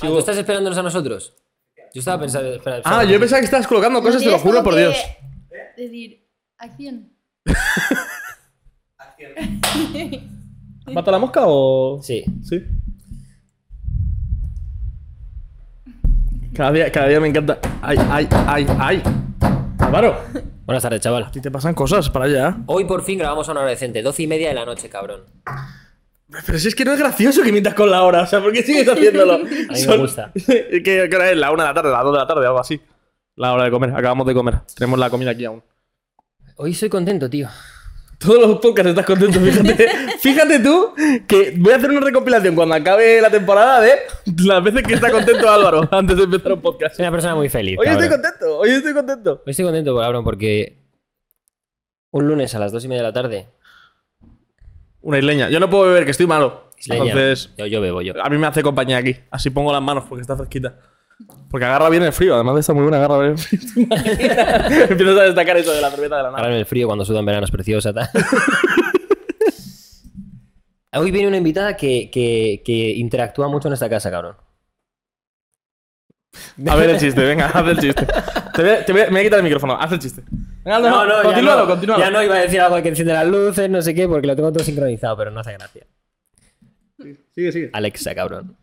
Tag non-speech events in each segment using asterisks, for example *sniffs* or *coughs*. ¿Tú estás esperándonos a nosotros? Yo estaba pensando. espera, Ah, espera. yo pensaba que estabas colocando cosas, te lo Tienes juro como por que Dios. Decir, acción. ¿Mata la mosca o.? Sí. Sí. Cada día, cada día me encanta. ¡Ay, ay, ay, ay! Álvaro, a Buenas tardes, chaval. ti te pasan cosas para allá. Hoy por fin grabamos a una hora decente, 12 y media de la noche, cabrón. Pero si es que no es gracioso que mientas con la hora, o sea, ¿por qué sigues haciéndolo? A mí me gusta. *laughs* ¿Qué, qué hora es? La una de la tarde, las dos de la tarde, algo así. La hora de comer, acabamos de comer. Tenemos la comida aquí aún. Hoy soy contento, tío. Todos los podcasts estás contento, fíjate. fíjate tú que voy a hacer una recopilación cuando acabe la temporada de las veces que está contento Álvaro antes de empezar un podcast. Soy una persona muy feliz. Hoy estoy cabrón. contento, hoy estoy contento. Hoy estoy contento, cabrón, porque. Un lunes a las 2 y media de la tarde. Una isleña. Yo no puedo beber, que estoy malo. isleña. Entonces, Yo, yo bebo, yo. a mí me hace compañía aquí. Así pongo las manos porque está fresquita. Porque agarra bien el frío, además de estar muy buena, agarra bien el frío. ¿Te imaginas? *laughs* Empiezas a destacar eso de la cerveza de la nada. Ahora en el frío, cuando sudan veranos preciosa, *laughs* tal. Hoy viene una invitada que, que, que interactúa mucho en esta casa, cabrón. A ver el chiste, venga, haz el chiste. Te voy, a- te voy a- me voy a quitar el micrófono, haz el chiste. Venga, continúalo, ya Ah, no, continúalo. Ya no iba a decir algo de que enciende las luces, no sé qué, porque lo tengo todo sincronizado, pero no hace gracia. Sigue, sigue. Alexa, cabrón.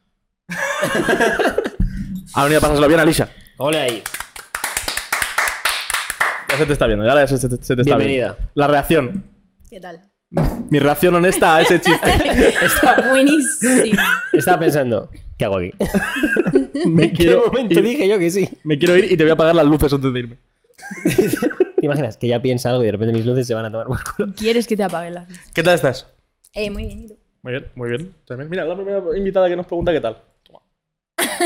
Ha venido a pasárselo bien, Alicia. Hola ahí. Ya se te está viendo, ya se, te- se te está Bienvenida. viendo. La reacción. ¿Qué tal? Mi reacción honesta a ese *laughs* chiste. *laughs* Buenísimo. Estaba pensando, ¿qué *laughs* hago aquí? Me ¿Qué quiero, momento ir, dije yo que sí? me quiero ir y te voy a apagar las luces antes de irme. ¿Te imaginas que ya piensa algo y de repente mis luces se van a tomar por culo? ¿Quieres que te apague la luz? ¿Qué tal estás? Eh, muy bien. ¿y tú? Muy bien, muy bien. También, mira, la primera invitada que nos pregunta qué tal. *laughs*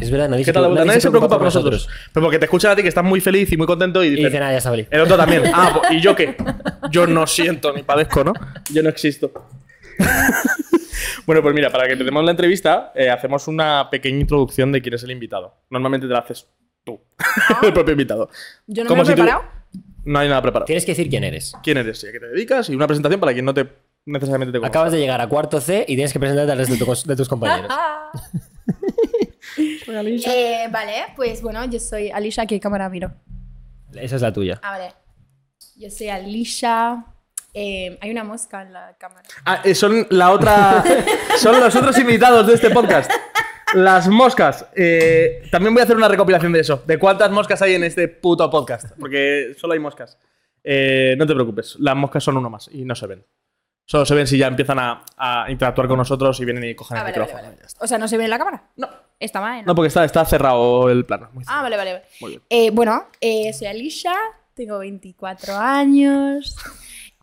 Es verdad, nadie, ¿Qué se, tal? preocupa- la vuelta? Nadie se preocupa por nosotros. Pero porque te escuchan a ti que estás muy feliz y muy contento y Y dicen, dice, nada, ya está feliz. el otro *laughs* también. Ah, pues, ¿y yo qué? Yo no siento ni padezco, ¿no? Yo no existo. bueno, pues mira, para que te demos la entrevista, eh, hacemos una pequeña introducción de quién es el invitado. Normalmente te la haces tú, *laughs* el propio invitado. Yo no Como me he si tú- preparado. No hay nada preparado. Tienes que decir quién eres. quién eres y a qué te dedicas y una presentación para quien no te necesariamente te conozca. Acabas de llegar a cuarto C y tienes que presentarte al resto de, tu- de tus *laughs* compañeros. Ah. Eh, vale, pues bueno, yo soy Alicia. ¿Qué cámara miro? *laughs* Esa es la tuya. A ver. Yo soy Alicia. Eh, hay una mosca en la cámara. Ah, eh, son la *laughs* otra son los otros invitados de este podcast. Las moscas. Eh, también voy a hacer una recopilación de eso, de cuántas moscas hay en este puto podcast, porque solo hay moscas. Eh, no te preocupes, las moscas son uno más y no se ven. Solo se ven si ya empiezan a, a interactuar con nosotros y vienen y cogen Ah, el vale, vale, micrófono. vale. O sea, ¿no se ve en la cámara? No. Está mal, ¿no? No, porque está, está cerrado el plano. Muy cerrado. Ah, vale, vale. vale. Muy bien. Eh, bueno, eh, soy Alicia, tengo 24 años,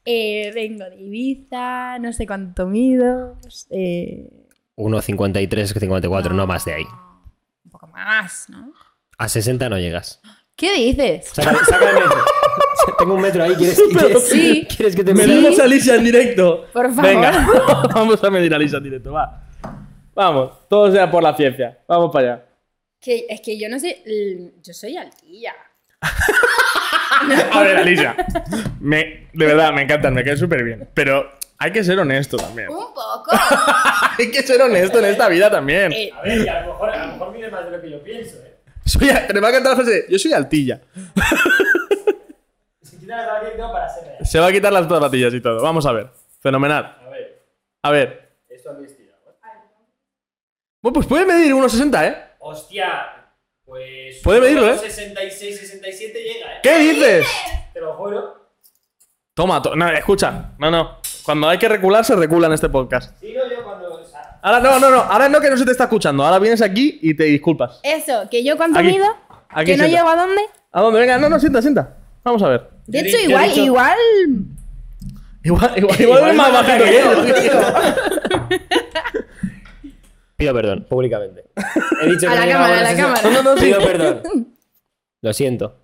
eh, vengo de Ibiza, no sé cuánto mido. eh, 1,53, 54, no más de ahí. Un poco más, ¿no? A 60 no llegas. ¿Qué dices? Sácame, sácame el *laughs* metro. Tengo un metro ahí, ¿quieres, quieres- Sí. ¿quieres que te Me mida? da- Medimos a Alicia en directo. Por favor. Venga, *laughs* vamos a medir a Alicia en directo, va. Vamos, todo sea por la ciencia. Vamos para allá. Que, es que yo no sé, l- yo soy altilla. A ver, Alicia. Me, de verdad, me encantan, me caen súper bien. Pero hay que ser honesto también. Un poco. *laughs* Hay que ser honesto en esta vida también. Eh, ver, a lo mejor, a lo mejor mide más de lo que yo pienso, ¿eh? Soy, a- pero me va a cantar la frase, yo soy altilla. Si quitas la directo para ser real. Se va a quitar las zapatillas y todo. Vamos a ver. Fenomenal. A ver, A ver. esto aquí es tirado. ¿eh? Bueno, pues puede medir 1,60, ¿eh? ¡Hostia! Pues. Puede medirlo, ¿eh? 66, 67 llega, ¿eh? ¿Qué dices? Te lo juro. Toma, to- no, escucha. No, no. Cuando hay que recular, se recula en este podcast. Sí, no, yo cuando. Ahora no, no, no. Ahora no que no se te está escuchando. Ahora vienes aquí y te disculpas. eso, que yo cuánto Aquí. mido, Aquí que no sienta. llego a dónde. ¿A dónde? Venga, no, no, sienta, sienta. Vamos a ver. De Yo he hecho, di- yo he igual, dicho- igual. Igual, *laughs* igual, igual eres más bajito que yo. Pido perdón, públicamente. *laughs* He dicho A que la no llegaba cámara, a la a los cámara. sesenta. Pido perdón. Lo siento.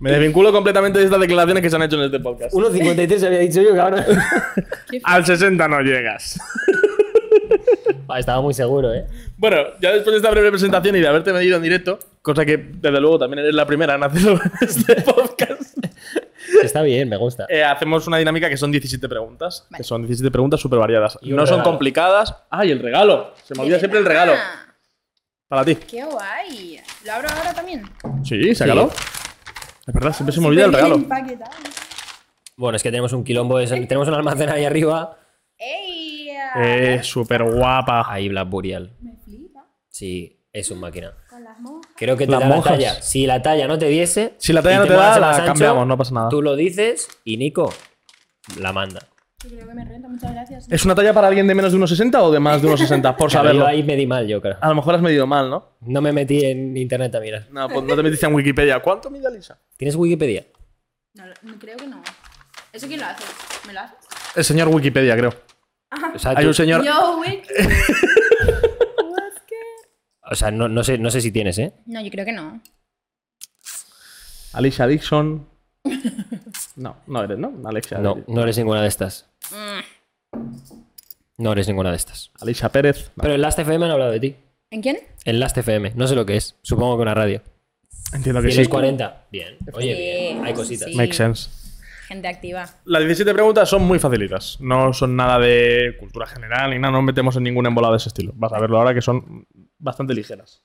Me desvinculo completamente de estas declaraciones que se han hecho en este podcast. 1.53 había dicho yo, cabrón. Al 60 no llegas. Ah, Estaba muy seguro, ¿eh? *laughs* Bueno, ya después de esta breve presentación y de haberte medido en directo, cosa que desde luego también eres la primera en hacerlo en este podcast, Está bien, me gusta. eh, hacemos una dinámica que son 17 preguntas. Que son 17 preguntas súper variadas. un No son regalo. complicadas. ¡Ay, el regalo! Se me olvida siempre el regalo. eh, Ah, Para ti. ¡Qué guay! ¿Lo abro ahora también? Sí, sácalo. Es verdad, siempre se me olvida el Súper bien regalo. empaquetado. Bueno, es que tenemos un quilombo, de- tenemos un almacén ahí arriba. ¡Ey! ah, Eh, súper guapa. Ahí Black Burial. Me flipa Sí, es un máquina. con las monjas. Creo que te Las da monjas. la talla. Si la talla no te diese. Si la talla y no te da, mueras la más ancho, cambiamos, no pasa nada. Tú lo dices y Nico la manda. Yo creo que me renta, muchas gracias. ¿Es una talla para alguien de menos de 1,60 o de más *laughs* de 1,60? Por Claro, yo saberlo. ahí me di mal, yo creo. A lo mejor has medido mal, ¿no? No me metí en internet a mirar. No, pues no te metiste en Wikipedia. ¿Cuánto mide Alisa? ¿Tienes Wikipedia? No, lo- no, creo que no. ¿Eso quién lo hace? ¿Me lo haces? El señor Wikipedia, creo. O sea, Hay tú- un señor. Yo, Wick. o sea, no, no sé, no sé si tienes, ¿eh? No, yo creo que no. Alicia *laughs* Dixon. No, no eres, ¿no? Alexia. No, no eres ninguna de estas. No eres ninguna de estas. Alicia Pérez. Pero en Last FM han hablado de ti. ¿En quién? En Last FM, no sé lo que es. Supongo que una radio. Entiendo que sí. ¿Tienes 40? Bien. Oye, bien. Sí, Hay cositas. sí. Makes sense. Gente activa. Las 17 preguntas son muy facilitas. No son nada de cultura general ni nada. No metemos en ningún embolado de ese estilo. Vas a verlo ahora que son bastante ligeras.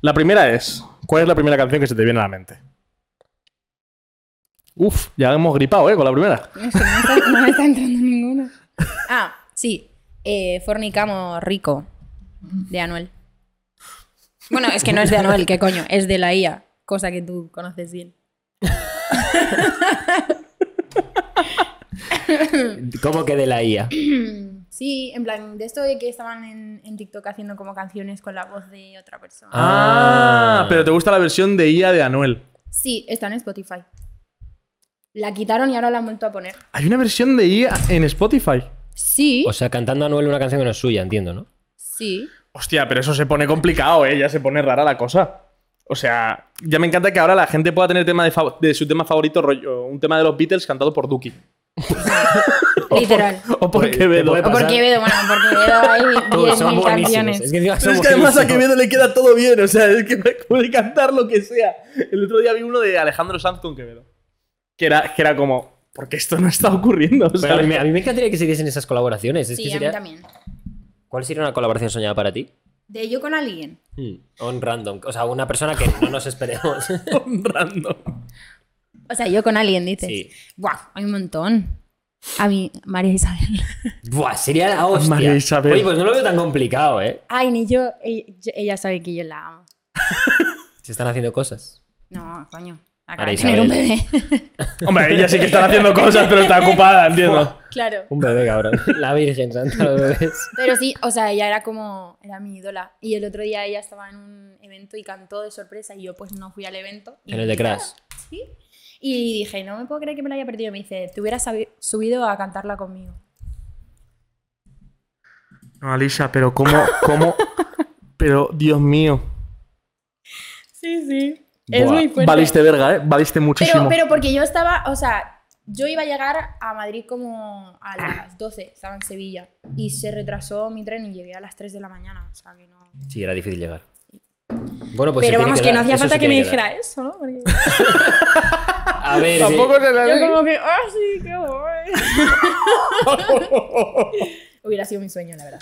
La primera es: ¿Cuál es la primera canción que se te viene a la mente? Uf, ya hemos gripado, ¿eh? Con la primera. No, sé, no está- *laughs* no me está entrando ninguna. Ah, sí. Eh, fornicamo rico. De Anuel. Bueno, es que no es de Anuel, ¿qué coño? Es de la IA, cosa que tú conoces bien. ¿Cómo que de la IA? *clears throat* Sí, en plan, de esto de que estaban en, en TikTok haciendo como canciones con la voz de otra persona. Ah. pero te gusta la versión de IA de Anuel. Sí, está en Spotify. La quitaron y ahora la han vuelto a poner. Hay una versión de IA en Spotify. Sí, O sea, cantando a Noel una canción que no es suya, entiendo, ¿no? sí. Hostia, pero eso se pone complicado, ¿eh? Ya se pone rara la cosa. O sea, ya me encanta que ahora la gente pueda tener tema de, fav- de su tema favorito, rollo, un tema de los Beatles cantado por Duki. Literal. O por Te Quevedo. puede O por pasar. Quevedo, bueno, por Quevedo hay Todos 10.000 canciones. Es que, encima Pero son es que además a buenísimos. Quevedo le queda todo bien, o sea, es que puede cantar lo que sea. El otro día vi uno de Alejandro Sanz con Quevedo. Que era, que era como, porque esto no está ocurriendo. Pero a, ¿sabes? mí, me- a mí me encantaría que se diesen esas colaboraciones. Es que Sí, a mí sería- también. ¿Cuál sería una colaboración soñada para ti? De yo con alguien. Hmm. Un random. O sea, una persona que no nos *laughs* esperemos. Un random. O sea, yo con alguien, dices. Sí. Buah, hay un montón. A mí, María Isabel. *laughs* Buah, sería la hostia. María Isabel. Oye, pues no lo veo tan complicado, ¿eh? Ay, ni yo, ella, yo- ella sabe que yo la amo. Se están haciendo cosas. No, coño. Acaba María de tener un bebé. *laughs* Hombre, ella sí que están haciendo cosas, pero está ocupada, entiendo. claro. Un bebé, cabrón. *laughs* La Virgen Santa, los bebés. Pero sí, o sea, ella era como, era mi ídola. Y el otro día ella estaba en un evento y cantó de sorpresa y yo pues no fui al evento. Y En el de Crash. Sí. Y dije, no me puedo creer que me la haya perdido. Me dice, te hubieras sabi- subido a cantarla conmigo. No, Alicia, pero cómo, cómo, pero Dios mío. Sí, sí. Buah, Valiste verga, ¿eh? Valiste Pero, muchísimo. pero porque yo estaba, o sea, yo iba a llegar a Madrid como a Ah. las 12, estaba en Sevilla, y se retrasó mi tren y llegué a las 3 de la mañana, o sea que no... Sí, era difícil llegar. Bueno, pues. se tiene Pero vamos, que, no dar. hacía Eso falta se que me tiene dar. dijera eso, ¿no? Porque A ver. sí. se la yo como que, ¡ah, sí, qué guay! *laughs* Hubiera sido mi sueño, la verdad.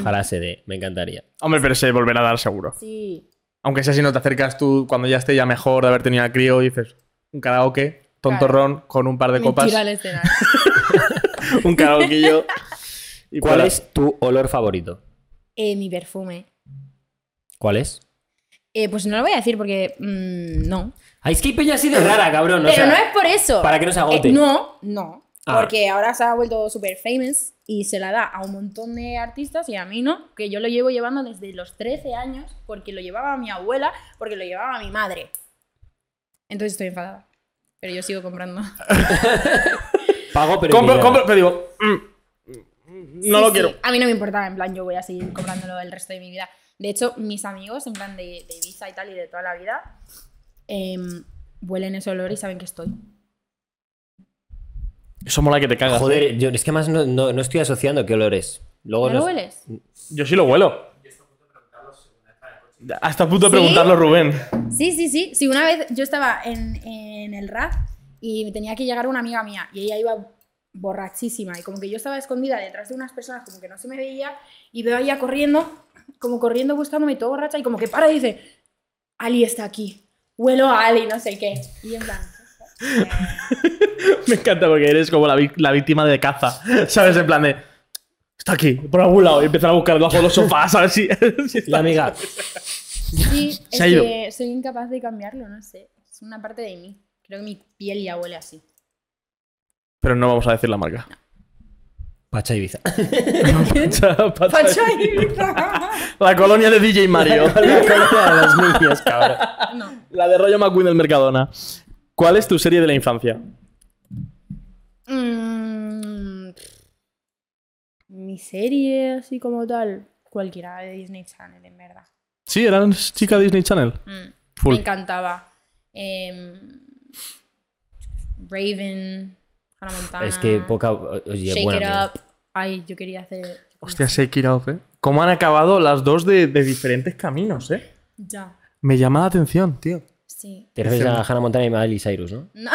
Ojalá se dé. Me encantaría. Hombre, pero se volverá a dar seguro. Sí. Aunque sea si no te acercas tú cuando ya esté ya mejor de haber tenido al crío, dices un karaoke, tontorrón, con un par de copas, Mentira al escenario. un *laughs* karaokeillo. y ¿Cuál para- es tu olor favorito? Eh, mi perfume. ¿Cuál es? Eh, pues no lo voy a decir porque mm, no. Ay, es que hay peña así de rara, cabrón. o Pero sea, no es por eso. Para que no se agote. Eh, no, no. Ah. Porque ahora se ha vuelto super famous y se la da a un montón de artistas y a mí no, que yo lo llevo llevando desde los 13 años porque lo llevaba mi abuela, porque lo llevaba mi madre. Entonces estoy enfadada. Pero yo sigo comprando. Pago, pero. Compro, que- compro, pero digo, mm, mm, no Sí, lo sí, quiero. A mí no me importaba, en plan, yo voy a seguir comprándolo el resto de mi vida. De hecho, mis amigos, en plan de, de Ibiza y tal y de toda la vida, em, huelen ese olor y saben que estoy. Eso mola que te cagas. Joder, yo, es que más no, no- no estoy asociando qué olor es. Luego ¿No lo nos- hueles? Yo sí lo vuelo. Hasta a punto de ¿Sí? preguntarlo, Rubén. *laughs* Sí, sí, sí. Sí, una vez yo estaba en, en el RAF y me tenía que llegar una amiga mía y ella iba borrachísima y como que yo estaba escondida detrás de unas personas como que no se me veía y veo a ella corriendo como corriendo buscándome todo borracha y como que para y dice, Ali está aquí, huelo a Ali, no sé qué. Y en plan, eh, Me encanta porque eres como la, vi- la víctima de caza. *laughs* ¿Sabes? En plan de. Está aquí, por algún lado. Y empezar a buscar debajo de los sofás, a ver si. *laughs* si está. La amiga. sí, es Se ha ido. que soy incapaz de cambiarlo, no sé, es una parte de mí. Creo que mi piel ya huele así. Pero no vamos a decir la *laughs* marca. Pacha Ibiza. Ah. Chapa- Pacha y- la colonia de DJ Mario. La cola de los niños, cabrón. *laughs* No. la de rollo McQueen del Mercadona. ¿Cuál es tu serie de la infancia? Mm, mi serie, así como tal, cualquiera de Disney Channel, en verdad. Sí, eran chica Disney Channel. Mm. Full. Me encantaba. Em, Raven, Hannah Montana. Es que poca. Oye, Shake buena It mierda. Up. Ay, yo quería hacer. Hostia, Shake It Off, ¿eh? ¿Cómo han acabado las dos de, de diferentes caminos, eh? Ya, Me llama la atención, tío. sí. *laughs* Te refieres a Excelente. Hannah Montana y Miley Cyrus, ¿no? No,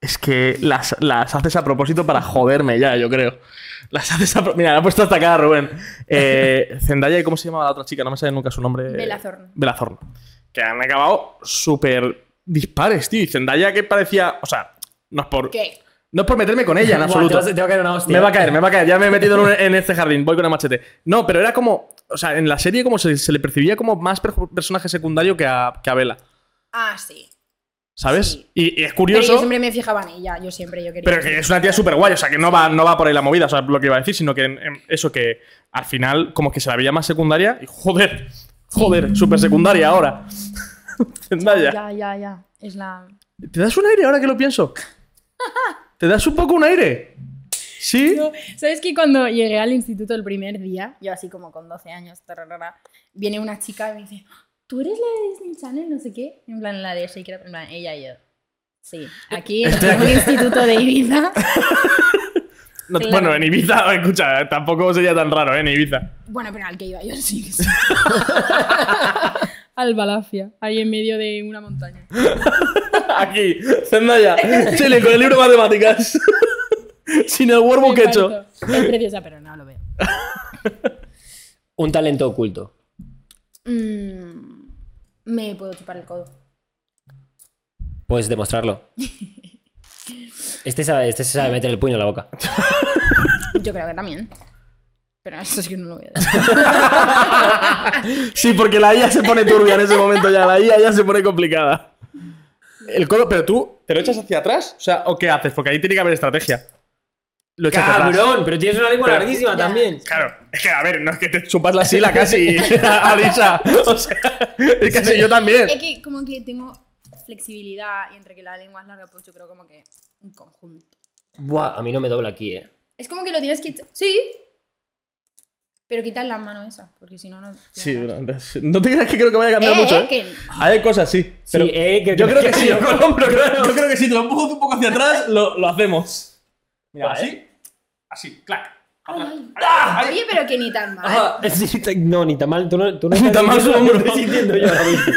Es que las, las haces a propósito para joderme ya, yo creo. Las haces a pro- Mira, la ha puesto hasta acá, Rubén. Eh, Zendaya, ¿y ¿cómo se llamaba la otra chica? No me sale nunca su nombre. Bella Thorne. Belazorn. Que han acabado súper dispares, tío. Y Zendaya que parecía. O sea, no es por. ¿Qué? No es por meterme con *laughs* ella en Buah, absoluto. te vas- te va a caer una hostia. Me va a caer, me va a caer. Ya me he metido en, un- en este jardín, voy con el machete. No, pero era como. O sea, en la serie como se, se le percibía como más perju- personaje secundario que a, que a Bella. Ah, sí. ¿Sabes? Sí. Y, y es Pero curioso. yo siempre me fijaba en ella. Yo siempre, yo quería. Pero que es una tía súper guay, o sea, que no va, no va por ahí la movida, o sea, lo que iba a decir, sino que en- en eso que al final como que se la veía más secundaria y joder, joder, súper secundaria ahora. *laughs* Zendaya. Ya, ya, ya. Es la. ¿Te das un aire ahora que lo pienso? ¿Te das un poco un aire? ¿Sí? Yo- ¿Sabes que cuando llegué al instituto el primer día, yo así como con 12 años, tararara, viene una chica y me dice, ¿tú eres la de Disney Channel? No sé qué. En plan, la de Shake It Up, en plan, ella y yo. Sí, aquí en un instituto de Ibiza. No te- Claro. Bueno, en Ibiza, *laughs* escucha, tampoco sería tan raro, ¿eh? En Ibiza. Bueno, pero al que iba yo sí. que sí. al Balafia, ahí en medio de una montaña. Aquí, Zendaya, Chile, con el libro de matemáticas. *laughs* Sin el workbook Me hecho. parto. Es preciosa, pero no lo veo. Un talento oculto. Mm, me puedo chupar el codo. Puedes demostrarlo. Este sabe, este se sabe meter el puño en la boca. Yo creo que también. Pero eso es que no lo veo. Sí, porque la IA se pone turbia en ese momento ya. La IA ya se pone complicada. El codo, pero tú, ¿te lo echas hacia atrás? O sea, ¿o qué haces? Porque ahí tiene que haber estrategia. Lo echas hacia atrás. Ah, Pero tienes una lengua Pero- larguísima también. Claro, es que a ver, no es que te chupas la *laughs* sila casi, Alisa. O sea, es casi yo también. Es que como que tengo flexibilidad y entre que la lengua es larga, pues yo creo como que un conjunto. Buah, a mí no me dobla aquí, eh. Es como que lo tienes que... echar- Sí. Pero quitar la mano esa, porque si no, no... Sí, no, no, no te creas que creo que vaya a cambiar Eh, mucho, eh, ¿eh? que- Hay cosas, sí. Pero Sí, eh, que- yo creo que, *laughs* que- sí. yo con el hombro, claro. *laughs* Yo creo que sí, te lo empujo un poco hacia atrás, lo, lo hacemos. Mira, Vale. así. Así, clac. Ay, Ah. Oye, pero que ni tan mal. Sí, te- *laughs* no, ni tan mal. Tú no, tú no *laughs* Ni estás tan mal sintiendo su lo que hombro. estoy sintiendo yo ahora mismo.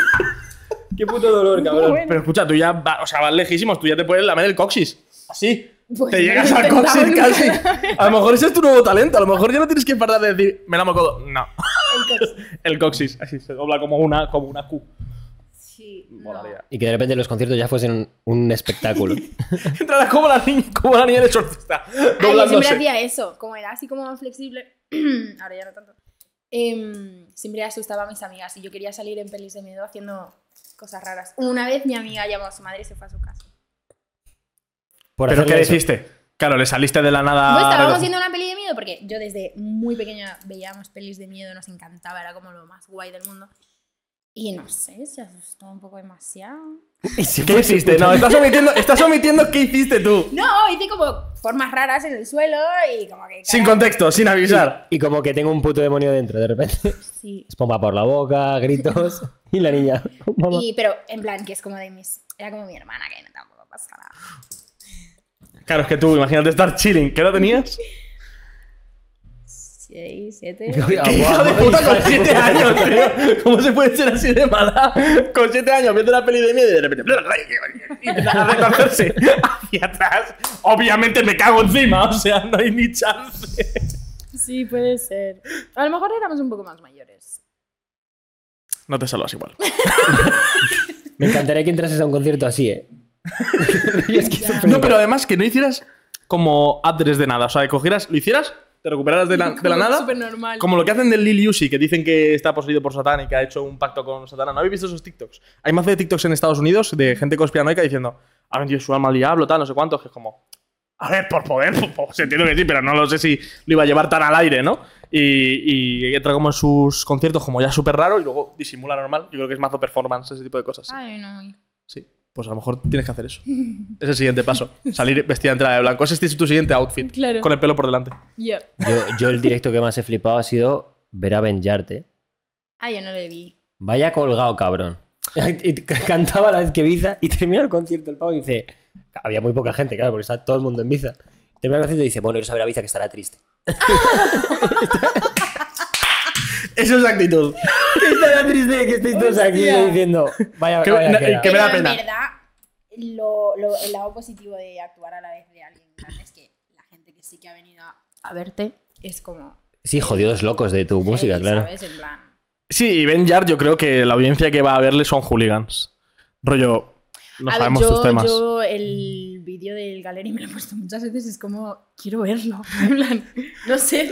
Qué puto dolor, cabrón. Bueno. Pero escucha, tú ya va- o sea, vas lejísimos, tú ya te puedes lamer el coxis. Así. Pues te no llegas lo he al intentado coxis nunca. casi. A lo mejor ese es tu nuevo talento. A lo mejor ya no tienes que parar de decir, me lamo el codo. No. El coxis. *laughs* El coxis. Así se dobla como una, como una Q. *laughs* Sí, no. Molaría. Y que de repente los conciertos ya fuesen un *laughs* espectáculo. Entrarás como la niña, como la niña del exorcista. Ay, yo siempre Doblándose. hacía eso, como era así como flexible, *clears throat* ahora ya no tanto. Em, siempre asustaba a mis amigas y yo quería salir en pelis de miedo haciendo cosas raras. Una vez mi amiga llamó a su madre y se fue a su casa. Por Pero hacerle ¿qué eso. *laughs* deciste? Claro, le saliste de la nada. Pues estábamos redondo. viendo una peli de miedo porque yo desde muy pequeña veíamos pelis de miedo, nos encantaba, era como lo más guay del mundo. Y no sé, se asustó un poco demasiado. ¿Qué hiciste? No, estás omitiendo, estás omitiendo qué hiciste *laughs* tú. No, hice como formas raras en el suelo y como que... Sin cara- contexto, sin avisar. Y como que tengo un puto demonio dentro, de repente. *laughs* Sí. Espuma por la boca, gritos. *laughs* Y la niña. Mamá. *laughs* Y, pero en plan, que es como de mis... Era como mi hermana, que no tampoco pasa nada. Claro, es que tú, imagínate estar chilling. ¿Qué edad *laughs* tenías? 6, Uy, *laughs* 7. ah, Hija guau. de puta con 7 años, tío. ¿Cómo se puede ser así de mala? Con 7 años viendo una peli de miedo y de repente. Y empieza a retorcerse hacia atrás. Obviamente me cago encima, o sea, no hay ni chance. Sí, puede ser. A lo mejor éramos un poco más mayores. No te salvas *laughs* igual. Me encantaría que entrases a un concierto así, ¿eh? Y es que Ya. súper- No, pero además que no hicieras como adres de nada. O sea, que cogieras, lo hicieras, te recuperaras de la, de la nada. Súper normal. Como lo que hacen del Lil Uzi, que dicen que está poseído por Satán y que ha hecho un pacto con Satán. ¿No habéis visto esos TikToks? Hay más de TikToks en Estados Unidos de gente conspiranoica diciendo "Ah, ha vendido su alma al diablo, tal, no sé cuántos, que es como... A ver, por poder, *laughs* pues, pues, se entiende que sí, pero no lo sé si lo iba a llevar tan al aire, ¿no? Y, y entra como en sus conciertos como ya súper raro y luego disimula normal. Yo creo que es mazo performance, ese tipo de cosas. Ay, no. Sí. Pues a lo mejor tienes que hacer eso. *laughs* Es el siguiente paso. Salir vestida entera de blanco. Ese es tu siguiente outfit. Claro. Con el pelo por delante. Yo. Yo, yo el directo que más he flipado ha sido ver a Ben Yard, ¿eh? Ah, yo no le vi. Vaya colgado, cabrón. *laughs* Y c- Cantaba la vez que Biza y termina el concierto el pavo y dice... Había muy poca gente, claro, porque está todo el mundo en Biza. Termina el concierto y dice, bueno, quiero saber a Biza que estará triste. Eso es *laughs* actitud. Que estará triste, que estáis todos aquí Hostia. diciendo... Vaya, Que- vaya na- que era". que- me da Pero pena. En verdad, lo, lo- el lado positivo de actuar a la vez de alguien grande es que la gente que sí que ha venido a, a verte es como. Sí, jodidos locos de tu música, heavy, claro. ¿sabes? En plan. Sí, y Ben Yard, yo creo que la audiencia que va a verle son hooligans. Rollo, no A ver, sabemos yo, tus temas. yo el vídeo del Galeri me lo he puesto muchas veces, es como, quiero verlo. *laughs* En plan, no sé,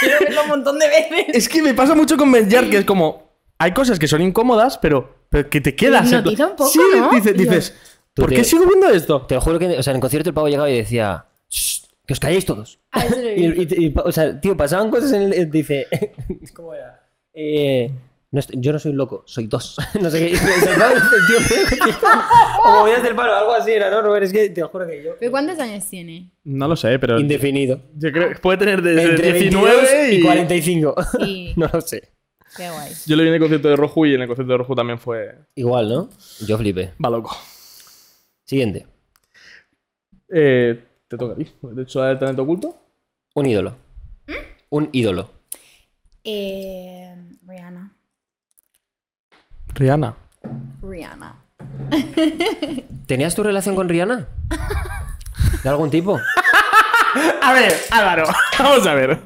quiero verlo un montón de *laughs* veces. Es que me pasa mucho con Ben Yard, que es como. Hay cosas que son incómodas, pero, pero que te quedas. Te hipnotiza un poco, sí, ¿no? dice- Dios. dices, Tú ¿por te- qué sigo viendo esto? Te lo juro que, o sea, en el concierto el pavo llegaba y decía, "Shh, que os calléis todos. A eso lo he Y, visto. y- y, o sea, tío, pasaban cosas en el. eh, Dice, *laughs* ¿cómo era? Eh, no estoy- yo no soy un loco, soy dos. *laughs* no sé qué. y se va el tío, o voy a hacer paro, algo así era, ¿no, Robert? Es que te lo juro que yo. ¿Pero cuántos años tiene? No lo sé, pero. Indefinido. Yo creo que puede tener desde Entre 19 19 y. y 45. Sí, *laughs* no lo sé. qué guay. Yo le vi en el concierto de Rojo y en el concierto de Rojo también fue. Igual, ¿no? Yo flipé. Va loco. Siguiente. Eh, te toca a ti. De hecho, la del talento oculto. Un ídolo. ¿Mm? Un ídolo. Eh, Rihanna. Rihanna. Rihanna. ¿Tenías tu relación con *laughs* Rihanna? ¿De algún tipo? A ver, Álvaro, *laughs* vamos a ver.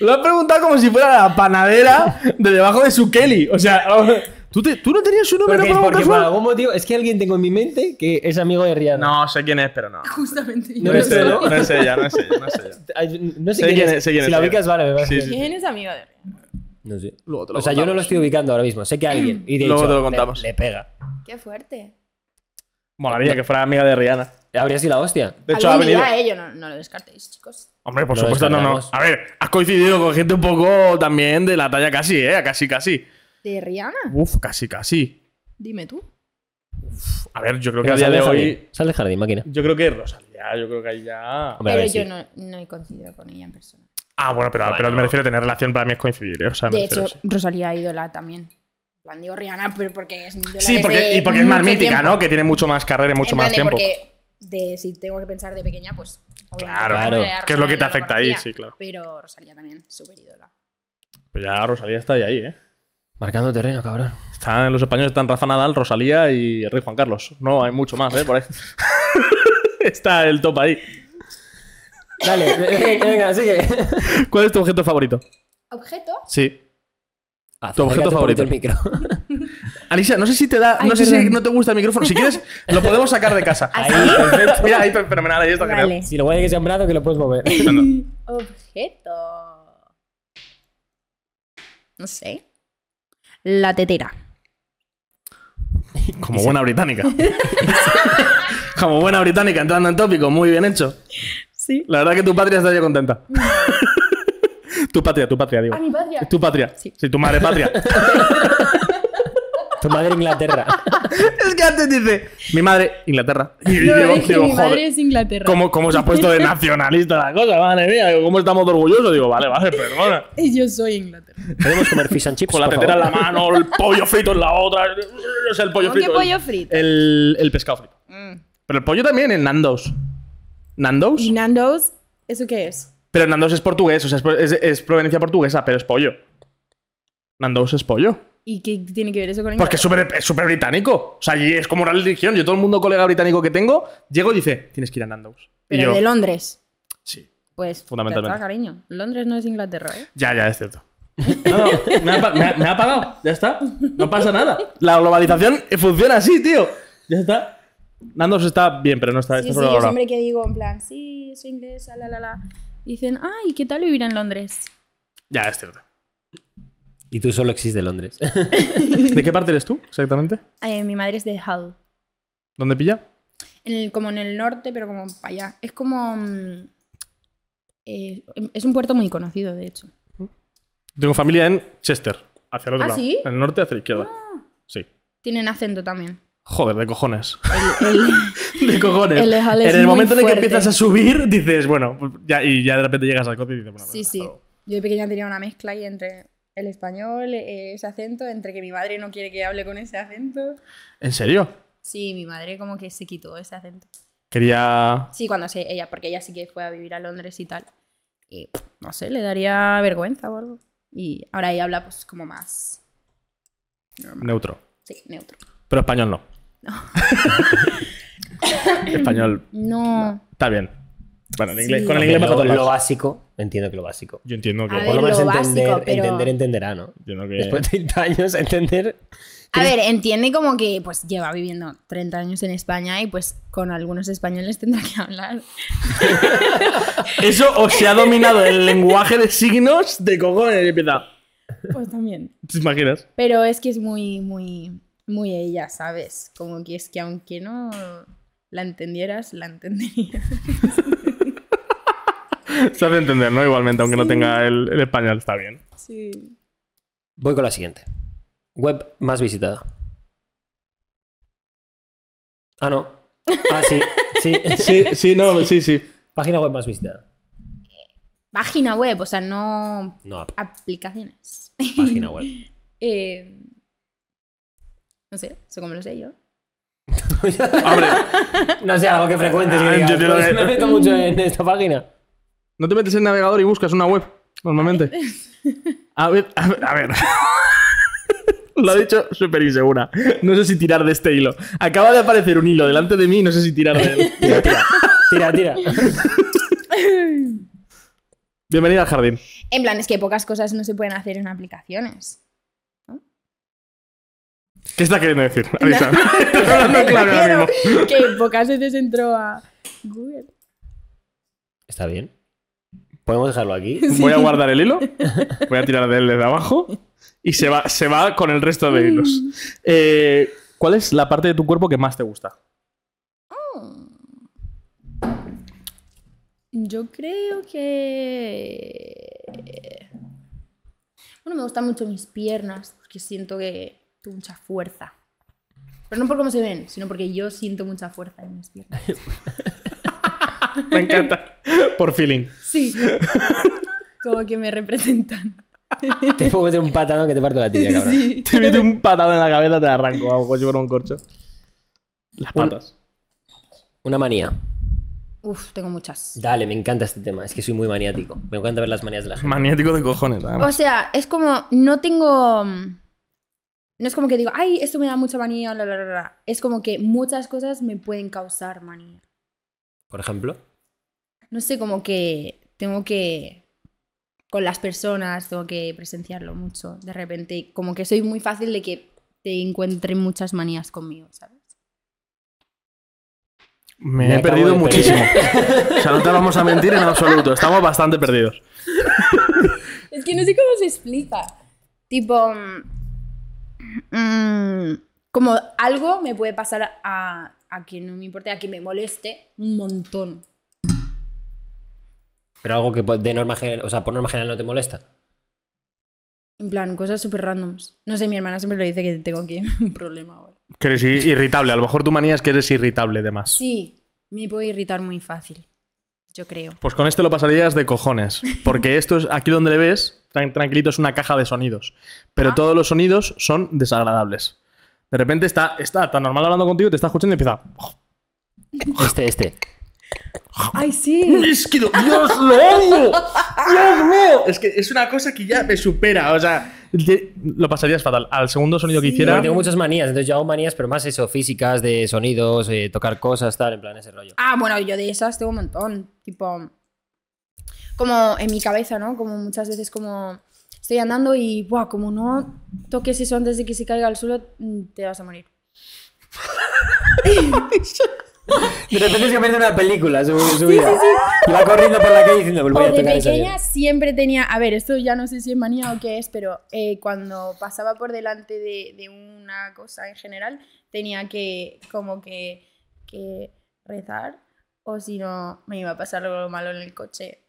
Lo has preguntado como si fuera la panadera de debajo de su Kelly. O sea, vamos a ver. ¿tú, te- tú no tenías su número Porque, por algo porque por casual? algún motivo. Es que alguien tengo en mi mente que es amigo de Rihanna. No, sé quién es, *laughs* pero no. Justamente. No lo es sé, ella, ¿no? no es ella, no es ella, no es *laughs* ella. Ay, No sé, Sé quién, quién es. es, sé quién si es, la sé quién ubicas, es. vale, me parece. Sí, sí. ¿Quién es amigo de Rihanna? No sé. Luego te lo O sea, yo no contamos. lo estoy ubicando ahora mismo. Sé que *clears throat* alguien. Y de Luego hecho, te lo le- contamos. Le, pega. Qué fuerte. Molaría que fuera amiga de Rihanna. Habría sido la hostia. De hecho, ha Algún venido. día, eh, yo no, no lo descartéis, chicos. Hombre, por Lo supuesto, no, no. descartamos. A ver, has coincidido con gente un poco también de la talla casi, ¿eh? Casi, casi. ¿De Rihanna? Uf, casi, casi. Dime tú. A ver, yo creo que Venga, a día sal de del hoy. jardín, Sal del jardín, máquina. Yo creo que Rosalía, yo creo que ahí ya. Hombre, a Pero ver, yo sí. no, no he coincidido con ella en persona. Ah, bueno, pero, pero me refiero a tener relación para mí es coincidir, ¿eh? O sea, me De refiero hecho, a eso. Rosalía ídola también. En plan, digo Rihanna, pero porque es mi ídola Sí, desde porque, y porque es más mucho mítica, tiempo. ¿no? Que tiene mucho más carrera y mucho En más plan de tiempo. Porque de, si tengo que pensar de pequeña, pues. obviamente, Claro, por ejemplo, claro. a Que es lo que Rosalía te no afecta ahí, conocía, sí, claro. Pero Rosalía también, súper ídola. Pues ya Rosalía está ahí, ahí, ¿eh? Marcando terreno, cabrón. Están, los españoles están Rafa Nadal, Rosalía y el Rey Juan Carlos. No hay mucho más, ¿eh? Por ahí. *laughs* está el top ahí. Dale, *laughs* *laughs* venga, sigue. ¿Cuál es tu objeto favorito? Objeto. Sí. Acércate un poquito objeto favorito. El micro. *laughs* Alicia, no sé si te da. Ay, no sé si perdón. ¿Ah, no te gusta el micrófono. Si quieres, lo podemos sacar de *laughs* casa. Ahí, perfecto. Mira, ahí fenomenal, ahí está genial. Vale. Si lo guay es que sea un brazo, que lo puedes mover. Objeto. No sé. La tetera. Como buena británica. *laughs* Como buena británica, entrando en tópico, muy bien hecho. Sí. La verdad que tu patria estaría contenta. *laughs* tu patria, tu patria, digo. A mi patria. Tu patria. Sí. Ah, Sí. tu madre *laughs* patria. Tu madre Inglaterra. es que antes dice, mi madre, *laughs* Inglaterra. Y digo, No, es que digo, mi joder, madre es Inglaterra. ¿cómo, cómo se ha puesto de nacionalista la cosa? Madre mía, digo, ¿cómo estamos de orgullosos? Digo, vale, vale, perdona. Y yo soy Inglaterra. ¿Podemos comer fish and chips? Con la Pues, por tetera en favor? la mano, el pollo frito en la otra. O sea, el pollo ¿Cómo frito. Eh, que pollo el- frito? El, el pescado frito. Pero el pollo también en Nando's. ¿Nando's? ¿Y Nando's? ¿Eso qué es? Pero Nando's es portugués, o sea, es, es- es proveniencia portuguesa, pero es pollo. Nando's es pollo. ¿Y qué tiene que ver eso con Porque es Inglaterra? súper es súper británico. O sea, allí es como una religión. Yo todo el mundo colega británico que tengo, llego y dice, tienes que ir a Nando's. Y Pero yo, de Londres. sí. Pues, Fundamentalmente. ya está, cariño. Londres no es Inglaterra, ¿eh? Ya, ya, es cierto. No, no, me ha, pa- me ha- me ha pagado, ya está. No pasa nada. La globalización funciona así, tío. Ya está. Nandos está bien, pero no está. está Sí, sí, yo sobrevalorado. siempre que digo en plan, sí, soy inglesa, la, la, la. Dicen, ay, ¿qué tal vivir en Londres? Ya, es cierto. Y tú solo existes en Londres. ¿De qué parte eres tú exactamente? Eh, mi madre es de Hull. ¿Dónde pilla? En el- como en el norte, pero como para allá. Es como... mm, eh, es un puerto muy conocido, de hecho. Tengo familia en Chester, hacia el otro ¿Ah, lado. sí? Ah. En el norte hacia la izquierda. Sí. Tienen acento también. Joder, de cojones. El, el- *laughs* De cojones. El de Hall es en el muy momento en el que fuerte. empiezas a subir, dices, bueno, ya, y ya de repente llegas a Escocia y dices, bueno, sí, hasta sí. luego. Yo de pequeña tenía una mezcla ahí entre el español, eh, ese acento, entre que mi madre no quiere que hable con ese acento. ¿En serio? Sí, mi madre como que se quitó ese acento. Quería. Sí, cuando se, ella, porque ella sí que fue a vivir a Londres y tal. Y no sé, le daría vergüenza o algo. Y ahora ella habla pues como más... normal. Neutro. Sí, neutro. Pero español no. *laughs* español No. está bien. Bueno, en Sí. inglés, con el Hombre, inglés Lo- para todos lo, lados. básico, entiendo que lo básico. Yo entiendo que. A Por lo ver, menos lo entender, básico, pero- entender entenderá, ¿no? Entiendo que. *laughs* Después de 30 años, entender. A ver, entiende como que pues lleva viviendo 30 años en España y pues con algunos españoles tendrá que hablar. Eso o se ha dominado el lenguaje de signos de cojones y empieza. Pues también. ¿Te imaginas? Pero es que es muy, muy, muy ella, ¿sabes? Como que es que aunque no la entendieras, la entenderías. Se hace entender, ¿no? Igualmente, aunque no tenga el, el español, está bien. Sí. Voy con la siguiente. Web más visitada. Ah, no. Ah, sí. *laughs* Sí. Sí, sí, no, sí, sí. Página web más visitada. Página web, o sea, no No, app. aplicaciones. página web. *laughs* Eh, no sé, eso como lo sé yo. Hombre, *laughs* No sé, algo que frecuentes. Ah, Que digas, yo te lo- pues, me meto mucho en esta página. no te metes en el navegador y buscas una web, *laughs* normalmente. A ver, a ver, a ver. *laughs* Lo ha dicho súper insegura. No sé si tirar de este hilo. Acaba de aparecer un hilo delante de mí y no sé si tirar de él. *laughs* Tira, tira. Tira, *laughs* tira. Bienvenida al jardín. En plan, es que pocas cosas no se pueden hacer en aplicaciones. ¿Qué está *laughs* queriendo decir? Alisa? Estoy *laughs* hablando *laughs* claro ahora mismo. que pocas veces entró a Google. Está bien. Podemos dejarlo aquí. Voy a guardar el hilo, voy a tirar de él desde abajo y se va, se va con el resto de hilos. Mm. Eh, ¿Cuál es la parte de tu cuerpo que más te gusta? Yo creo que... Bueno, me gustan mucho mis piernas, porque siento que tengo mucha fuerza. Pero no por cómo se ven, sino porque yo siento mucha fuerza en mis piernas. Me encanta. Por feeling. *laughs* Sí. Como que me representan. Te puedo meter un patano que te parto la tibia, cabrón. Sí. Te mete un patado en la cabeza, te la arranco, hago coche por un corcho. Las patas. Una manía. Uf, tengo muchas. Dale, me encanta este tema. Es que soy muy maniático. Me encanta ver las manías de la gente. Magnético de cojones, O sea, es como, no tengo... mm, No es como que digo, ay, esto me da mucha manía, la, la, la, la. Es como que muchas cosas me pueden causar manía. Por ejemplo. no sé, como que tengo que con las personas, tengo que presenciarlo mucho, de repente, como que soy muy fácil de que te encuentren muchas manías conmigo, ¿sabes? Me Me he acabo perdido de muchísimo. o sea, no te vamos a mentir en absoluto. Estamos bastante perdidos. Es que no sé cómo se explica. Tipo, mm, mm, como algo me puede pasar a, a que no me importe, a que me moleste un montón. Pero algo que po- de norma general, o sea, por norma general no te *laughs* molesta. En plan, cosas súper randoms. No sé, mi hermana siempre lo dice que tengo que un problema ahora. Que eres i- irritable. A lo mejor tu manía es que eres irritable, de más. Sí, me puedo irritar muy fácil, yo creo. Pues con este lo pasarías de cojones. Porque esto es aquí donde le ves, tran- tranquilito, es una caja de sonidos. Pero todos los sonidos son desagradables. De repente está, está tan normal hablando contigo, te está escuchando y empieza. Este, este. ¡Ay, sí! ¡Un isquido! ¡Dios, lo odio! ¡Dios mío! Es que es una cosa que ya me supera. O sea, te- lo pasarías fatal. Al segundo sonido que Sí. Porque hiciera. tengo muchas manías, entonces yo hago manías, pero más eso, físicas, de sonidos, eh, tocar cosas, tal, en plan ese rollo. Ah, bueno, yo de esas tengo un montón. Tipo, como en mi cabeza, ¿no? Como muchas veces como estoy andando y, buah, como no toques eso antes de que se caiga al suelo, mm, te vas a morir. De repente se me una película su, su vida. Y va corriendo por la calle diciendo, "Pues O voy a de tocar esa pequeña vida". siempre tenía, a ver, esto ya no sé si es manía o qué es, pero eh, cuando pasaba por delante de, de una cosa en general, tenía que como que, que rezar o si no me iba a pasar algo malo en el coche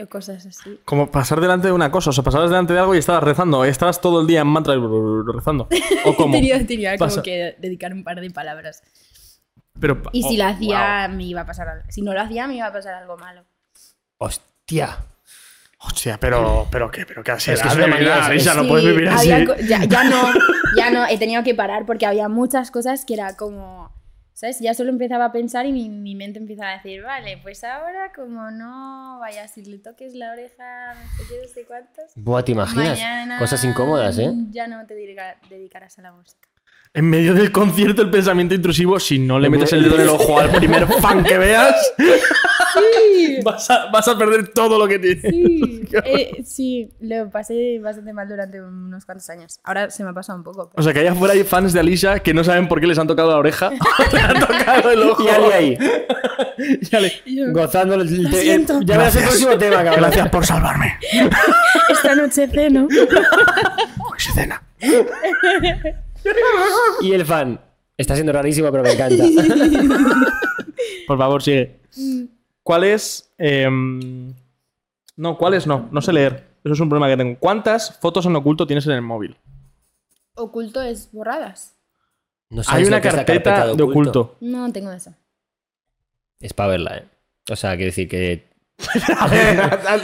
o cosas así. Como pasar delante de una cosa, o sea, pasabas delante de algo y estabas rezando, estabas todo el día en mantra y *laughs* rezando. O como. Tenía, tenía Pasa. como que dedicar un par de palabras. Pero, Y si oh, la hacía, me iba a pasar algo. Si no lo hacía, me iba a pasar algo malo. Hostia. Hostia, pero, pero qué, pero qué así. Es que es una manía, es- no Sí, puedes vivir así. había co- Ya, *laughs* ya no, ya no, he tenido que parar porque había muchas cosas que era como, ¿sabes? Ya solo empezaba a pensar y mi, mi mente empezaba a decir, vale, pues ahora como no, vaya, si le toques la oreja, no sé qué, no sé cuántos. Buah, ¿te imaginas? mañana Cosas incómodas, *laughs* ¿eh? Ya no te dedica- dedicarás a la música. *laughs* En medio del concierto, el pensamiento intrusivo, si no le metes el dedo en el ojo al *laughs* primer fan que veas, *laughs* vas, a, vas a perder todo lo que tienes. Sí, eh, sí, lo pasé bastante mal durante unos cuantos años. Ahora se me ha pasado un poco. O pero- sea, que allá afuera hay fans de Alicia que no saben por qué les han tocado la oreja, *laughs* les han tocado el ojo. Y Ali *laughs* ahí, Y Ale, Y yo, gozando el- el- siento. Ya verás el Gracias. próximo tema, cabrón. Gracias por salvarme. Esta noche ceno. Hoy se cena. Y el fan. Está siendo rarísimo, pero me encanta. *laughs* Por favor, sigue. Mm. ¿Cuál es? em, no, ¿cuáles no? No sé leer. Eso es un problema que tengo. ¿Cuántas fotos en oculto tienes en el móvil? Oculto es borradas. No sabes Hay una lo que Ah, es la carpeta, *laughs* de oculto. No tengo eso. Es para verla, ¿eh? O sea, quiere decir que. A ver,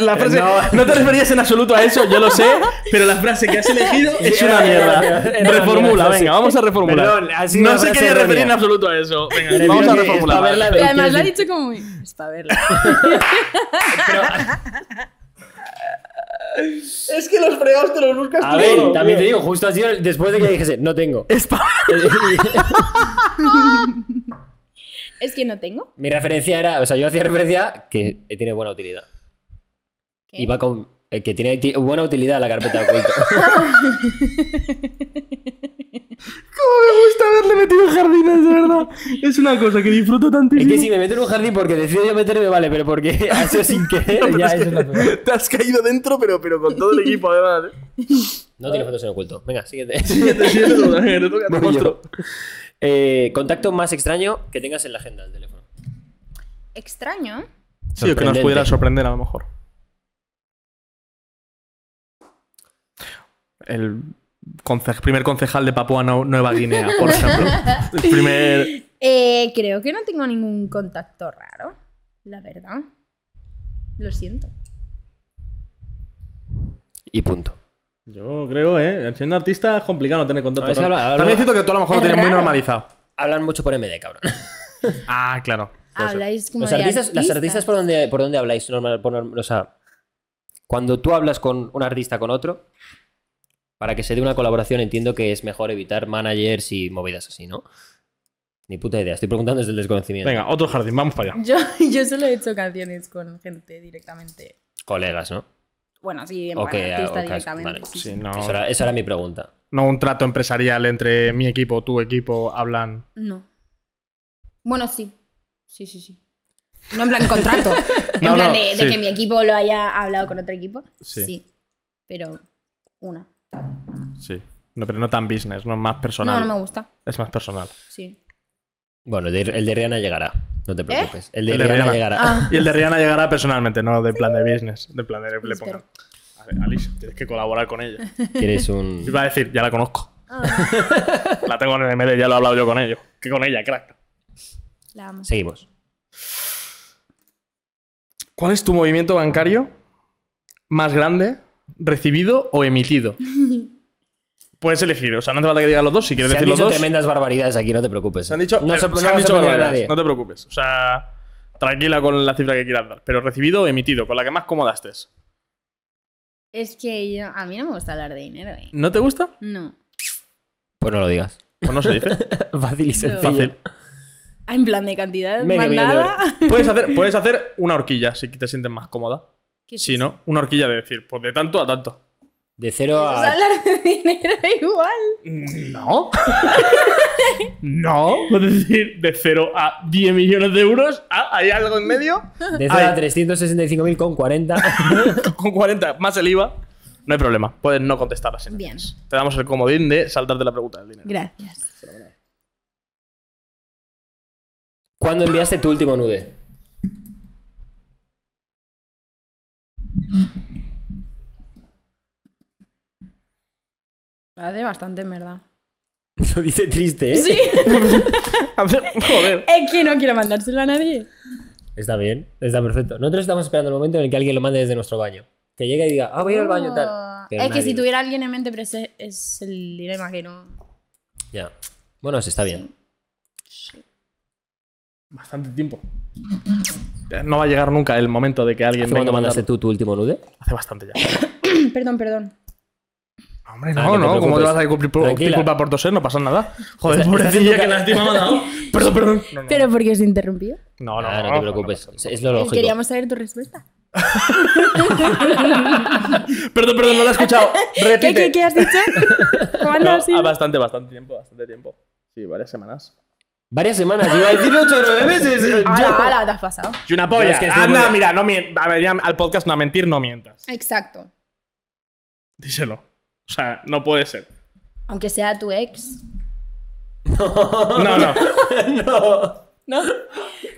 la frase, no. No. te referías en absoluto a eso, yo lo sé, pero la frase que *laughs* has elegido es una mierda. Era una Reformula, mierda, sí. venga, vamos a reformular. Perdón, ha sido no una se frase quería referir errónea. en absoluto a eso. Venga, Prefiero vamos a que es reformular. pa' verla, Pero pero además quiero lo ha decir- dicho como muy. Es para verla. Es que los fregados te los buscas A ver, también te digo, justo ha sido el- después de que dijese, no tengo. Es pa- *laughs* Es que no tengo. Mi referencia era, o sea, yo hacía referencia que tiene buena utilidad. ¿Qué? Y va con. eh, que tiene ti- buena utilidad la carpeta de *laughs* oculto. *laughs* Me gusta haberle metido en jardines, de verdad. Es una cosa que disfruto es tantísimo. que si me meto en un jardín porque decido yo meterme, vale, pero porque *laughs* ha sido sin querer, No, pero ya es eso que es la peor. Te has caído dentro, pero, pero con todo el equipo, además. ¿eh? *laughs* No tiene fotos en oculto. Venga, *laughs* síguete. Siguiente, siguiente pregunta, venga, te toca, te Voy monstruo. Eh, contacto más extraño que tengas en la agenda del teléfono. Extraño. Sí, o que nos Sorprendente. pudiera sorprender a lo mejor. El conce- primer concejal de Papua Nu- Nueva Guinea, *laughs* por ejemplo. El primer. Eh, creo que no tengo ningún contacto raro. La verdad. Lo siento. Y punto. Yo creo, ¿eh? Siendo artista es complicado no tener A contacto. ver si con- habla- habla- También es cierto que tú a lo mejor lo Es tienes muy raro. normalizado. Hablan mucho por MD, cabrón. Ah, claro. puede ser. Habláis como Los de artistas, las artistas por donde, por donde habláis normal, por norm- o sea, cuando tú hablas con un artista con otro, para que se dé una colaboración entiendo que es mejor evitar managers y movidas así, ¿no? Ni puta idea, estoy preguntando desde el desconocimiento. Venga, otro jardín, vamos para allá. Yo, *laughs* yo solo he hecho canciones con gente directamente. Colegas, ¿no? Bueno, sí, en Ok, plan artista ok, directamente. vale. sí, Sí, sí. no, Esa, era, esa era mi pregunta. no un trato empresarial entre mi equipo, tu equipo, hablan. No. Bueno, sí. Sí, sí, sí. No en plan contrato. en No, plan no, de, de sí. que mi equipo lo haya hablado con otro equipo. Sí. sí. Pero una. Sí. No, pero no tan business, no más personal. No, no me gusta. Es más personal. Sí. Bueno, el de, el de Rihanna llegará, no te preocupes. El de El de Rihanna, Rihanna. llegará. Ah, Y el de Rihanna llegará personalmente, no de plan de business. De plan de le Espero. pongan. A ver, Alicia, tienes que colaborar con ella. Quieres Y un... va a decir, ya la conozco. ah, La tengo en el MD, ya lo he hablado yo con ellos. Que con ella, crack. la amo. Seguimos. ¿Cuál es tu movimiento bancario más grande, recibido o emitido? *laughs* Puedes elegir, o sea, no te falta que digas los dos, si quieres Se han decir los dicho dos. tremendas barbaridades aquí, no te preocupes. Se han dicho, no eh, se, se no han vas a dicho poner a barbaridades, nadie. no te preocupes. O sea, tranquila con la cifra que quieras dar. Pero recibido o emitido, con la que más cómoda estés. Es que yo- a mí no me gusta hablar de dinero, ¿eh? ¿No te gusta? No. Pues no lo digas. Pues no se *laughs* dice. *laughs* Fácil y sencillo. Fácil. Ah, En plan de cantidad Medio millón de *laughs* mandada. *laughs* Puedes hacer, puedes hacer una horquilla si te sientes más cómoda. ¿Qué es Sí, eso? ¿no? Una horquilla de decir, pues de tanto a tanto. De cero Vamos a. a hablar de dinero *laughs* igual. No. no. Es decir, de 0 a 10 millones de euros, ah, ¿hay algo en medio? De cero a Ay. 365.000 con 40. Con 40 más el IVA, no hay problema. Puedes no contestar las Bien. encuestas. Te damos el comodín de saltarte la pregunta del dinero. Gracias. *laughs* ¿Cuándo enviaste tu último nude? *laughs* Hace bastante, en verdad. Lo dice triste, ¿eh? Sí. *laughs* *laughs* A ver, joder. es que no quiero mandárselo a nadie. Está bien, está perfecto. Nosotros estamos esperando el momento en el que alguien lo mande desde nuestro baño. Que llegue y diga, ah, voy a ir al baño, tal. Ah, Pero Es que nadie si lo- tuviera alguien en mente, pero ese es el dilema que no. Ya. Bueno, se está bien. Bastante tiempo. No va a llegar nunca el momento de que alguien ¿Hace cuándo venga a mandaste mandarlo. tú tu último nude? Hace bastante ya. *clears throat* perdón, perdón. Hombre, Ah, no no, te no, ¿cómo te preocupes. vas a cumplir Tranquila. culpa por toser? No pasa nada. Joder, Está- pobrecilla, que lástima me ha dado. *laughs* Perdón, perdón. No, no, ¿Pero por qué os interrumpió? no, no, ah, no, te preocupes. es lo lógico. Queríamos saber tu respuesta. Perdón, perdón, no lo he *laughs* escuchado. Repite. ¿Qué, qué, qué has dicho? ¿Cuándo No, has sido? ah, bastante, bastante tiempo, bastante tiempo. Sí, varias semanas. Varias semanas. Yo iba a decir 8 o 9 meses. Ala, ala, te has pasado. Y una polla. polla. Es que Anda, Anda, mira, no mientas. A ver, ya al podcast no a mentir, no mientas. Exacto. Díselo. O sea, no puede ser. Aunque sea tu ex. No, *laughs* no. No.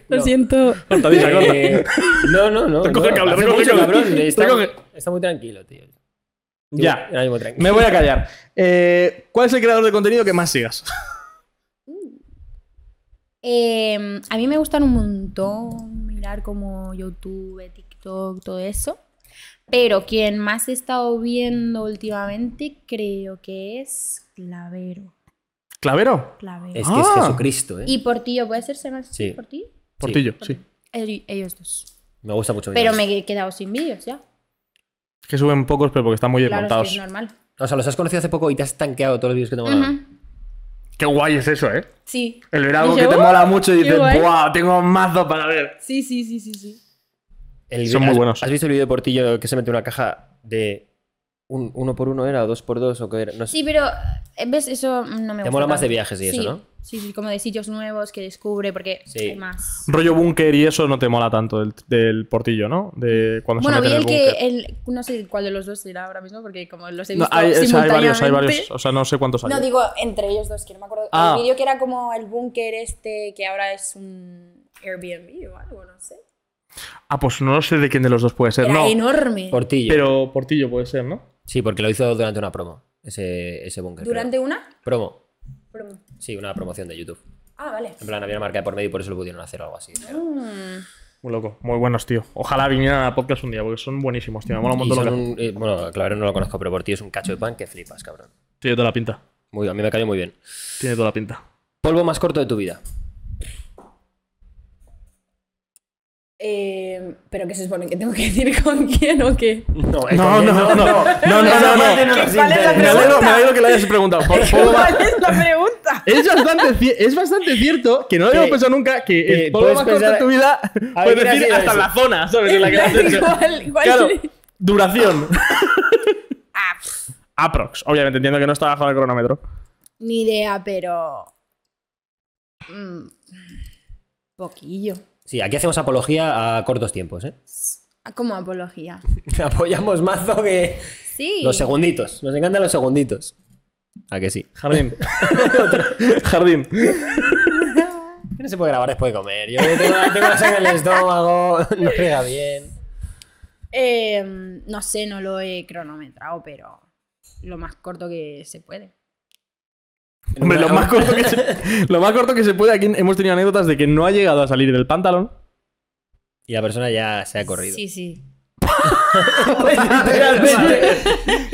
Lo siento. Cortadilla, corta. Eh, no, no, no. Recoge no. el cable, Hace recoge el mucho, cable. cabrón. Está, Recoge. está muy tranquilo, tío. Ya. Ahora mismo tranquilo. Me voy a callar. Eh, ¿Cuál es el creador de contenido que más sigas? Eh, a mí me gustan un montón mirar como YouTube, TikTok, todo eso. Pero quien más he estado viendo últimamente creo que es Clavero. ¿Clavero? Clavero. Es que es Ah. Jesucristo, ¿eh? Y Portillo, ¿puede ser Sebastián Sí. Portillo? Portillo, sí. El- Ellos dos. Me gusta mucho. Pero mirar me he quedado sin vídeos ya. Que suben pocos, pero porque están muy Claro, es desmontados. que es normal. eso. O sea, los has conocido hace poco y te has tanqueado todos los vídeos que te mandaban. Ujú. Qué guay es eso, ¿eh? Sí. El ver algo Dije, que te "Uh, mola mucho y qué dices, guay". ¡buah! Tengo mazo para ver. Sí, sí, sí, sí, sí. El- Son muy ¿has- buenos. ¿Has visto el vídeo de Portillo que se mete en una caja de un, uno por uno era o dos por dos o qué era? No sé. Sí, pero eh, ves, eso mm, no me gusta. Te mola más de tanto. viajes y eso, Sí, ¿no? Sí, sí, como de sitios nuevos que descubre, porque Sí. *laughs* hay más. Rollo búnker y eso no te mola tanto del, del portillo, ¿no? De cuando Bueno, se vi meten el en el que. búnker. el- no sé cuál de los dos será ahora mismo, porque como los he No, visto. hay, o sea, hay simultáneamente, varios, hay varios. O sea, no sé cuántos hay. No, digo entre ellos dos, que no me acuerdo. Ah. El vídeo que era como el búnker este, que ahora es un Airbnb o algo, no sé. Ah, pues no sé de quién de los dos puede ser. Era no, enorme. Portillo. pero portillo puede ser, ¿no? Sí, porque lo hizo durante una promo. Ese, ese búnker. creo. Durante una. Promo. promo. Sí, una promoción de YouTube. Ah, vale. En plan, había una marca de por medio y por eso lo pudieron hacer o algo así. pero- Mm. Muy loco, muy buenos, tío. Ojalá vinieran a podcast un día, porque son buenísimos, tío. Me mola un Y montón lo que son hacen. un- eh, bueno, claro, no lo conozco, pero Portillo es un cacho de pan que flipas, cabrón. Tiene toda la pinta. Muy, a mí me cayó muy bien. Tiene toda la pinta. Polvo más corto de tu vida. Eh, pero que se supone que tengo que decir con quién o qué. No, No, eh, no, no, no. No, no, *laughs* no, no. ¿Cuál es la Me pregunta? alegro, me alegro que le hayas *laughs* preguntado. Por- por- ¿Cuál es la pregunta? Es bastante, ci- es bastante cierto que no lo habíamos Que- pensado nunca que que el polvo puedes más corto de pensar- *laughs* tu vida puedes hubiera decir sido hasta eso. la zona, ¿sabes? En la que lo has *laughs* hecho. ¿Cuál, cuál Claro, es? *laughs* duración. Ah, pff, Aprox. Obviamente entiendo que no está bajo el cronómetro. ni idea, pero. Mm, poquillo. Sí, aquí hacemos apología a cortos tiempos, *laughs* ¿eh? Ah, Como apología. Apoyamos mazo que. Sí. Los segunditos. Nos encantan los segunditos. ¿A que sí? *laughs* Jardín. Jardín. Que No se puede grabar después de comer. Yo tengo, tengo la sangre en el estómago, *laughs* no pega bien. Eh, no sé, no lo he cronometrado, pero lo más corto que se puede. Hombre, lo más, corto que se, lo más corto que se puede, aquí hemos tenido anécdotas de que no ha llegado a salir *laughs* del pantalón. Y la persona ya se ha corrido. *laughs* Sí, sí. Realmente.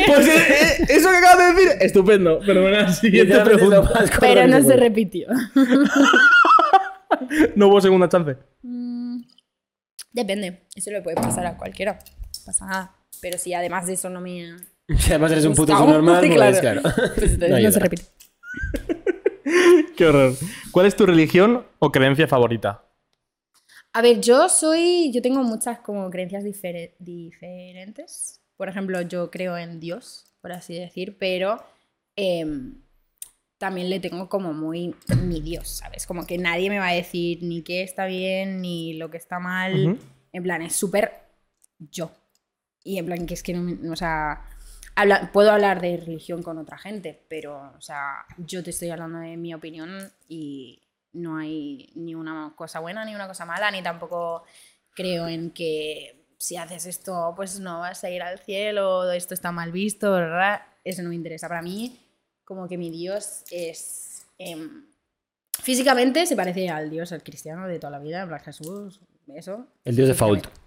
Pues eh, eh, eso que acabas de decir, estupendo. Pero bueno, siguiente Literalmente es lo pregunta. más corto Pero que no se puede. repitió. No hubo segunda chance. Mm, Depende. Eso le puede pasar a cualquiera. No pasa nada. Pero si además de eso no me. Si además eres un puto Gustavo, subnormal, *laughs* sí, pues claro. claro. Pues, No no ayuda. se repite. Qué horror. ¿Cuál es tu religión o creencia favorita? A ver, yo soy. Yo tengo muchas como creencias difere- diferentes. Por ejemplo, yo creo en Dios, por así decir, pero em, también le tengo como muy mi Dios, ¿sabes? Como que nadie me va a decir ni qué está bien, ni lo que está mal. Ujú. En plan, es súper yo. Y en plan, que es que no me- no. O sea. habla- puedo hablar de religión con otra gente, pero, o sea, yo te estoy hablando de mi opinión y no hay ni una cosa buena ni una cosa mala, ni tampoco creo en que si haces esto, pues no vas a ir al cielo, esto está mal visto, ¿verdad? Eso no me interesa. Para mí, como que mi Dios es. em, físicamente se parece al Dios, al cristiano de toda la vida, en plan Jesús, eso. El dios de Fault. pues,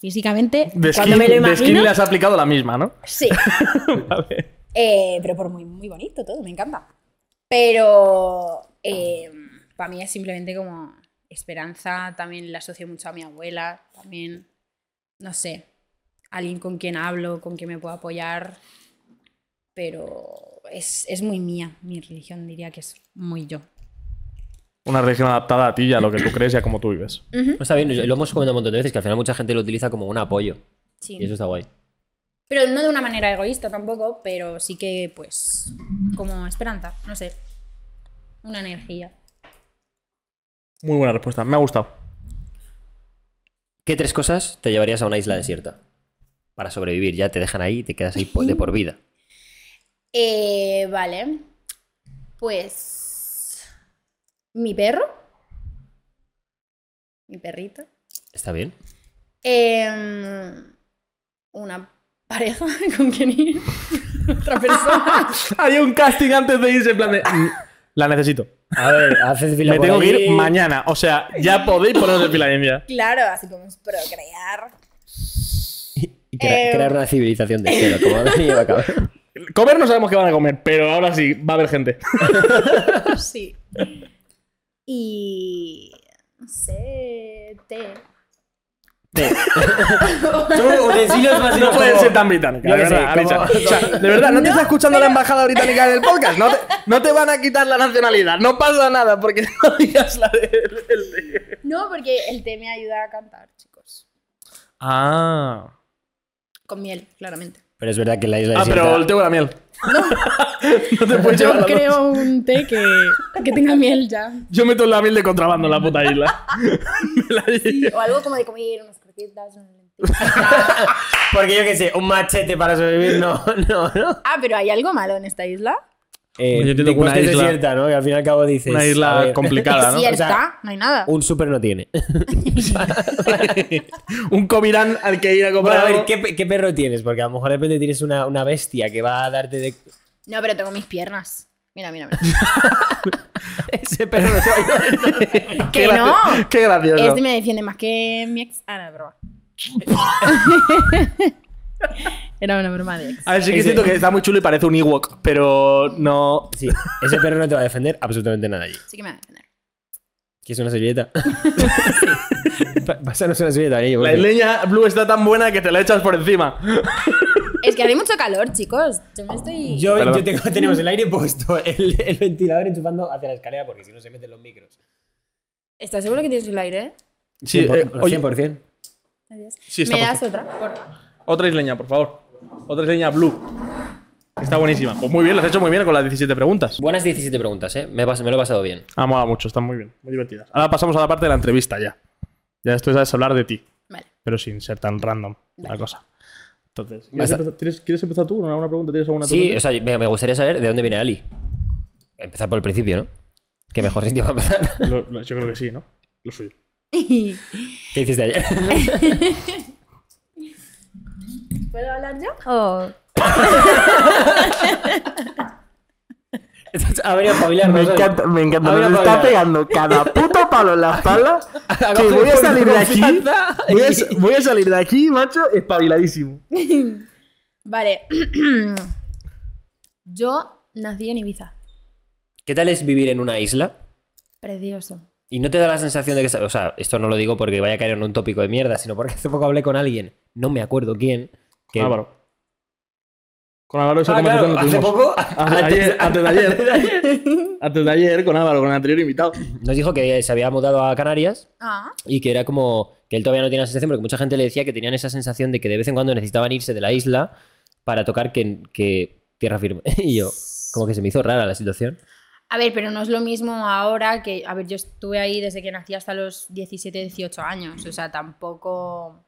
Físicamente, De cuando skin, me lo de skin imagino. le has aplicado la misma, *laughs* ¿no? Sí. Eh, pero por muy, muy bonito todo, me encanta. Pero eh, para mí es simplemente como esperanza, también la asocio mucho a mi abuela, también, no sé, alguien con quien hablo, con quien me puedo apoyar, pero es, es muy mía, mi religión diría que es muy yo. Una religión adaptada a ti y a lo que tú crees y a cómo tú vives. No está bien, lo hemos comentado un montón de veces que al final mucha gente lo utiliza como un apoyo. Sí. Y eso está guay. Pero no de una manera egoísta tampoco, pero sí que pues como esperanza, no sé, una energía. Muy buena respuesta, me ha gustado. ¿Qué tres cosas te llevarías a una isla desierta? Para sobrevivir, ya te dejan ahí y te quedas ahí po- de por vida. Eh, vale. Pues. Mi perro. Mi perrito. ¿Está bien? Em, una pareja *laughs* con quien ir. Otra persona. *laughs* Hay un casting antes de irse en plan de... "Mm, La necesito. A ver, haces fila Me tengo que ir mañana. O sea, ya podéis poneros en fila de mía. *laughs* claro, así podemos procrear. Y crea- Eh, crear una civilización de cero, como Dani lleva a cabo. Comer no sabemos qué van a comer, pero ahora sí, va a haber gente. *laughs* Sí. Y. No sé. Té. utensilios más No pueden ser tan británica, Yo de qué sé, verdad, como- Aritza. O sea, *laughs* de verdad, no te está escuchando la embajada británica del podcast. No te, no te van a quitar la nacionalidad. No pasa nada porque *laughs* no digas la del de... No, porque el té me ayuda a cantar, chicos. Ah. Con miel, claramente. Pero es verdad que la isla Ah, desierta... pero el tengo la miel. No, te puedes llevar Yo la miel. creo un té que, que tenga miel ya. Yo meto la miel de contrabando en la puta *laughs* isla. Me la llevo. O algo como de comer unas croquetas, unas lentejas. Porque yo qué sé, un machete para sobrevivir, no, *laughs* no, no. Ah, pero ¿hay algo malo en esta isla? Eh, Yo entiendo que pues una es isla- desierta, ¿no? Que al fin y al cabo dices... Una a isla ver, *laughs* complicada, ¿no? Sí. Cierta, o sea, no hay nada. Un súper no tiene. Un comirán al que ir a Bueno, comprar. a ver, algo. ¿qué, pe- qué perro tienes? Porque a lo mejor de repente tienes una, una bestia que va a darte de... No, pero tengo mis piernas. Mira, mira, mira. Ese perro no te va a ayudar. *laughs* ¡Que gracio- no! Qué gracioso. Este me defiende más que mi ex. Ah, no, broma. *laughs* Era una broma de ex. A ver, sí que Ese- siento que está muy chulo y parece un Ewok, pero no. Sí, ese perro no te va a defender absolutamente nada allí. Sí que me va a defender. ¿Quieres una servilleta? *laughs* Pa- Pásanos una servilleta, ¿eh? Anillo. La porque- isleña Blue está tan buena que te la echas por encima. Es que hace mucho calor, chicos. Yo me estoy. Yo, Perdón. yo tengo, tenemos el aire puesto, el, el ventilador enchufando hacia la escalera porque si no se meten los micros. ¿Estás seguro que tienes el aire? Sí, Cien por- eh, oye- 100%. Adiós. Sí, está ¿Me das otra? Porfa. Otra isleña, por favor. Otra isleña Blue. Está buenísima. Pues muy bien, lo has hecho muy bien con las 17 preguntas. Buenas 17 preguntas, ¿eh? Me, he pas- me lo he pasado bien. Ah, mola mucho, están muy bien, muy divertidas. Ahora pasamos a la parte de la entrevista ya. Ya esto es hablar de ti, Vale. pero sin ser tan random la cosa. Entonces, ¿quieres Basta- empezar, ¿quieres- quieres empezar tú con alguna pregunta? ¿Tienes alguna Sí, pregunta? o sea, me, me gustaría saber de dónde viene Ali. Empezar por el principio, ¿no? Que mejor sitio para empezar. *laughs* Lo- lo- yo creo que sí, ¿no? Lo suyo. ¿Qué hiciste ayer? *laughs* ¿Puedo hablar yo? *laughs* ha venido a familiar, Me *laughs* encanta, me encanta. Habla Me lo para está hablar. pegando cada puto palo en la *laughs* espalda. que voy a salir de aquí. *laughs* Voy a, s- voy a salir de aquí, macho, espabiladísimo. Vale. *clears throat* Yo nací en Ibiza. ¿Qué tal es vivir en una isla? Precioso. Y no te da la sensación de que... O sea, esto no lo digo porque vaya a caer en un tópico de Ah, mierda, sino porque hace poco hablé con alguien, no me acuerdo quién, que Álvaro. Ah, Con Álvaro esa Ah, conversación claro, la hace tuvimos. poco. Antes- ayer, antes de ayer. Antes de ayer con Álvaro, con el anterior invitado. Nos dijo que se había mudado a Canarias Ah, y que era como que él todavía no tenía esa sensación, porque mucha gente le decía que tenían esa sensación de que de vez en cuando necesitaban irse de la isla para tocar que, que tierra firme. *laughs* Y yo, como que se me hizo rara la situación. a ver, pero no es lo mismo ahora que. A ver, yo estuve ahí desde que nací hasta los 17, 18 años. O sea, tampoco.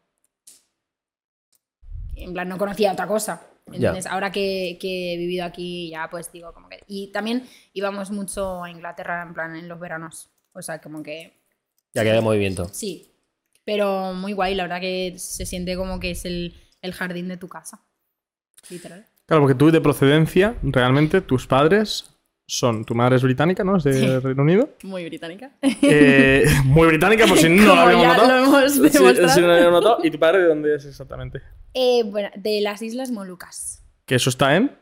En plan, no conocía otra cosa. Entonces, ahora que, que he vivido aquí, ya pues digo, como que. Y también íbamos mucho a Inglaterra, en plan, en los veranos. O sea, como que. Ya que había movimiento. Sí. Pero muy guay, la verdad que se siente como que es el, el jardín de tu casa. Literal. Claro, porque tú de procedencia, realmente, tus padres son. Tu madre es británica, ¿no? Es de Sí. Reino Unido. Muy británica. Eh, muy británica, por si no Como lo habíamos ya notado. lo hemos Si- demostrado. si no lo habíamos notado. ¿Y tu padre de dónde es exactamente? Eh, bueno, de las Islas Molucas. Que eso está en.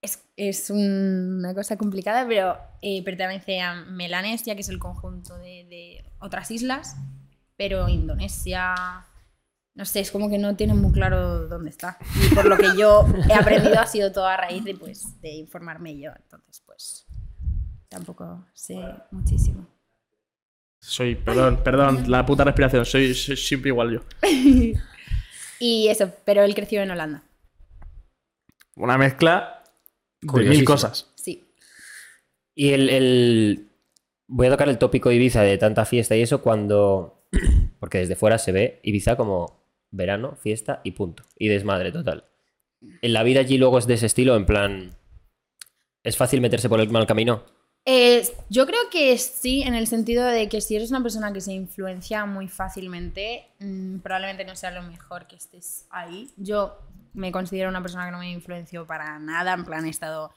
Es, es un- una cosa complicada, pero eh, pertenece a Melanesia, que es el conjunto de, de otras islas, pero Indonesia... No sé, es como que no tienen muy claro dónde está. Y por lo que yo he aprendido ha sido todo a raíz de, pues, de informarme yo. Entonces, pues, tampoco sé muchísimo. Soy, perdón, perdón, la puta respiración. Soy, soy siempre igual yo. Y eso, pero él creció en Holanda. Una mezcla de mil Curiosísimo. cosas. Sí. Y el, el- Voy a tocar el tópico de Ibiza de tanta fiesta y eso cuando... *clears throat* Porque desde fuera se ve Ibiza como verano, fiesta y punto. Y desmadre total. En la vida allí luego es de ese estilo, en plan... Es fácil meterse por el mal camino. Eh, yo creo que sí, en el sentido de que si eres una persona que se influencia muy fácilmente, mm, probablemente no sea lo mejor que estés ahí. Yo me considero una persona que no me influenció para nada, en plan he estado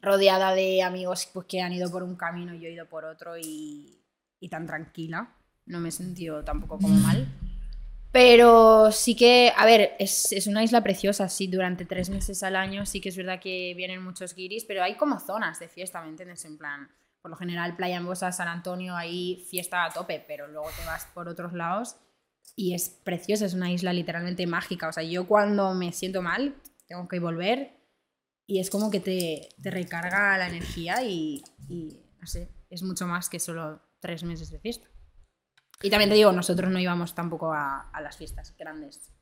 rodeada de amigos pues, que han ido por un camino y yo he ido por otro y, y tan tranquila, no me he sentido tampoco como mal. Pero sí que, a ver, es, es una isla preciosa, sí, durante tres meses al año sí que es verdad que vienen muchos guiris, pero hay como zonas de fiesta, ¿me entiendes? En plan, por lo general Playa Hermosa, San Antonio, ahí fiesta a tope, pero luego te vas por otros lados y es preciosa, es una isla literalmente mágica. O sea, yo cuando me siento mal, tengo que volver y es como que te, te recarga la energía y, y, no sé, es mucho más que solo tres meses de fiesta. Y también te digo, nosotros no íbamos tampoco a, a las fiestas grandes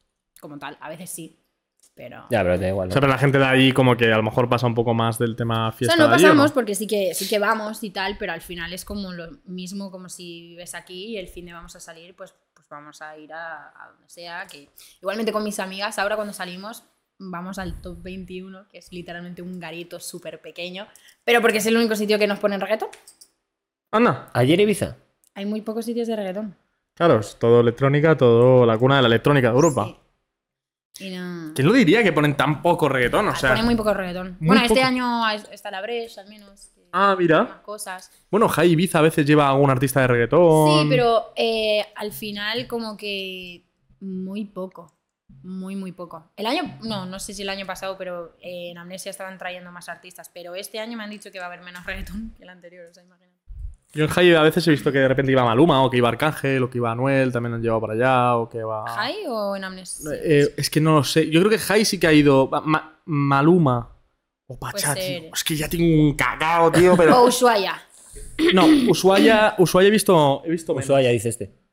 como tal. A veces sí, pero... Ya, pero da igual. O ¿no? sea, pero la gente de ahí como que a lo mejor pasa un poco más del tema O sea, fiesta. no de allí, ¿o pasamos porque sí que, sí que vamos y tal, pero al final es como lo mismo como si vives aquí y el fin de vamos a salir, pues, pues vamos a ir a, a donde sea. Que... Igualmente con mis amigas, ahora cuando salimos vamos al top 21, que es literalmente un garito súper pequeño, pero porque es el único sitio que nos ponen reggaetón. Anda. Ayer Ibiza. Hay muy pocos sitios de reggaetón. Claro, es todo electrónica, todo la cuna de la electrónica de Europa. Sí. Y no... ¿Quién lo diría que ponen tan poco reggaetón? O sea, Ah, Ponen muy poco reggaetón. muy bueno, este poco. año es- está la Bresh, al menos. que Ah, mira. hay Más cosas. bueno, Jai Ibiza a veces lleva a algún artista de reggaetón. Sí, pero eh, al final como que muy poco. Muy, muy poco. El año, no, no sé si el año pasado, pero eh, en Amnesia estaban trayendo más artistas. Pero este año me han dicho que va a haber menos *laughs* reggaetón que el anterior, o sea, imagínate. Yo en Jai a veces he visto que de repente iba Maluma, o que iba Arcángel, o que iba Anuel, también han llevado para allá, o que va. ¿High o en Amnesia? Eh, es que Ah. no lo sé. Yo creo que Jai sí que ha ido. Ma- Ma- Maluma. O Pachá, ser. tío. Es que ya tengo un cacao, tío, *coughs* pero. O Ushuaia. No, Ushuaia, Ushuaia he visto. He visto menos. Ushuaia, dice este.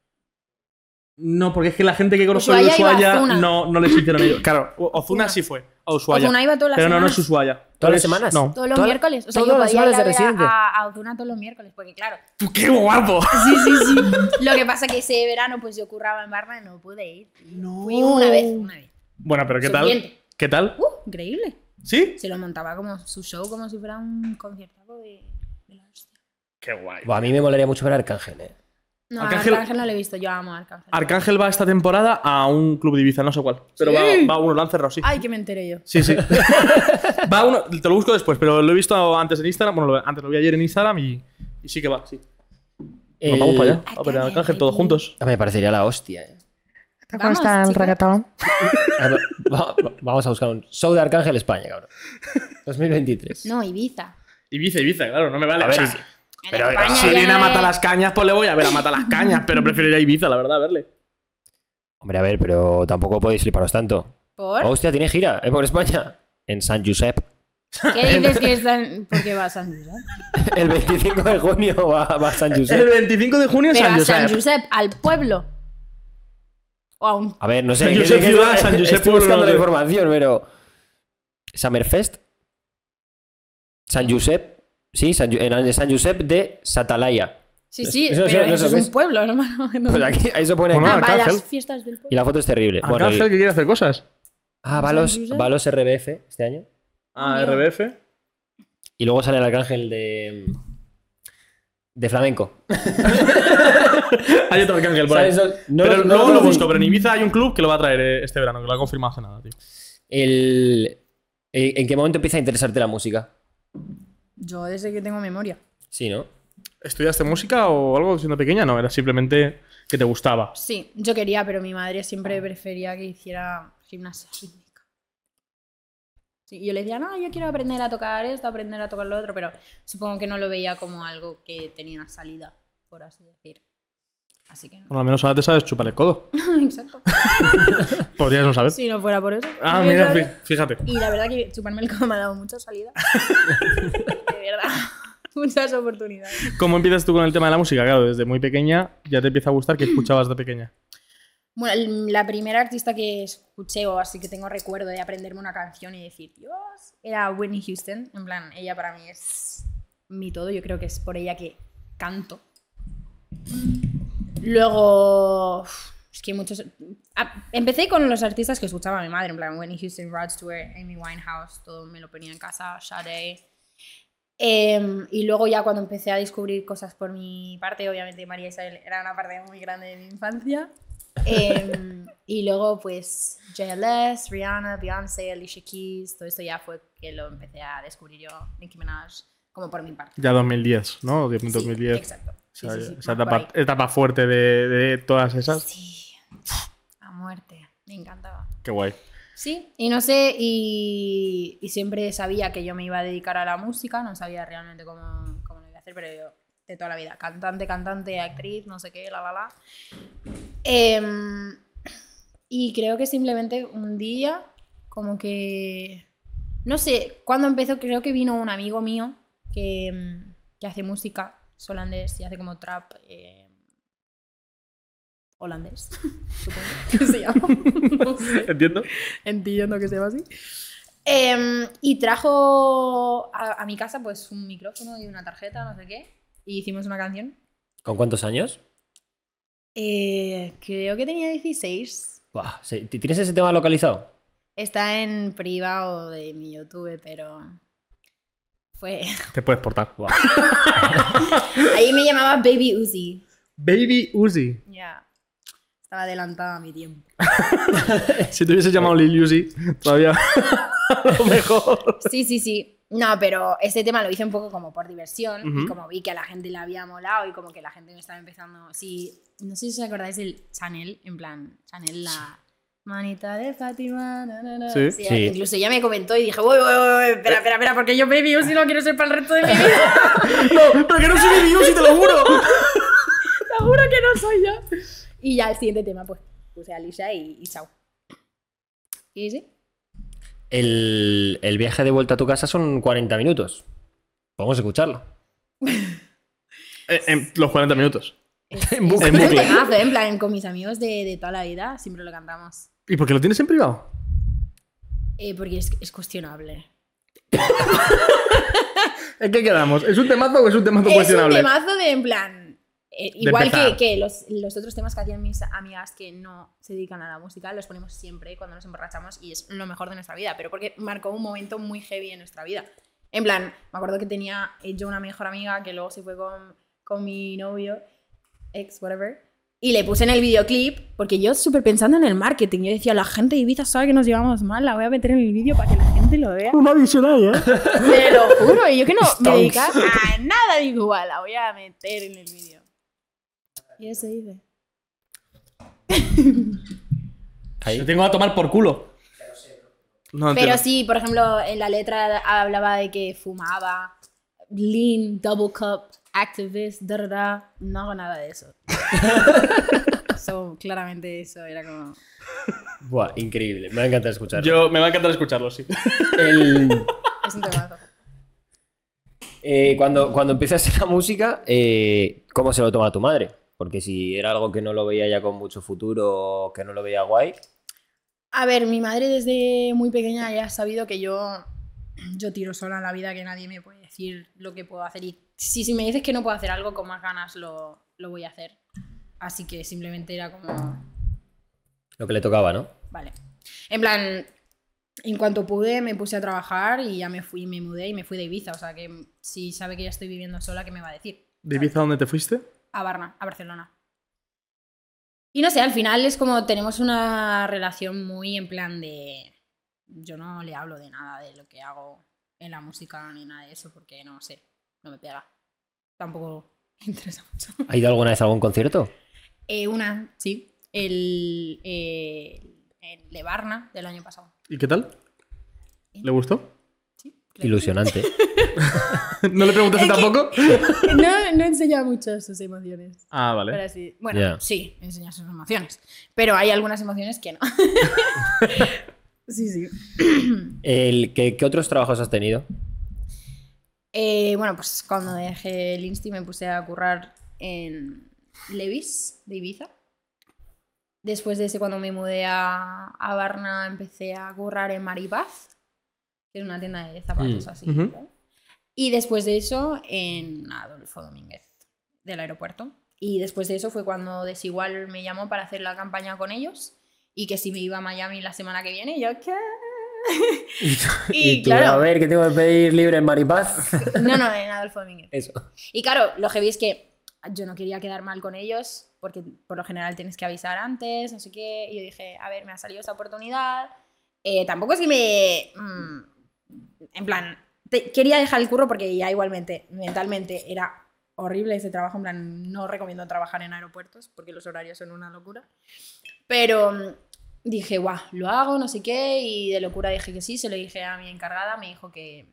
No, porque es que la gente que conozco de Ushuaia iba a Ushuaia Ozuna. no, no les hicieron ellos. Claro, O- Ozuna Ozuna. sí fue. A Ushuaia. Ozuna iba todas las pero no, no es semanas. Ushuaia. ¿Todas las Es- semanas? No. Todos los Todas- miércoles. O sea, yo todas las podía ir horas de a ver Residente. a, a Ozuna todos los miércoles, porque claro, ¡Tú qué guapo! *laughs* Sí, sí, sí. Lo que pasa que ese verano pues yo curraba en Barna y no pude ir. No. Fui una vez, una vez. Bueno, pero ¿qué tal? Suficiente. ¿Qué tal? Uh, increíble. ¿Sí? Se lo montaba como su show, como si fuera un concierto de, de la hostia. ¡Qué guay! Buah, a mí me molaría mucho ver a Arcángel, eh. No, Arcángel- Arcángel... Arcángel no lo he visto, yo amo a Arcángel. Arcángel va esta temporada a un club de Ibiza, no sé cuál. Pero ¿Sí? va, va a uno, lo han cerrado, sí. Ay, que me enteré yo. Sí, *laughs* sí. va a uno, te lo busco después, pero lo he visto antes en Instagram. Bueno, lo- antes lo vi ayer en Instagram y, y sí que va, sí. Nos vamos El- para allá. A ver, Arcángel, todos juntos. Ah, Me parecería la hostia, eh. Vamos, chicos. Ah, *laughs* va- va- Vamos a buscar un show de Arcángel España, cabrón. 2023. No, Ibiza. Ibiza, Ibiza, claro, no me vale. A ver, O sea, En Pero, España Si ya viene a matar es- las cañas, pues le voy a ver a matar las cañas, pero prefiero ir a Ibiza, la verdad, a verle. Hombre, a ver, pero tampoco podéis fliparos tanto. ¿Por? Oh. Hostia, tiene gira, eh, por España. en San Josep. *laughs* ¿Qué dices que están.? ¿Por qué vas a San Josep? El 25 de junio va, va a San El Josep. 25 de junio es Pero San a San Josep. Josep, al pueblo. O a un. A ver, no sé. San ¿qué- Josep qué- ciudad, qué- San Josep Estoy pueblo, buscando no la sé. información, pero. Summerfest. San Josep. Sí, San, Ju- en en San Josep de *laughs* Satalaya. Sí, sí, Eso- eso- eso pero eso que es es. un pueblo, hermano. *laughs* No. Pues aquí, ahí se pone. Bueno, Ah, aquí. acá, va a las Ángel. fiestas del Y pueblo. la foto es terrible. Bueno, y- Arcángel que quiere hacer cosas. ah, va a los, San Josep. va a los RBF este año. Ah, Mira. RBF. Y luego sale el arcángel de. de flamenco. Hay otro arcángel por ahí. ¿Sabes? No- pero no luego lo conocí. busco, pero en Ibiza hay un club que lo va a traer eh, este verano, que lo ha confirmado hace nada, tío. El- eh, ¿En qué momento empieza a interesarte la música? Yo desde que tengo memoria. Sí, ¿no? ¿Estudiaste música o algo siendo pequeña? No, era simplemente que te gustaba. Sí, yo quería, pero mi madre Ah. siempre prefería que hiciera gimnasia rítmica. Sí, y yo le decía, no, yo quiero aprender a tocar esto, aprender a tocar lo otro, pero supongo que no lo veía como algo que tenía salida, por así decir. Así *laughs* que no. *laughs* Bueno, al menos ahora te sabes chupar el codo. *laughs* Exacto. Podrías no saber. Si no fuera por eso. Ah, yo mira, sabría. fí- fíjate. Y la verdad que chuparme el codo *laughs* me ha dado *laughs* mucha salida. de verdad. *laughs* Muchas oportunidades. ¿Cómo empiezas tú con el tema de la música? Claro, desde muy pequeña ya te empieza a gustar que escuchabas de pequeña. Bueno, el- la primera artista que escuché o así que tengo recuerdo de aprenderme una canción y decir, Dios, era Whitney Houston. En plan, ella para mí es mi todo. Yo creo que es por ella que canto. Luego, uf, es que muchos... a- Empecé con los artistas que escuchaba mi madre, en plan Whitney Houston, Rod Stewart, Amy Winehouse, todo me lo ponía en casa, Sade. Em, y luego ya cuando empecé a descubrir cosas por mi parte, obviamente María Isabel era una parte muy grande de mi infancia. Em, y luego pues JLS, Rihanna, Beyoncé, Alicia Keys, todo esto ya fue que lo empecé a descubrir yo, Nicki Minaj, como por mi parte. Ya 2010, ¿no? Sí, 2010. exacto. Sí, O sea, sí, sí, esa más por etapa, etapa fuerte de, de todas ahí. esas. Sí, *sniffs* a muerte, me encantaba. Qué guay. Sí, y no sé, y, y siempre sabía que yo me iba a dedicar a la música, no sabía realmente cómo, cómo lo iba a hacer, pero yo de toda la vida, cantante, cantante, actriz, no sé qué, la, la, la. Em, y creo que simplemente un día, como que, no sé, cuando empezó, creo que vino un amigo mío que, em, que hace música holandés y hace como trap em, holandés, *laughs* supongo que se llama. No sé Entiendo. entiendo que se llama así. Em, y trajo a, a mi casa pues un micrófono y una tarjeta, no sé qué, y hicimos una canción. ¿Con cuántos años? Eh, creo que tenía 16. Buah, se- ¿t- ¿Tienes ese tema localizado? Está en privado de mi YouTube, pero fue... *laughs* Te puedes portar. Buah. Ahí me llamaba Baby Uzi. Baby Uzi. Ya. Estaba adelantada a mi tiempo. Si te hubieses llamado Lil Uzi, todavía *laughs* a lo mejor. Sí, sí, sí. No, pero ese tema lo hice un poco como por diversión. Y Ujú. como vi que a la gente le había molado y como que la gente me estaba empezando. Sí, no sé si os acordáis del Chanel, en plan, Chanel la. Manita de Fátima, na, na, na. Sí. Eh. Sí. Incluso ella me comentó y dije, uy, uy, uy, uy, espera, espera, espera, porque yo baby Uzi no quiero ser para el resto de *laughs* mi vida. No, pero que no soy Baby Uzi, te lo juro. Te juro que no soy yo. Y ya el siguiente tema, pues puse a Alicia y, y chao. ¿Y sí? El, el viaje de vuelta a tu casa son 40 minutos. Podemos escucharlo. Eh, en los 40 minutos. en bucle. Es En un *laughs* bucle. temazo, ¿eh? en plan, con mis amigos de, de toda la vida siempre lo cantamos. ¿Y por qué lo tienes en privado? Eh, porque es, es cuestionable. ¿En qué quedamos? ¿Es un temazo o es un temazo Es un cuestionable? temazo de en plan. eh, igual que, empezar. que los, los otros temas que hacían mis amigas que no se dedican a la música, los ponemos siempre cuando nos emborrachamos y es lo mejor de nuestra vida, pero porque marcó un momento muy heavy en nuestra vida. En plan, me acuerdo que tenía eh, yo una mejor amiga que luego se fue con, con mi novio, ex, whatever, y le puse en el videoclip, porque yo súper pensando en el marketing, yo decía, la gente de Ibiza sabe que nos llevamos mal, la voy a meter en el vídeo para que la gente lo vea. Una visionaria. Te lo juro, y yo que no me dedicaba a nada, digo, igual, la voy a meter en el vídeo. Y eso dice. Lo tengo a tomar por culo. No Pero entiendo. sí, por ejemplo, en la letra hablaba de que fumaba, lean, double cup, activist, da da da. No hago nada de eso. So, claramente eso era como. Buah, increíble. Me ha encantado escucharlo. Yo, me va a encantar escucharlo, sí. El- Es un temazo. eh, cuando, cuando empieza a hacer la música, eh, ¿cómo se lo toma tu madre? Porque si era algo que no lo veía ya con mucho futuro, o que no lo veía guay, A ver, mi madre desde muy pequeña ya ha sabido que yo, *clears throat* yo tiro sola en la vida, que nadie me puede decir lo que puedo hacer. Y si, si me dices que no puedo hacer algo, con más ganas lo, lo voy a hacer. Así que simplemente era como, lo que le tocaba, ¿no? vale. En plan, en cuanto pude me puse a trabajar y ya me fui, me mudé y me fui de Ibiza. O sea que si sabe que ya estoy viviendo sola, ¿qué me va a decir? ¿De Ibiza dónde te fuiste? a Barna, a Barcelona. Y no sé, al final es como tenemos una relación muy en plan de. Yo no le hablo de nada de lo que hago en la música ni nada de eso porque no sé, no me pega. Tampoco me interesa mucho. *laughs* ¿Ha ido alguna vez a algún concierto? Eh, una, sí, el, eh, el de Barna del año pasado. ¿Y qué tal? ¿Le *laughs* gustó? Sí, creo. Ilusionante. ¿No le preguntaste tampoco? *laughs* No, no enseña mucho sus emociones. Ah, vale. Pero sí. Bueno, ¿Eh? Ya. sí, enseña sus emociones. Pero hay algunas emociones que no. *laughs* sí, sí. El, ¿qué, qué otros trabajos has tenido? Eh, bueno, pues cuando dejé el Insti me puse a currar en Levis de Ibiza. Después de ese, cuando me mudé a, a Barna, empecé a currar en Maripaz, que es una tienda de zapatos Mm, así. ujú. ¿no? Y después de eso, en Adolfo Domínguez, del aeropuerto. Y después de eso fue cuando Desigual me llamó para hacer la campaña con ellos y que si me iba a Miami la semana que viene, y yo qué. *laughs* y, tú, A ver, que tengo que pedir libre en Maripaz. *laughs* no, no, en Adolfo Domínguez. Eso. Y claro, lo heavy es que yo no quería quedar mal con ellos, porque por lo general tienes que avisar antes, no sé qué. Y yo dije, a ver, me ha salido esa oportunidad. Eh, tampoco es que me. mm, en plan, te- quería dejar el curro porque ya igualmente, mentalmente, era horrible ese trabajo. En plan, no recomiendo trabajar en aeropuertos porque los horarios son una locura. Pero mm, dije, guau, lo hago, no sé qué. Y de locura dije que sí, se lo dije a mi encargada, me dijo que,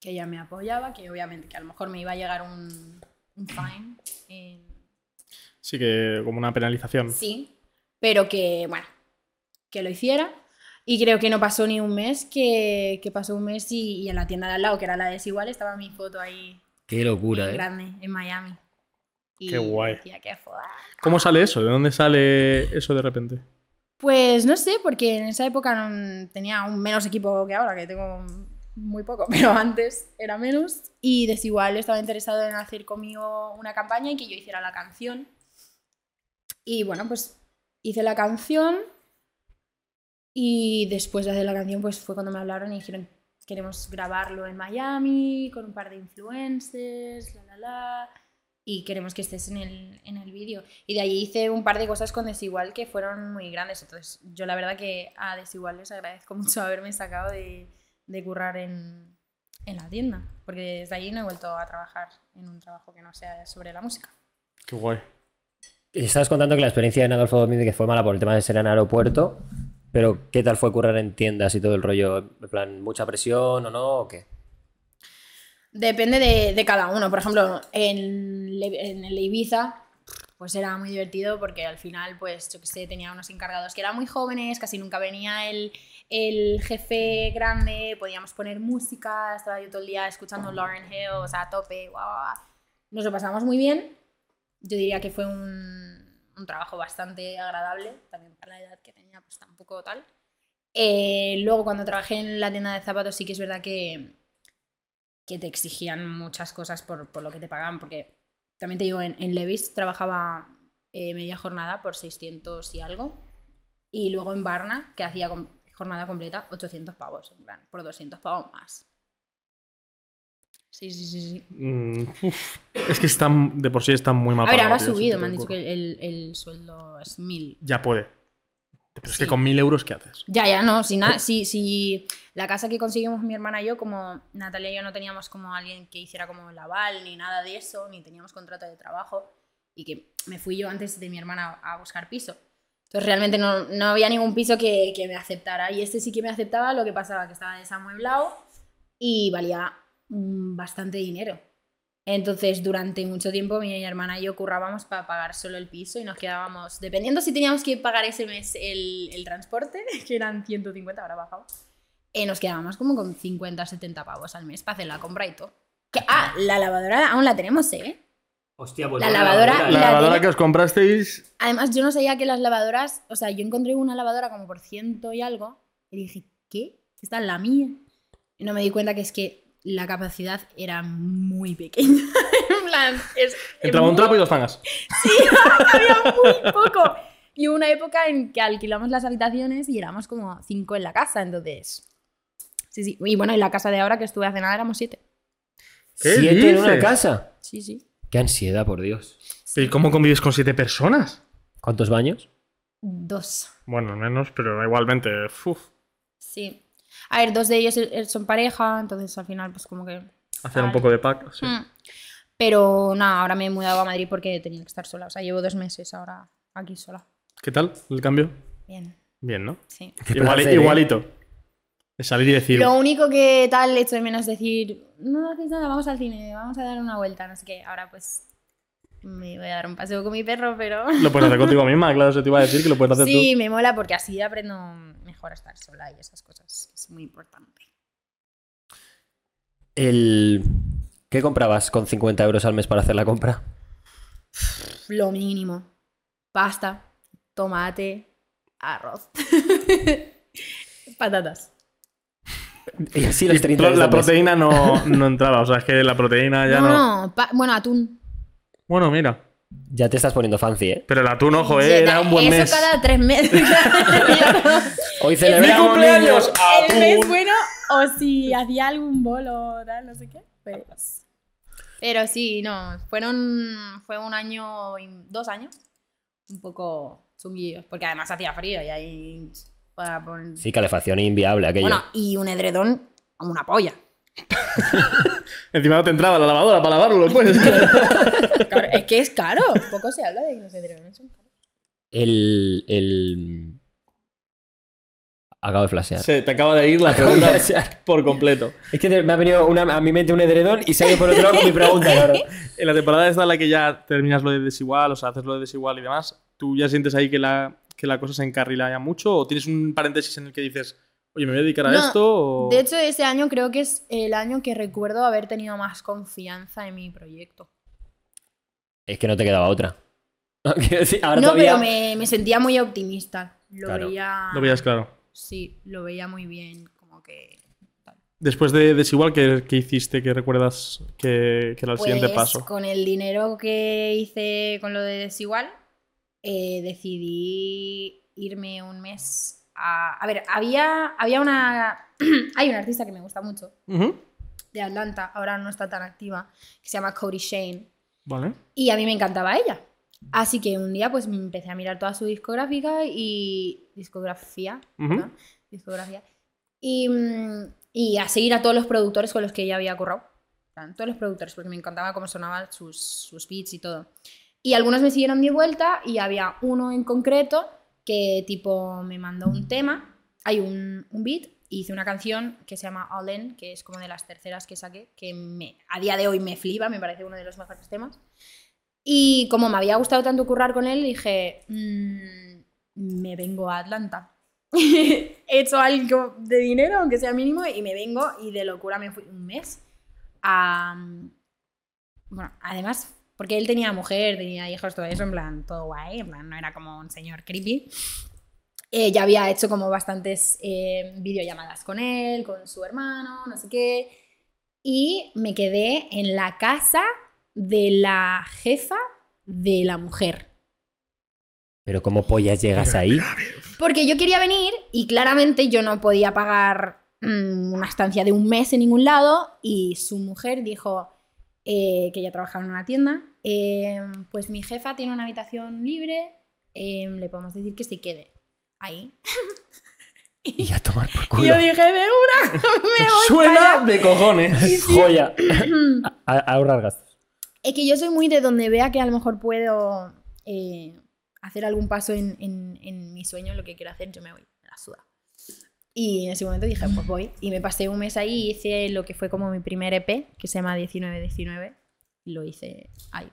que ella me apoyaba, que obviamente que a lo mejor me iba a llegar un, un fine, en- Sí, que como una penalización. sí, pero que bueno, que lo hiciera. Y creo que no pasó ni un mes, que, que pasó un mes y, y en la tienda de al lado, que era la desigual, estaba mi foto ahí *laughs* Qué locura, en ¿eh? grande, en Miami. Y Qué guay. decía, "Qué foda". ¿Cómo sale eso? ¿De dónde sale eso de repente? Pues no sé, porque en esa época mm, tenía un menos equipo que ahora, que tengo muy poco, *laughs* pero antes era menos. Y Desigual estaba interesado en hacer conmigo una campaña y que yo hiciera la canción. Y bueno, pues hice la canción y después de hacer la canción pues fue cuando me hablaron y dijeron queremos grabarlo en Miami con un par de influencers, la la la y queremos que estés en el, en el vídeo. Y de ahí hice un par de cosas con Desigual que fueron muy grandes. Entonces, yo la verdad que a Desigual les agradezco mucho haberme sacado de, de currar en, en la tienda, porque desde ahí no he vuelto a trabajar en un trabajo que no sea sobre la música. Qué guay. Estabas contando que la experiencia en Adolfo Domínguez que fue mala por el tema de ser en aeropuerto, pero ¿qué tal fue currar en tiendas y todo el rollo? ¿En plan, mucha presión o no? ¿O qué? Depende de, de cada uno. Por ejemplo, en, Le- en el Ibiza, pues era muy divertido porque al final, pues yo que sé, tenía unos encargados que eran muy jóvenes, casi nunca venía el, el jefe grande, podíamos poner música, estaba yo todo el día escuchando Lauren Hill, o sea, a tope, guau, guau, guau. Nos lo pasamos muy bien. Yo diría que fue un, un trabajo bastante agradable, también para la edad que tenía, pues tampoco tal. Eh, luego, cuando trabajé en la tienda de zapatos, sí que es verdad que, que te exigían muchas cosas por, por lo que te pagaban, porque también te digo, en, en Levis trabajaba eh, media jornada por 600 y algo, y luego en Barna, que hacía com- jornada completa, 800 pavos, en plan, por 200 pavos más. Sí, sí, sí, sí. Mm, es que están, de por sí están muy mal A ver, ahora ha pagados, tío, subido, ese me han tipo dicho de curro. que el, el sueldo es 1000. Ya puede. Pero es que Sí. con mil euros, ¿qué haces? Ya, ya, no, si, na- si, si la casa que conseguimos mi hermana y yo, como Natalia y yo no teníamos como alguien que hiciera como el aval ni nada de eso, ni teníamos contrato de trabajo, y que me fui yo antes de mi hermana a buscar piso. Entonces realmente no, no había ningún piso que, que me aceptara, y este sí que me aceptaba, lo que pasaba que estaba desamueblado y valía mm, bastante dinero. Entonces, durante mucho tiempo mi hermana y yo currábamos para pagar solo el piso y nos quedábamos, dependiendo si teníamos que pagar ese mes el, el transporte, *laughs* que eran 150, ahora bajado, eh, nos quedábamos como con 50, 70 pavos al mes para hacer la compra y todo. Que, ah, la lavadora aún la tenemos, ¿eh? Hostia, pues La lavadora y La la lavadora tele- que os comprasteis. Además, yo no sabía que las lavadoras, o sea, yo encontré una lavadora como por ciento y algo, y dije, ¿qué? Esta es la mía. Y no me di cuenta que es que la capacidad era muy pequeña. *laughs* en plan, es. Entraba un muy- trapo y dos tangas. Había muy poco. Y hubo una época en que alquilamos las habitaciones y éramos como cinco en la casa, entonces. Sí, sí. Y bueno, en la casa de ahora que estuve hace nada éramos siete. ¿Qué ¿Siete en una dices? casa? Sí, sí. Qué ansiedad, por Dios. ¿Y cómo convives con siete personas? ¿Cuántos baños? Dos. Bueno, menos, pero igualmente. uf. Sí. A ver, dos de ellos eh, son pareja, entonces al final, pues como que. Hacer un Vale. poco de pack. sí. Mm. Pero nada, ahora me he mudado a Madrid porque tenía que estar sola. O sea, llevo dos meses ahora aquí sola. ¿Qué tal el cambio? Bien, Bien, ¿no? sí. Igual- placer, ¿eh? igualito. De salir y decir. Lo único que tal hecho de menos decir, no haces nada, vamos al cine, vamos a dar una vuelta, no sé qué. Ahora pues me voy a dar un paseo con mi perro, pero... *laughs* Lo puedes hacer contigo misma, claro, se te iba a decir que lo puedes hacer Sí, me mola porque así aprendo mejor a estar sola y esas cosas. Es muy importante. El... ¿Qué comprabas con 50 euros al mes para hacer la compra? Lo mínimo. Pasta, tomate, arroz. *laughs* Patatas. *laughs* Y así tú. los Y 30 pro- euros la al mes. proteína no, no entraba, o sea, es que la proteína Ah, ya no, no. no, pa- bueno, atún. Bueno, mira. Ya te estás poniendo fancy, ¿eh? Pero el atún, ojo, Sí, eh, era un buen eso mes. cada tres meses. *laughs* *laughs* el Hoy celebramos... ¡Mi cumpleaños! mes bueno, o si hacía algún bolo o tal, no sé qué. Pues. Pero sí, no, fueron, fue un año, y- dos años, un poco chunguillos, porque además hacía frío y ahí... para poner- Sí, calefacción inviable aquello. bueno, y un edredón como una polla. Encima no te entraba la lavadora para lavarlo, pues. Claro, es que es caro, poco se habla de que los edredones son caros. El... el... Acabo de flashear. *laughs* Se te acaba de ir la *laughs* Acabo de pregunta flashear. por completo. Es que me ha venido una- a mi mente un edredón y se ha ido por otro lado mi pregunta. claro. En la temporada esta en la que ya terminas lo de desigual, o sea, haces lo de desigual y demás, ¿tú ya sientes ahí que la, que la cosa se encarrila ya mucho? ¿O tienes un paréntesis en el que dices, oye, me voy a dedicar a No, esto? O... De hecho, ese año creo que es el año que recuerdo haber tenido más confianza en mi proyecto. Es que no te quedaba otra. Ah, Quiero decir, ahora no, todavía... pero me, me sentía muy optimista. Lo Claro, veía. lo veías claro. Sí, lo veía muy bien. Como que. Después de Desigual, ¿qué, qué hiciste que recuerdas que, que era el siguiente Pues, paso? Con el dinero que hice con lo de desigual, eh, decidí irme un mes a. A ver, había, había una. *clears throat* hay una artista que me gusta mucho, Ujú, de Atlanta, ahora no está tan activa, que se llama Cody Shane. Vale. Y a mí me encantaba ella. Así que un día pues me empecé a mirar toda su discográfica y discografía, Ujú. ¿no? discografía y, mm, y a seguir a todos los productores con los que ella había currado. En plan, Todos los productores, porque me encantaba cómo sonaban sus, sus beats y todo. Y algunos me siguieron de vuelta y había uno en concreto que tipo me mandó un tema, hay un, un beat, y hice una canción que se llama All In, que es como de las terceras que saqué, que me, a día de hoy me flipa, me parece uno de los mejores temas. Y como me había gustado tanto currar con él, dije, "Mm, me vengo a Atlanta. *laughs* He hecho algo de dinero, aunque sea mínimo, y me vengo y de locura me fui un mes a... Bueno, además, porque él tenía mujer, tenía hijos, todo eso, en plan, todo guay, en plan, no era como un señor creepy. Eh, ya había hecho como bastantes eh, videollamadas con él, con su hermano, no sé qué. Y me quedé en la casa de la jefa de la mujer. Pero ¿cómo pollas llegas ahí? Porque yo quería venir y claramente yo no podía pagar mm, una estancia de un mes en ningún lado y su mujer dijo eh, que ella trabajaba en una tienda, eh, pues mi jefa tiene una habitación libre, eh, le podemos decir que se quede ahí. Y a tomar por Y *laughs* culo. yo dije, de una, me voy para Pues Suena allá". de cojones. *laughs* Y sí, Joya. A- a- ahorrar gastos. Es que yo soy muy de donde vea que a lo mejor puedo eh, hacer algún paso en, en- en mi sueño, en lo que quiero hacer, yo me voy, me la suda. Y en ese momento dije, pues E voy. Y me pasé un mes ahí y hice lo que fue como mi primer EP, que se llama 1919, Lo hice ahí.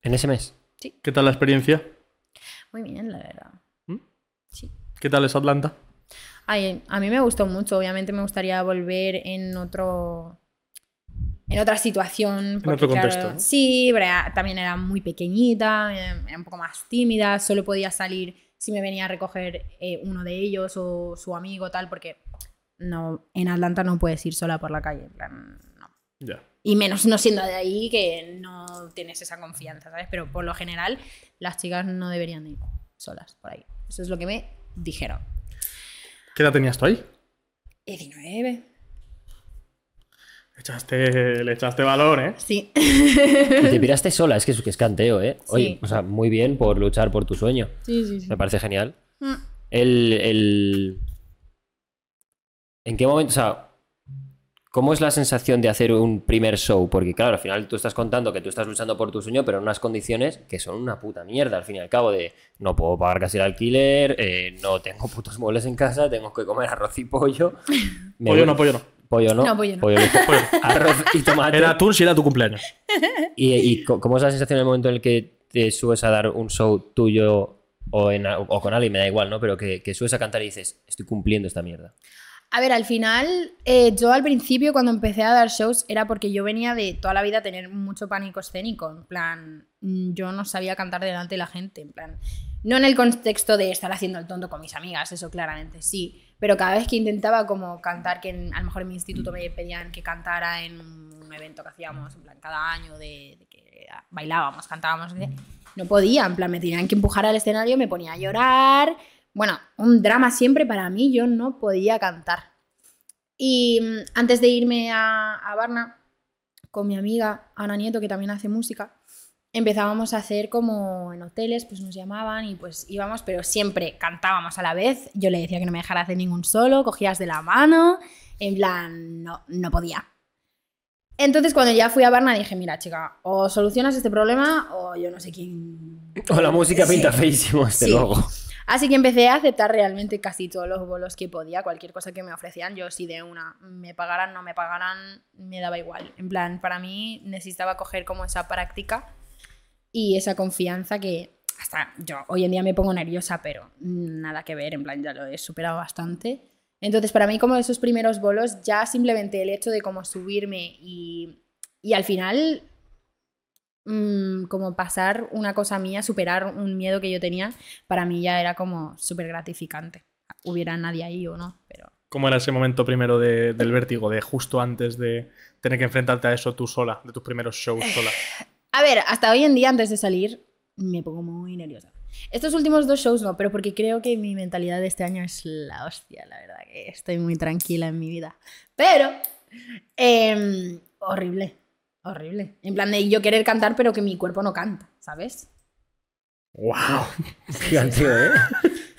En ese mes. ¿Qué tal la experiencia? Muy bien, la verdad. ¿Mm? Sí. ¿Qué tal es Atlanta? Ay, a mí me gustó mucho. Obviamente me gustaría volver en otro. En otra situación. porque, otro contexto, ¿no? Sí, pero era- también era muy pequeñita, eh, era un poco más tímida, solo podía salir si me venía a recoger eh, uno de ellos o su amigo, tal, porque no, en Atlanta no puedes ir sola por la calle. en plan, no. Ya. Y menos no siendo de ahí que no tienes esa confianza, ¿sabes? Pero por lo general las chicas no deberían ir solas por ahí. Eso es lo que me dijeron. ¿Qué edad tenías tú ahí? 19. Echaste, le echaste valor, ¿eh? *laughs* Sí. Y *laughs* te piraste sola, es que es, que es canteo, ¿eh? Oye, Sí. o sea, muy bien por luchar por tu sueño. Sí, sí, sí. Me parece genial. Mm. El, el- ¿En qué momento? O sea, ¿cómo es la sensación de hacer un primer show? Porque, claro, al final tú estás contando que tú estás luchando por tu sueño, pero en unas condiciones que son una puta mierda, al fin y al cabo, de no puedo pagar casi el alquiler, eh, no tengo putos muebles en casa, tengo que comer arroz y *laughs* pollo. Me Pollo voy- no, pollo no. Pollo no. No, pollo *laughs* no. pollo. Arroz y tomate. Era tú si era tu cumpleaños. ¿Y, y co- cómo es la sensación en el momento en el que te subes a dar un show tuyo o, en a- o con alguien, me da igual, ¿no? Pero que, que subes a cantar y dices, estoy cumpliendo esta mierda. A ver, al final, eh, yo al principio cuando empecé a dar shows era porque yo venía de toda la vida tener mucho pánico escénico. En plan, mm, yo no sabía cantar delante de la gente. En plan, no en el contexto de estar haciendo el tonto con mis amigas, eso claramente sí. Pero cada vez que intentaba como cantar, que en- a lo mejor en mi instituto me pedían que cantara en un evento que hacíamos, en plan, cada año, de, de que bailábamos, cantábamos, etc. no podía, en plan, me tenían que empujar al escenario, me ponía a llorar. Bueno, un drama siempre para mí, yo no podía cantar. Y mm, antes de irme a, a Barna con mi amiga Ana Nieto, que también hace música, empezábamos a hacer como en hoteles, pues nos llamaban y pues íbamos, pero siempre cantábamos a la vez. Yo le decía que no me dejara hacer ningún solo, cogías de la mano, en plan, no, no podía. Entonces cuando ya fui a Barna dije, mira chica, o solucionas este problema o yo no sé quién... O Oh, la música Sí. pinta feísimo, desde Sí. *laughs* luego. Así que empecé a aceptar realmente casi todos los bolos que podía, cualquier cosa que me ofrecían. Yo si de una me pagaran, no me pagaran, me daba igual. En plan, para mí necesitaba coger como esa práctica y esa confianza que hasta yo hoy en día me pongo nerviosa, pero nada que ver, en plan ya lo he superado bastante. Entonces, para mí como esos primeros bolos, ya simplemente el hecho de como subirme y, y al final mm, como pasar una cosa mía, superar un miedo que yo tenía, para mí ya era como súper gratificante. Hubiera nadie ahí o no, pero... ¿Cómo era ese momento primero de- del vértigo, de justo antes de tener que enfrentarte a eso tú sola, de tus primeros shows sola? A ver, hasta hoy en día, antes de salir, me pongo muy nerviosa. Estos últimos dos shows no, pero porque creo que mi mentalidad de este año es la hostia, la verdad, que estoy muy tranquila en mi vida. Pero, em, horrible, horrible. En plan de yo querer cantar, pero que mi cuerpo no canta, ¿sabes? ¡Wow! Giganteo, ¿eh?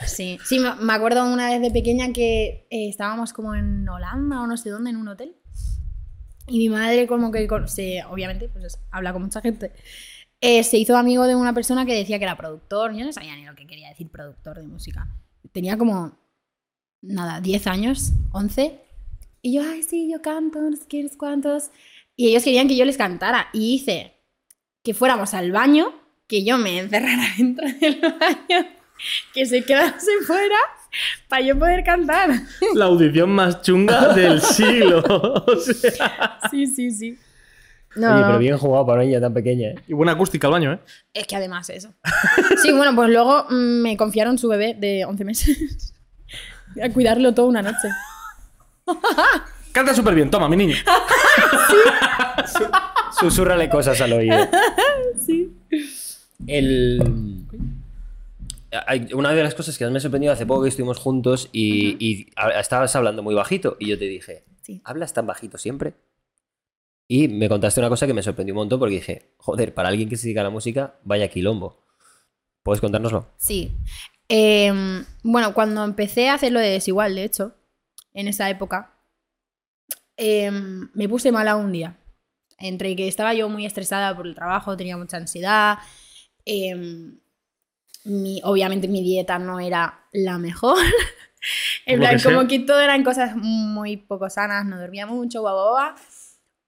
Sí, sí, me me acuerdo una vez de pequeña que eh, estábamos como en Holanda o no sé dónde, en un hotel. Y mi madre como que, con- se, obviamente, pues es- habla con mucha gente. Eh, se hizo amigo de una persona que decía que era productor. Yo no sabía ni lo que quería decir productor de música. Tenía como, nada, 10 años, 11. Y yo, ay, sí, yo canto, no sé qué, no sé cuántos. Y ellos querían que yo les cantara. Y hice que fuéramos al baño, que yo me encerrara *laughs* dentro del baño que se quedase *laughs* fuera para yo poder cantar. *laughs* La audición más chunga *laughs* del siglo. O sea, Sí, sí, sí. Oye, No, pero bien jugado para una niña tan pequeña, ¿eh? y buena acústica al baño, ¿eh? es que además eso. Sí, bueno, pues luego mm, me confiaron su bebé de 11 meses *laughs* a cuidarlo toda una noche. Canta súper bien, toma, mi niño. Susúrrale cosas al oído. Sí. El... hay- Una de las cosas que más me ha sorprendido hace poco que estuvimos juntos y, y a- estabas hablando muy bajito y yo te dije, Sí. ¿hablas tan bajito siempre? Y me contaste una cosa que me sorprendió un montón porque dije, joder, para alguien que se dedica a la música, vaya quilombo. ¿Puedes contárnoslo? Sí. Em, bueno, cuando empecé a hacer lo de desigual, de hecho, en esa época, em, me puse mala un día. Entre que estaba yo muy estresada por el trabajo, tenía mucha ansiedad. em, mi- obviamente mi dieta no era la mejor. *laughs* Por en lo plan, que como sea. que todo eran cosas muy poco sanas, no dormía mucho, guau, guau, guau.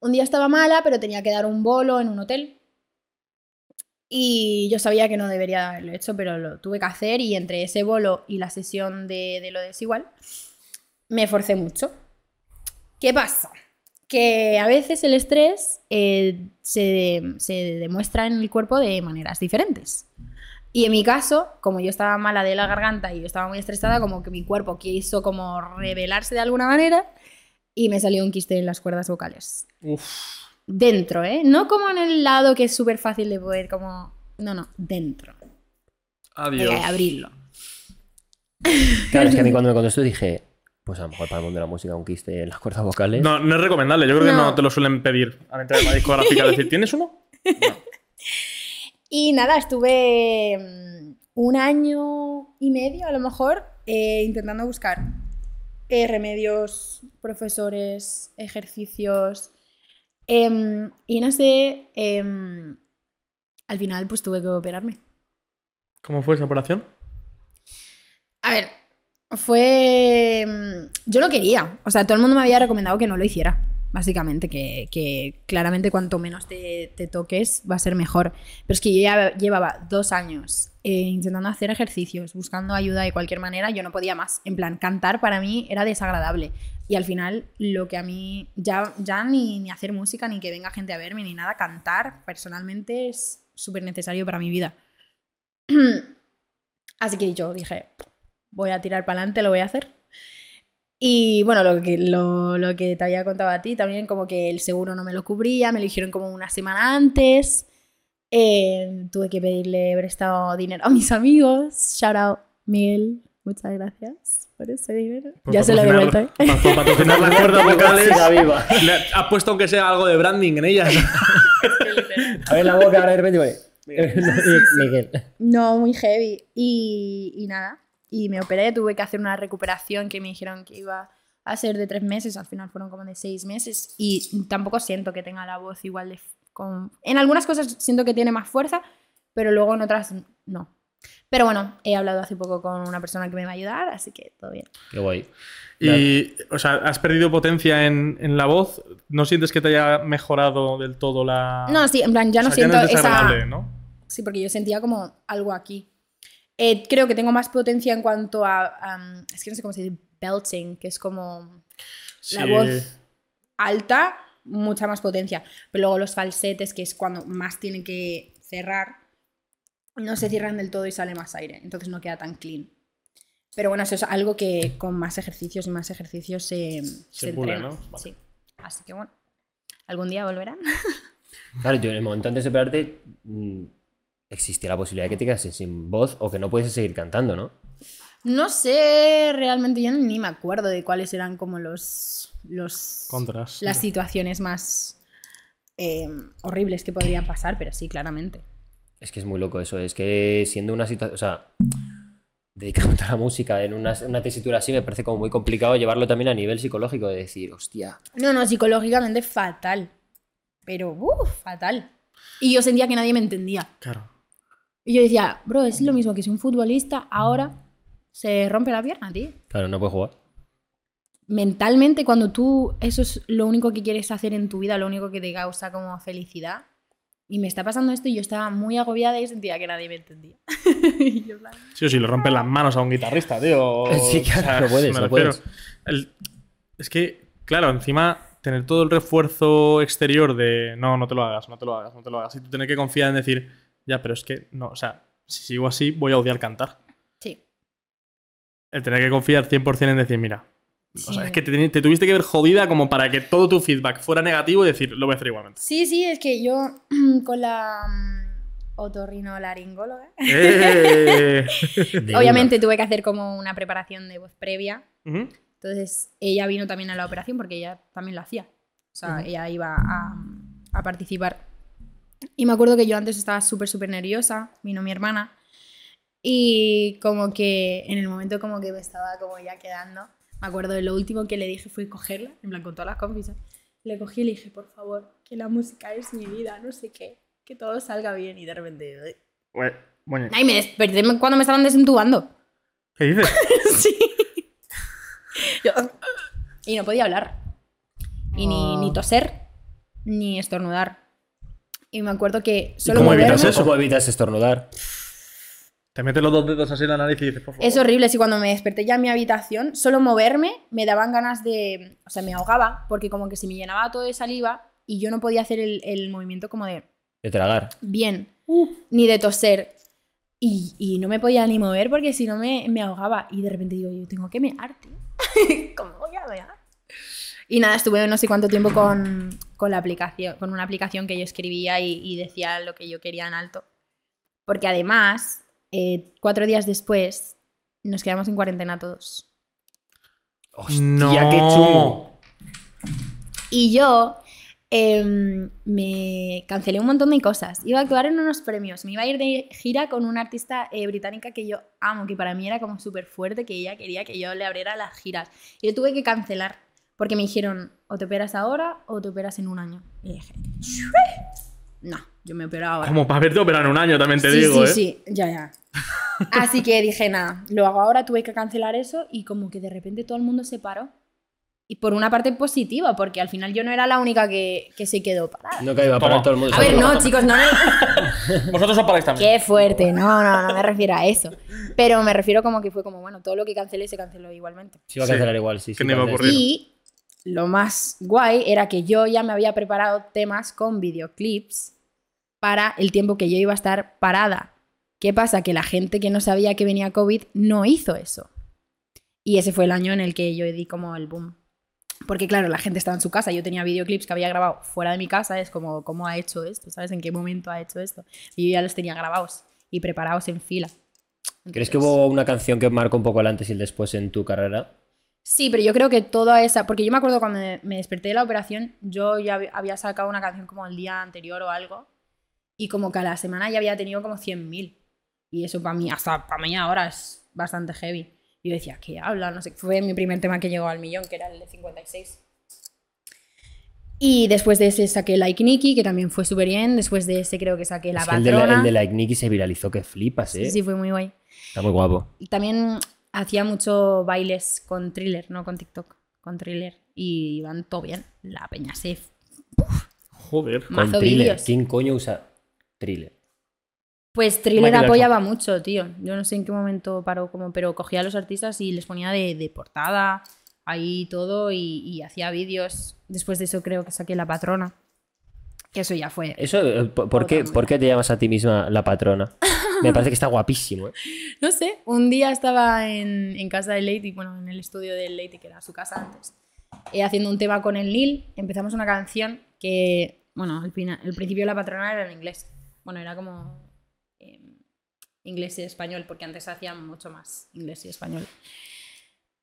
Un día estaba mala, pero tenía que dar un bolo en un hotel. Y yo sabía que no debería haberlo hecho, pero lo tuve que hacer y entre ese bolo y la sesión de, de lo desigual, me esforcé mucho. ¿Qué pasa? Que a veces el estrés eh, se, se demuestra en el cuerpo de maneras diferentes. Y en mi caso, como yo estaba mala de la garganta y yo estaba muy estresada, como que mi cuerpo quiso como rebelarse de alguna manera y me salió un quiste en las cuerdas vocales. Dentro, ¿eh? No como en el lado que es súper fácil de poder como... No, no, dentro. Hay Adiós. que abrirlo. Claro, es que a mí cuando me contestó dije, pues a lo mejor para el mundo de la música un quiste en las cuerdas vocales. No, no es recomendable. Yo creo que No. no te lo suelen pedir al entrar en la discográfica. decir, ¿tienes uno? Y nada, estuve mm, un año y medio a lo mejor eh, intentando buscar eh, remedios, profesores, ejercicios. em, y no sé, em, al final pues tuve que operarme. ¿Cómo fue esa operación? A ver, fue... em, Yo lo quería, o sea, todo el mundo me había recomendado que no lo hiciera. Básicamente, que, que claramente cuanto menos te, te toques va a ser mejor. Pero es que yo ya llevaba dos años eh, intentando hacer ejercicios, buscando ayuda de cualquier manera, yo no podía más. En plan, cantar para mí era desagradable. Y al final, lo que a mí, ya, ya ni, ni hacer música, ni que venga gente a verme, ni nada, cantar personalmente es súper necesario para mi vida. *clears throat* Así que yo dije, voy a tirar para adelante, lo voy a hacer. Y bueno, lo que, lo, lo que te había contado a ti también, como que el seguro no me lo cubría, me lo dijeron como una semana antes. Eh, tuve que pedirle prestado dinero a mis amigos. Shout out, Miguel. Muchas gracias por ese dinero. ya se lo he devuelto. ¿eh? Pues Para para patrocinar las cuerdas vocales. Siga viva. Le has puesto aunque sea algo de branding en ellas. A ver la boca ahora de repente. vale. Miguel. No, muy heavy. Y, y nada. Y me operé, tuve que hacer una recuperación que me dijeron que iba a ser de tres meses, al final fueron como de seis meses. Y tampoco siento que tenga la voz igual de. f- Con... En algunas cosas siento que tiene más fuerza, pero luego en otras no. Pero bueno, he hablado hace poco con una persona que me va a ayudar, así que todo bien. Qué guay. Y, o sea, has perdido potencia en, en la voz. ¿No sientes que te haya mejorado del todo la. No, sí, en plan, ya Ah. O no sea, siento es desagradable, esa. ¿no? Sí, porque yo sentía como algo aquí. Eh, creo que tengo más potencia en cuanto a. am, es que no sé cómo se dice, belting, que es como. la Sí. voz alta, mucha más potencia. Pero luego los falsetes, que es cuando más tienen que cerrar, no se cierran del todo y sale más aire. Entonces no queda tan clean. Pero bueno, eso es algo que con más ejercicios y más ejercicios se, se, pule, entrena. ¿no? Vale. Sí. Así que bueno, algún día volverán. *laughs* Claro, tío, en el momento antes de operarte mm, existía la posibilidad de que te quedases sin voz o que no puedes seguir cantando, ¿no? No sé, realmente yo ni me acuerdo de cuáles eran como los. los Contras. las situaciones más eh, horribles que podrían pasar, pero sí, claramente. Es que es muy loco eso. Es que siendo una situación. O sea, dedicándote a la música en una, una tesitura así me parece como muy complicado llevarlo también a nivel psicológico. De decir, hostia. No, no, psicológicamente fatal. Pero, uff, fatal. Y yo sentía que nadie me entendía. Claro. Y yo decía, bro, es lo mismo que si un futbolista ahora se rompe la pierna, tío. Claro, no puedes jugar. Mentalmente, cuando tú eso es lo único que quieres hacer en tu vida, lo único que te causa como felicidad. Y me está pasando esto y yo estaba muy agobiada y sentía que nadie me entendía. *laughs* Y yo, en plan, Sí, o sí, le rompen las manos a un guitarrista, tío. *laughs* Sí, claro, no puedes, me no refiero. puedes. El- es que, claro, encima tener todo el refuerzo exterior de no, no te lo hagas, no te lo hagas, no te lo hagas. Y tú tener que confiar en decir, ya, pero es que no, o sea, si sigo así voy a odiar cantar. sí. El tener que confiar 100% en decir, mira, o sea, Sí. es que te, teni- te tuviste que ver jodida como para que todo tu feedback fuera negativo y decir, lo voy a hacer *laughs* igualmente. Sí, sí, es que yo *clears throat* con la mm, otorrinolaringóloga ¡Eh! De Obviamente tuve que hacer como una preparación de voz previa. Ujú. Entonces ella vino también a la operación porque ella también lo hacía. O sea, ella iba a, a participar. Y me acuerdo que yo antes estaba súper, súper nerviosa. Vino mi hermana. Y como que en el momento como que me estaba como ya quedando. Me acuerdo de lo último que le dije fue cogerla, en plan con todas las confisas. Le cogí y le dije, por favor, que la música es mi vida, no sé qué. Que todo salga bien y de repente... ¡ay! Bueno, bueno. Ay, me desperté cuando me estaban desentubando. ¿Qué dices? Sí. Ah. Yo- Y no podía hablar. Y ni, ni toser. ni estornudar. Y me acuerdo que solo ¿Cómo moverme- evitas eso? ¿Cómo evitas estornudar? Te metes los dos dedos así en la nariz y dices, por favor. Es horrible, si cuando me desperté ya en mi habitación, solo moverme me daban ganas de... O sea, me ahogaba, porque como que se me llenaba todo de saliva y yo no podía hacer el, el movimiento como de De tragar. bien, ni de toser. Y, y no me podía ni mover porque si no me, me ahogaba. Y de repente digo, yo tengo que mear, tío. *laughs* ¿Cómo voy a mear? Y nada, estuve no sé cuánto tiempo con, con la aplicación, con una aplicación que yo escribía y, y decía lo que yo quería en alto. Porque además, eh, cuatro días después, nos quedamos en cuarentena todos. Hostia, No. qué chungo. Y yo em, me cancelé un montón de cosas. Iba a actuar en unos premios. Me iba a ir de gira con una artista eh, británica que yo amo, que para mí era como súper fuerte, que ella quería que yo le abriera las giras. Y yo tuve que cancelar. Porque me dijeron, o te operas ahora o te operas en un año. Y dije, no, yo me opero ahora. Como para verte operar en un año, también te sí, digo, sí, ¿eh? sí, ya, *laughs* ya. Así que dije, nada, lo hago ahora, tuve que cancelar eso y como que de repente todo el mundo se paró. Y por una parte positiva, porque al final yo no era la única que, que se quedó parada. No caiga para Toma. todo el mundo. A ver, no, chicos, no, no, *laughs* no. Vosotros os paráis también. Qué fuerte, no, no, no me refiero a eso. Pero me refiero como que fue como, bueno, todo lo que cancelé se canceló igualmente. Se iba a cancelar igual, sí. Que sí, no iba a cancela. ocurrir. Y lo más guay era que yo ya me había preparado temas con videoclips para el tiempo que yo iba a estar parada. ¿Qué pasa? Que la gente que no sabía que venía COVID no hizo eso. Y ese fue el año en el que yo di como el boom. Porque claro, la gente estaba en su casa, yo tenía videoclips que había grabado fuera de mi casa, es como, ¿cómo ha hecho esto? ¿Sabes? ¿En qué momento ha hecho esto? Y yo ya los tenía grabados y preparados en fila. ¿Crees que Entonces- hubo una canción que marcó un poco el antes y el después en tu carrera? Sí, pero yo creo que toda esa. Porque yo me acuerdo cuando me- me desperté de la operación, yo ya hab- había sacado una canción como el día anterior o algo. Y como que a la semana ya había tenido como 100.000. Y eso para mí, hasta para mí ahora es bastante heavy. Y yo decía, ¿qué habla? No sé. Fue mi primer tema que llegó al millón, que era el de 56. Y después de ese saqué Like Nikki, que también fue súper bien. Después de ese creo que saqué La Es que el de la, Patrona. el de Like Nicky se viralizó, que flipas, eh. Sí, sí, fue muy guay. Está muy guapo. Y también hacía mucho bailes con thriller, no con TikTok, con thriller. Y iban todo bien. La peña se f- Joder. Con mazo thriller. vídeos. ¿Quién coño usa thriller? Pues thriller Michael apoyaba mucho, tío. Yo no sé en qué momento paró, como, pero cogía a los artistas y les ponía de, de portada, ahí todo, y, y hacía vídeos. Después de eso creo que saqué La Patrona. Que eso ya fue. Eso, eh, ¿por, por Otra qué, manera. ¿por qué te llamas a ti misma la *laughs* patrona? Me parece que está guapísimo, ¿eh? No sé, un día estaba en, en casa de Lady, bueno, en el estudio de Lady, que era su casa antes, eh, haciendo un tema con el Neil. Empezamos una canción que, bueno, al, fina- al principio la patrona era en inglés. Bueno, era como eh, inglés y español, porque antes hacían mucho más inglés y español.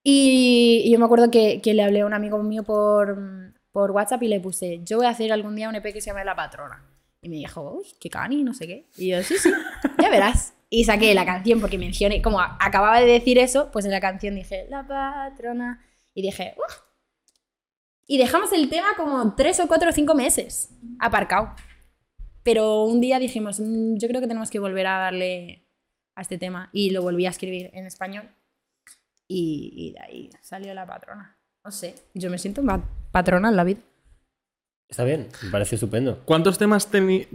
Y, y yo me acuerdo que, que le hablé a un amigo mío por, por WhatsApp y le puse, yo voy a hacer algún día un EP que se llame La Patrona. Y me dijo, uy, qué cani, no sé qué. Y yo, sí, sí, ya verás. Y saqué la canción porque mencioné, como a- acababa de decir eso, pues en la canción dije, La Patrona. Y dije, uff. Y dejamos el tema como tres o cuatro o cinco meses aparcado. Pero un día dijimos, "Mm, yo creo que tenemos que volver a darle a este tema. Y lo volví a escribir en español. Y, y de ahí salió la patrona. No sé, yo me siento ma- patrona en la vida. Está bien, me parece estupendo. ¿Cuántos temas tenéis?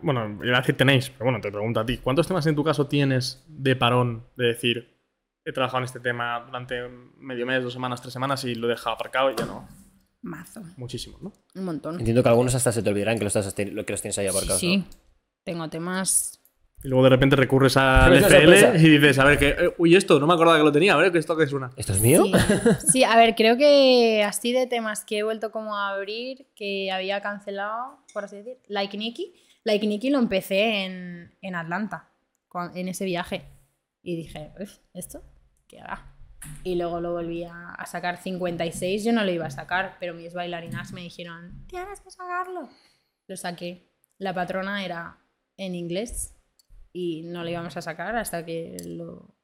Bueno, iba a decir tenéis, pero bueno, te pregunto a ti. ¿Cuántos temas en tu caso tienes de parón? De decir, he trabajado en este tema durante medio mes, dos semanas, tres semanas y lo he dejado aparcado y ya no. Mazo, Muchísimo, ¿no? un montón. Entiendo que algunos hasta se te olvidarán que los, estás- que los tienes ahí aparcados. sí, ¿no? sí. tengo temas. Y luego de repente recurres al Pero es una FL sorpresa. y dices, a ver, que, eh, uy, esto, no me acordaba que lo tenía, a ver, que esto que es una. ¿Esto es mío? Sí. sí, a ver, creo que así de temas que he vuelto como a abrir, que había cancelado, por así decir, Like Nikki. Like Nikki lo empecé en, en Atlanta, cuan- en ese viaje. Y dije, "Uf, ¿esto? ¿Qué va? Y luego lo volví a, a sacar 56. Yo no lo iba a sacar, pero mis bailarinas me dijeron, tienes que sacarlo. Lo saqué. La patrona era en inglés y no lo íbamos a sacar hasta que lo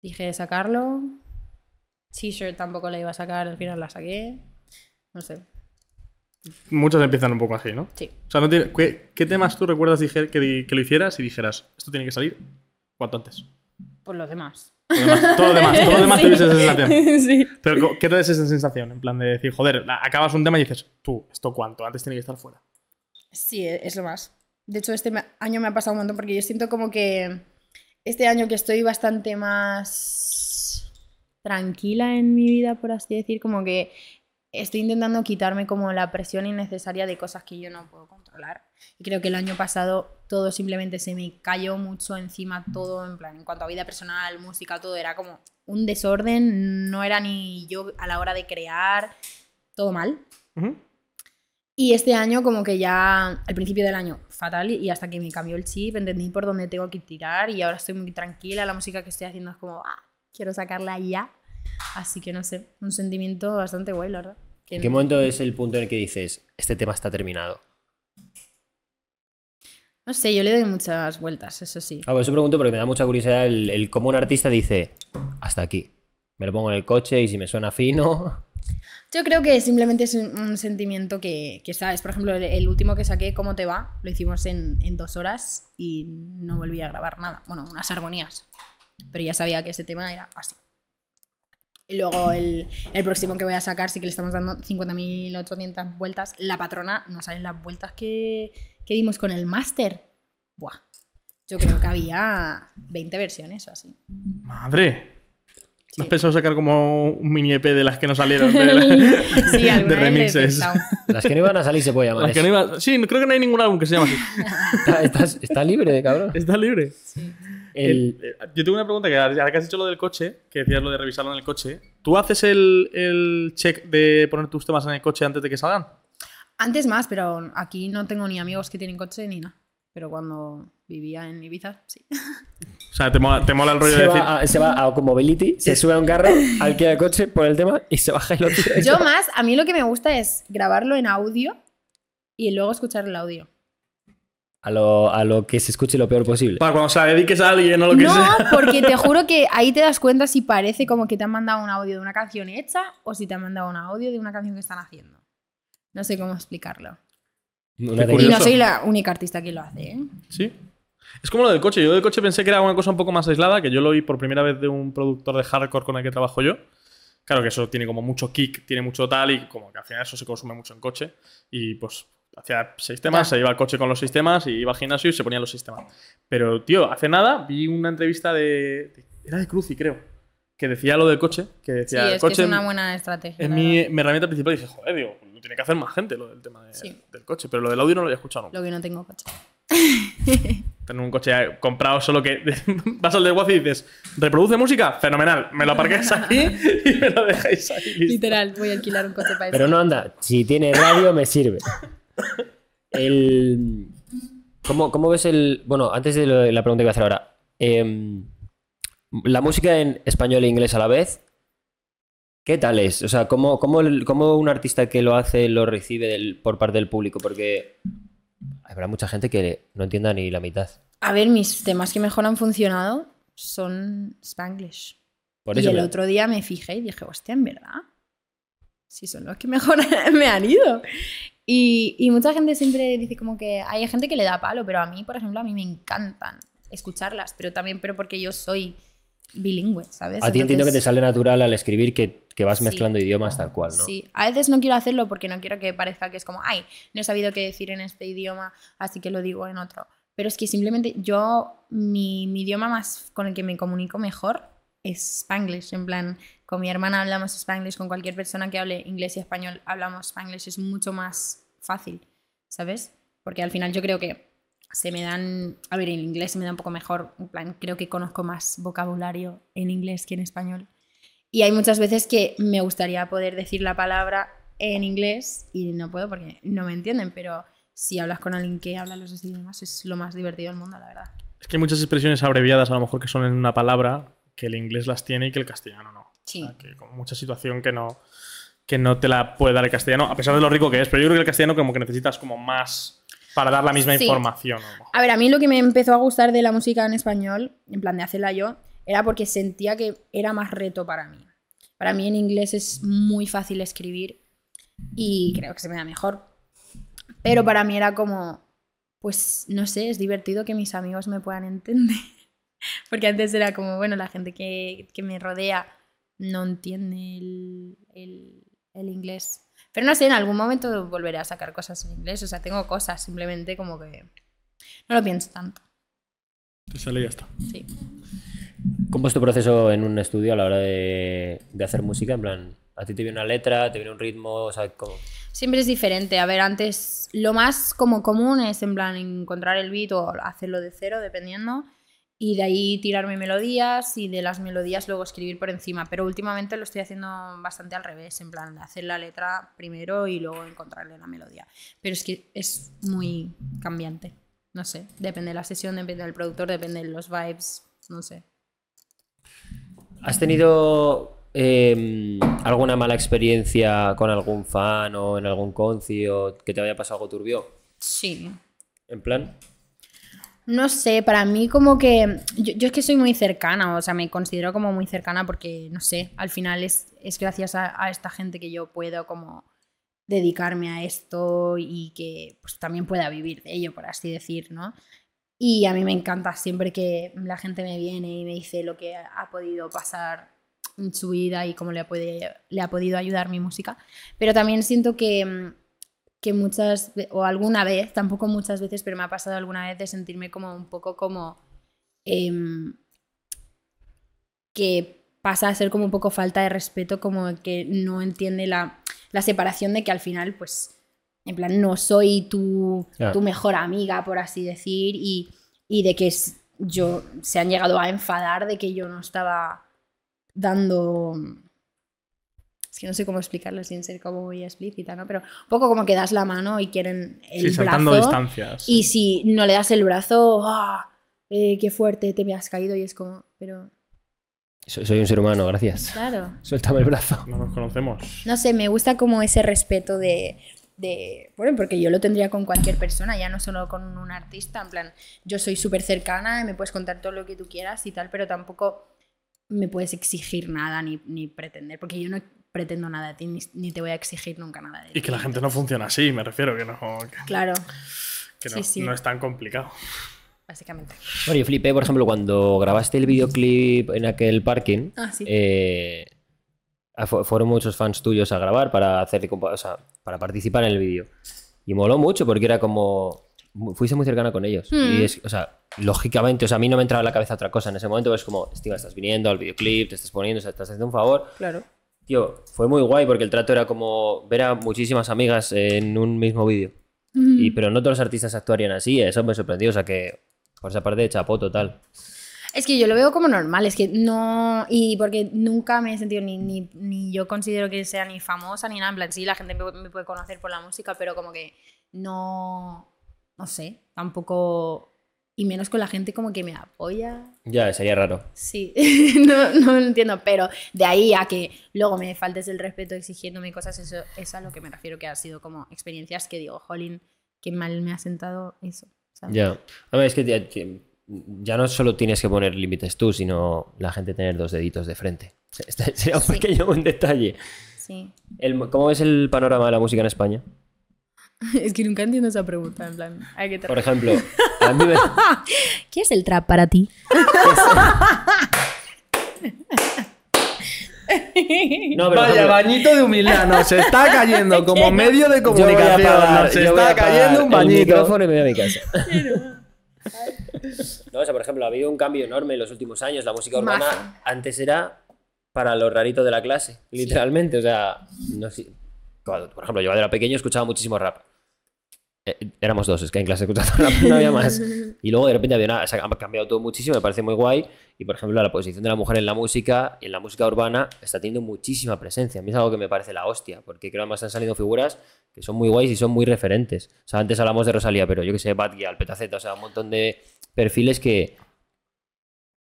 dije sacarlo. T-shirt tampoco la iba a sacar, al final la saqué. No sé, Muchos empiezan un poco así, ¿no? sí. O sea, no tiene- ¿qué, qué temas tú recuerdas dije- que, di- que lo hicieras y dijeras, esto tiene que salir cuanto antes? Por los demás. Todo lo demás, todo lo demás, todo lo demás *laughs* Sí. tuviese esa sensación. *laughs* sí. Pero co- ¿qué te da esa sensación? En plan de decir, joder, la- acabas un tema y dices, tú, ¿esto cuánto? Antes tiene que estar fuera. Sí, e- es lo más. De hecho, este me- año me ha pasado un montón porque yo siento como que este año que estoy bastante más tranquila en mi vida, por así decir, como que estoy intentando quitarme como la presión innecesaria de cosas que yo no puedo controlar. Y creo que el año pasado todo simplemente se me cayó mucho encima, todo en plan, en cuanto a vida personal, música, todo era como un desorden, no era ni yo a la hora de crear, todo mal. Y este año como que ya, al principio del año, fatal, y hasta que me cambió el chip, entendí por dónde tengo que tirar y ahora estoy muy tranquila, la música que estoy haciendo es como, ah, quiero sacarla ya. Así que no sé, un sentimiento bastante guay, la verdad. Que ¿En qué momento es el punto en el que dices, este tema está terminado? no sé, yo le doy muchas vueltas, eso sí. Ah, bueno, eso pregunto porque me da mucha curiosidad el, el cómo un artista dice, hasta aquí. Me lo pongo en el coche y si me suena fino. *laughs* Yo creo que simplemente es un, un sentimiento que, que sabes. Por ejemplo, el, el último que saqué, ¿Cómo te va? Lo hicimos en, en dos horas y no volví a grabar nada. Bueno, unas armonías. Pero ya sabía que ese tema era así. Y luego el, el próximo que voy a sacar, sí que le estamos dando 50.800 vueltas. La patrona, no saben las vueltas que, que dimos con el máster. Buah. Yo creo que había 20 versiones o así. Madre. ¿No has Sí. pensado sacar como un mini EP de las que no salieron? *laughs* De, Sí, alguna de vez le he remixes. pensado. Las que no iban a salir se puede llamar. Las que no iba- Sí, creo que no hay ningún álbum que se llame así. está, estás- está libre, cabrón. Está libre. El- Eh, eh, yo tengo una pregunta que ahora que has hecho lo del coche, que decías lo de revisarlo en el coche, ¿tú haces el, el check de poner tus temas en el coche antes de que salgan? Antes más, pero aquí no tengo ni amigos que tienen coche ni nada. Pero cuando vivía en Ibiza, *laughs* sí. O sea, te mola, te mola el rollo de se, decir. va a, se va a Automobility, se sube a un carro, alquila el coche por el tema y se baja y lo tira. Yo más, a mí lo que me gusta es grabarlo en audio y luego escuchar el audio. A lo, a lo que se escuche lo peor posible. Para cuando se la dediques a alguien o lo que no, sea. *laughs* porque *laughs* te juro que ahí te das cuenta si parece como que te han mandado un audio de una canción hecha o si te han mandado un audio de una canción que están haciendo. No sé cómo explicarlo. Una Qué técnica- Y no Curioso. soy la única artista que lo hace, ¿eh? Sí. Es como lo del coche. Yo del coche pensé que era una cosa un poco más aislada, que yo lo vi por primera vez de un productor de hardcore con el que trabajo yo. Claro que eso tiene como mucho kick, tiene mucho tal, y como que al final eso se consume mucho en coche. Y pues hacía seis temas, Ya. se iba al coche con los sistemas y iba al gimnasio y se ponía los sistemas. Pero, tío, hace nada vi una entrevista de. de- era de Cruci, creo. Que decía lo del coche. Que Sí, decía, el es que coche es una buena estrategia. es la mi, verdad. mi herramienta principal. Y dije, joder, digo, lo tiene que hacer más gente lo del tema de- Sí. del coche. Pero lo del audio no lo había escuchado nunca Lo que no tengo *laughs* coche. tener un coche ya comprado, solo que *laughs* vas al desguace y dices, ¿reproduce música? Fenomenal, me lo *laughs* aparcáis aquí y me lo dejáis ahí. listo. Literal, voy a alquilar un coche para eso. Pero no anda, si tiene radio me sirve. El... ¿Cómo, cómo ves el...? Bueno, antes de lo- la pregunta que voy a hacer ahora. em, la música en español e inglés a la vez, ¿qué tal es? O sea, ¿cómo, cómo, el- cómo un artista que lo hace lo recibe del- por parte del público? Porque habrá mucha gente que no entienda ni la mitad. A ver, mis temas que mejor han funcionado son Spanglish. Por Y eso el me- otro día me fijé y dije, hostia, en verdad, si son los que mejor *laughs* me han ido. Y, y mucha gente siempre dice como que hay gente que le da palo, pero a mí, por ejemplo, a mí me encantan escucharlas, pero también pero porque yo soy bilingüe, ¿sabes? a ti entiendo que te Entonces- sale natural al escribir que, que vas Sí. mezclando idiomas tal cual, ¿no? Sí, a veces no quiero hacerlo porque no quiero que parezca que es como, ay, no he sabido qué decir en este idioma, así que lo digo en otro. Pero es que simplemente yo, mi, mi idioma más con el que me comunico mejor es Spanglish. En plan, con mi hermana hablamos Spanglish, con cualquier persona que hable inglés y español hablamos Spanglish, es mucho más fácil, ¿sabes? Porque al final yo creo que se me dan, a ver, en inglés se me da un poco mejor, en plan, creo que conozco más vocabulario en inglés que en español. Y hay muchas veces que me gustaría poder decir la palabra en inglés y no puedo porque no me entienden, pero si hablas con alguien que habla los dos idiomas es lo más divertido del mundo, la verdad. Es que hay muchas expresiones abreviadas, a lo mejor que son en una palabra, que el inglés las tiene y que el castellano no. Sí. O sea, que con mucha situación que no, que no te la puede dar el castellano, a pesar de lo rico que es, pero yo creo que el castellano como que necesitas como más para dar la misma Sí. información. a lo mejor. A ver, a mí lo que me empezó a gustar de la música en español, en plan de hacerla yo, era porque sentía que era más reto para mí. Para mí en inglés es muy fácil escribir y creo que se me da mejor. Pero para mí era como, pues no sé, es divertido que mis amigos me puedan entender. *laughs* Porque antes era como, bueno, la gente que, que me rodea no entiende el, el- el inglés. Pero no sé, en algún momento volveré a sacar cosas en inglés. O sea, tengo cosas, simplemente como que no lo pienso tanto. Te sale y ya está. Sí. ¿Cómo es tu proceso en un estudio a la hora de, de hacer música? En plan, ¿a ti te viene una letra, te viene un ritmo? O sea, ¿cómo? Siempre es diferente. A ver, antes lo más como común es en plan encontrar el beat o hacerlo de cero, dependiendo. Y de ahí tirarme melodías y de las melodías luego escribir por encima. Pero últimamente lo estoy haciendo bastante al revés, en plan de hacer la letra primero y luego encontrarle la melodía. Pero es que es muy cambiante. No sé, depende de la sesión, depende del productor, depende de los vibes, no sé. ¿Has tenido eh, alguna mala experiencia con algún fan o en algún conci o que te haya pasado algo turbio? Sí, En plan, No sé, para mí como que yo, yo es que soy muy cercana, o sea, me considero como muy cercana porque, no sé, al final es, es gracias a, a esta gente que yo puedo como dedicarme a esto y que pues, también pueda vivir de ello, por así decir, ¿no? Y a mí me encanta siempre que la gente me viene y me dice lo que ha podido pasar en su vida y cómo le, puede, le ha podido ayudar mi música. Pero también siento que, mm, que muchas, ve- o alguna vez, tampoco muchas veces, pero me ha pasado alguna vez de sentirme como un poco como... em, que pasa a ser como un poco falta de respeto, como que no entiende la, la separación de que al final, pues, en plan, no soy tu, Ya. tu mejor amiga, por así decir, y, y de que es- yo se han llegado a enfadar de que yo no estaba dando... Es que no sé cómo explicarlo sin ser como muy explícita, ¿no? Pero un poco como que das la mano y quieren el Sí, saltando brazo. distancias. Y si no le das el brazo, ¡ah! Eh, qué fuerte, te me has caído y es como, pero soy, soy un ser humano, gracias. *laughs* claro. Suéltame el brazo. No nos conocemos. No sé, me gusta como ese respeto de, de- Bueno, porque yo lo tendría con cualquier persona, ya no solo con un artista, en plan, yo soy súper cercana, me puedes contar todo lo que tú quieras y tal, pero tampoco me puedes exigir nada ni, ni pretender, porque yo no pretendo nada de ti, ni, ni te voy a exigir nunca nada de ti. Y que la gente no funciona así, me refiero, que no, que, Claro, que no, Sí, sí. no es tan complicado. básicamente. Bueno, yo flipé, por ejemplo, cuando grabaste el videoclip en aquel parking. Ah, sí. eh, a- fu- fueron muchos fans tuyos a grabar para hacer compa- o sea, para participar en el vídeo. Y moló mucho porque era como mu- fuiste muy cercana con ellos. Mm. Y es, o sea, lógicamente, o sea, a mí no me entraba en la cabeza otra cosa en ese momento, pero es como, tío, estás viniendo al videoclip, te estás poniendo, o sea, estás haciendo un favor. Claro. Tío, fue muy guay porque el trato era como ver a muchísimas amigas en un mismo vídeo. Mm. Y, pero no todos los artistas actuarían así, eso me sorprendió, o sea que por esa parte chapó total. Es que yo lo veo como normal, es que no. Y porque nunca me he sentido ni, ni, ni yo considero que sea ni famosa ni nada. En plan, sí, la gente me, me puede conocer por la música, pero como que no. No sé, tampoco. Y menos con la gente como que me apoya. Ya, sería raro. Sí, *laughs* no, no lo entiendo, pero de ahí a que luego me faltes el respeto exigiéndome cosas, eso es a lo que me refiero, que ha sido como experiencias que digo, jolín, qué mal me ha sentado eso. ¿sabes? Ya. A ver, es que ya, que ya no solo tienes que poner límites tú, sino la gente tener dos deditos de frente. *laughs* Se- este Sería un Sí. pequeño buen detalle. Sí. *laughs* El- ¿Cómo ves el panorama de la música en España? Es que nunca entiendo esa pregunta, en plan, ¿a qué te Por ejemplo, a mí me... ¿Qué es el trap para ti? *laughs* No, pero, por Vaya ejemplo, bañito de humildad, *laughs* nos está cayendo como medio de yo voy a comunicación. apagar- nos yo voy a está apagar cayendo un El bañito. micrófono y me voy a mi casa. No, o sea, por ejemplo, ha habido un cambio enorme en los últimos años. La música urbana Mazo. antes era para los raritos de la clase, literalmente. O sea, no sé- cuando, por ejemplo, yo cuando era pequeño escuchaba muchísimo rap. Eh, éramos dos, es que en clase escuchaba rap, no había más. Y luego de repente había una, o sea, ha cambiado todo muchísimo, me parece muy guay. Y por ejemplo, la posición de la mujer en la música y en la música urbana está teniendo muchísima presencia. A mí es algo que me parece la hostia, porque creo además han salido figuras que son muy guays y son muy referentes. O sea, antes hablamos de Rosalía, pero yo que sé, Bad Gyal, Petaceta, o sea, un montón de perfiles que,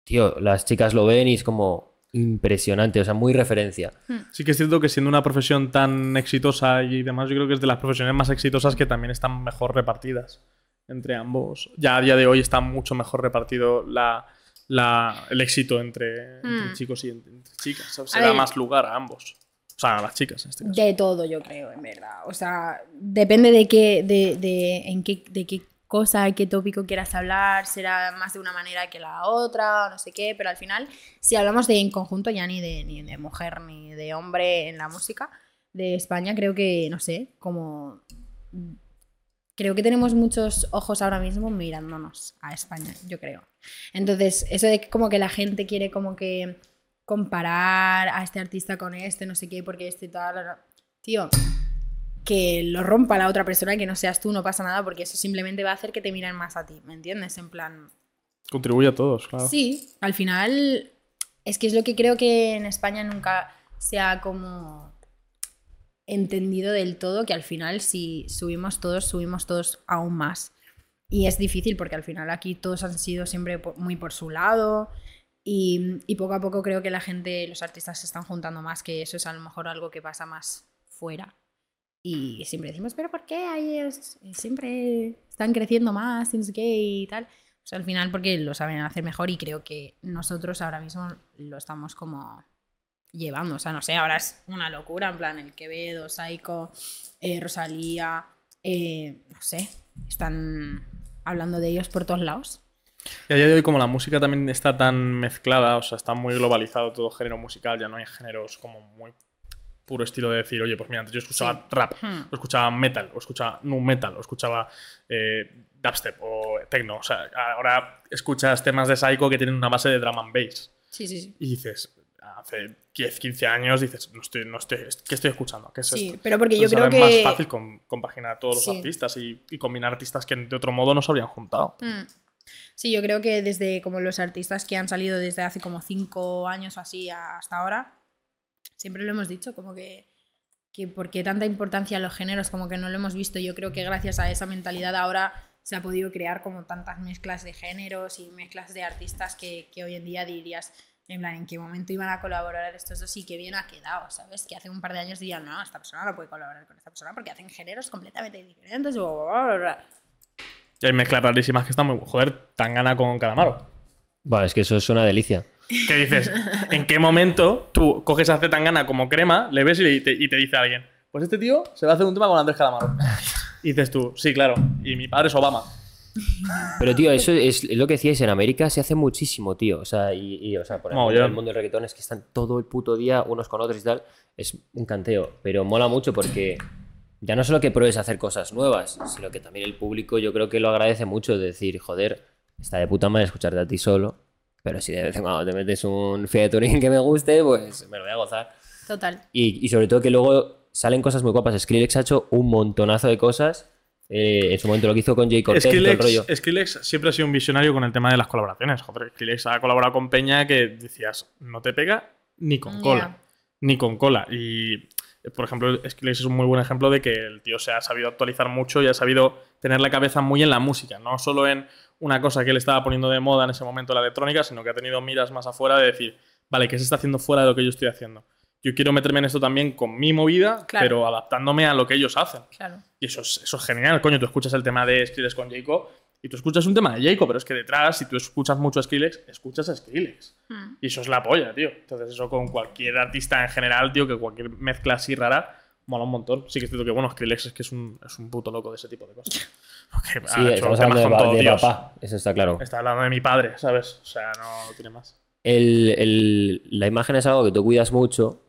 tío, las chicas lo ven y es como impresionante, o sea, muy referencia. Sí que es cierto que siendo una profesión tan exitosa y demás, yo creo que es de las profesiones más exitosas que también están mejor repartidas entre ambos. Ya a día de hoy está mucho mejor repartido la, la- el éxito entre, entre Mm. chicos y entre, entre chicas. ¿sabes? A Se da ver. más lugar a ambos. O sea, a las chicas en este caso. De todo, yo creo, en verdad. O sea, depende de qué, de, de- en qué, de qué cosas, qué tópico quieras hablar, será más de una manera que la otra, o no sé qué, pero al final, si hablamos de en conjunto, ya ni de, ni de mujer ni de hombre en la música de España, creo que, no sé, como... Creo que tenemos muchos ojos ahora mismo mirándonos a España, yo creo. Entonces, eso de que como que la gente quiere como que comparar a este artista con este, no sé qué, porque este tal... la, la. Tío, que lo rompa la otra persona, que no seas tú, no pasa nada, porque eso simplemente va a hacer que te miren más a ti, ¿me entiendes? En plan... Contribuye a todos, claro. Sí, al final es que es lo que creo que en España nunca se ha como entendido del todo, que al final si subimos todos, subimos todos aún más. Y es difícil porque al final aquí todos han sido siempre po- muy por su lado y, y poco a poco creo que la gente, los artistas se están juntando más, que eso es a lo mejor algo que pasa más fuera. Y siempre decimos, pero ¿por qué ahí es- siempre están creciendo más y no sé qué y tal? O sea, al final porque lo saben hacer mejor y creo que nosotros ahora mismo lo estamos como llevando. O sea, no sé, ahora es una locura, en plan, el Quevedo, Saiko, eh, Rosalía, eh, no sé, están hablando de ellos por todos lados. Y a día de hoy, como la música también está tan mezclada, o sea, está muy globalizado todo género musical, ya no hay géneros como muy puro estilo de decir, oye, pues mira, antes yo escuchaba Sí. trap, Hmm. o escuchaba metal, o escuchaba nu metal, o escuchaba eh, dubstep o techno. O sea, ahora escuchas temas de Psycho que tienen una base de drum and bass. Sí, sí, sí. Y dices, hace 10, 15 años, dices, no estoy, no estoy, ¿qué estoy escuchando? ¿Qué es Sí, Pues esto? pero porque yo Entonces, creo ahora que- Es más fácil com- compaginar a todos Sí. los artistas y, y combinar artistas que de otro modo no se habrían juntado. Mm. Sí, yo creo que desde como los artistas que han salido desde hace como cinco años o así a- hasta ahora, siempre lo hemos dicho, como que, que por qué tanta importancia a los géneros, como que no lo hemos visto. Yo creo que gracias a esa mentalidad ahora se ha podido crear como tantas mezclas de géneros y mezclas de artistas que, que hoy en día dirías, en plan, en qué momento iban a colaborar estos dos y qué bien ha quedado, ¿sabes? Que hace un par de años dirían, no, esta persona no puede colaborar con esta persona porque hacen géneros completamente diferentes. bla, bla, bla, bla". Y hay mezclas rarísimas que están muy. Joder, Tangana con Calamaro. Buah, es que eso es una delicia. Que dices, ¿en qué momento tú coges a C. Tangana como crema, le ves y te, y te dice alguien, pues este tío se va a hacer un tema con Andrés Calamaro? *laughs* Y dices tú, sí, claro, y mi padre es Obama. Pero, tío, eso es lo que decíais, en América se hace muchísimo, tío. O sea, y, y, o sea, por ejemplo, Mogollón. el mundo del reggaetón es que están todo el puto día unos con otros y tal. Es un canteo, pero mola mucho porque ya no solo que pruebes a hacer cosas nuevas, sino que también el público yo creo que lo agradece mucho. Es decir, joder, está de puta madre escucharte a ti solo, pero si de vez en cuando te metes un featuring que me guste, pues me lo voy a gozar. Total. Y, y sobre todo que luego salen cosas muy guapas. Skrillex ha hecho un montonazo de cosas. Eh, en su momento lo que hizo con Jay Cortez, todo el rollo. Skrillex, Skrillex siempre ha sido un visionario con el tema de las colaboraciones. Joder, Skrillex ha colaborado con Peña que decías, no te pega ni con Ya. cola. Ni con cola. Y, eh, por ejemplo, Skrillex es un muy buen ejemplo de que el tío se ha sabido actualizar mucho y ha sabido tener la cabeza muy en la música. No solo en una cosa que le estaba poniendo de moda en ese momento la electrónica, sino que ha tenido miras más afuera de decir, vale, ¿qué se está haciendo fuera de lo que yo estoy haciendo? Yo quiero meterme en esto también con mi movida, Claro. pero adaptándome a lo que ellos hacen. Claro. Y eso es, eso es genial, coño. Tú escuchas el tema de Skrillex con Jacob y tú escuchas un tema de Jacob, pero es que detrás, si tú escuchas mucho a Skrillex, escuchas a Skrillex. Mm. Y eso es la polla, tío. Entonces, eso con cualquier artista en general, tío, que cualquier mezcla así rara, mola un montón. Sí que es cierto que, bueno, Skrillex es que es un, es un puto loco de ese tipo de cosas. *laughs* Porque ha Sí, hecho estamos temas hablando de, con pa- todo de Dios. papá, eso está claro. Está hablando de mi padre, ¿sabes? O sea, no, no tiene más. El- el- la imagen es algo que tú cuidas mucho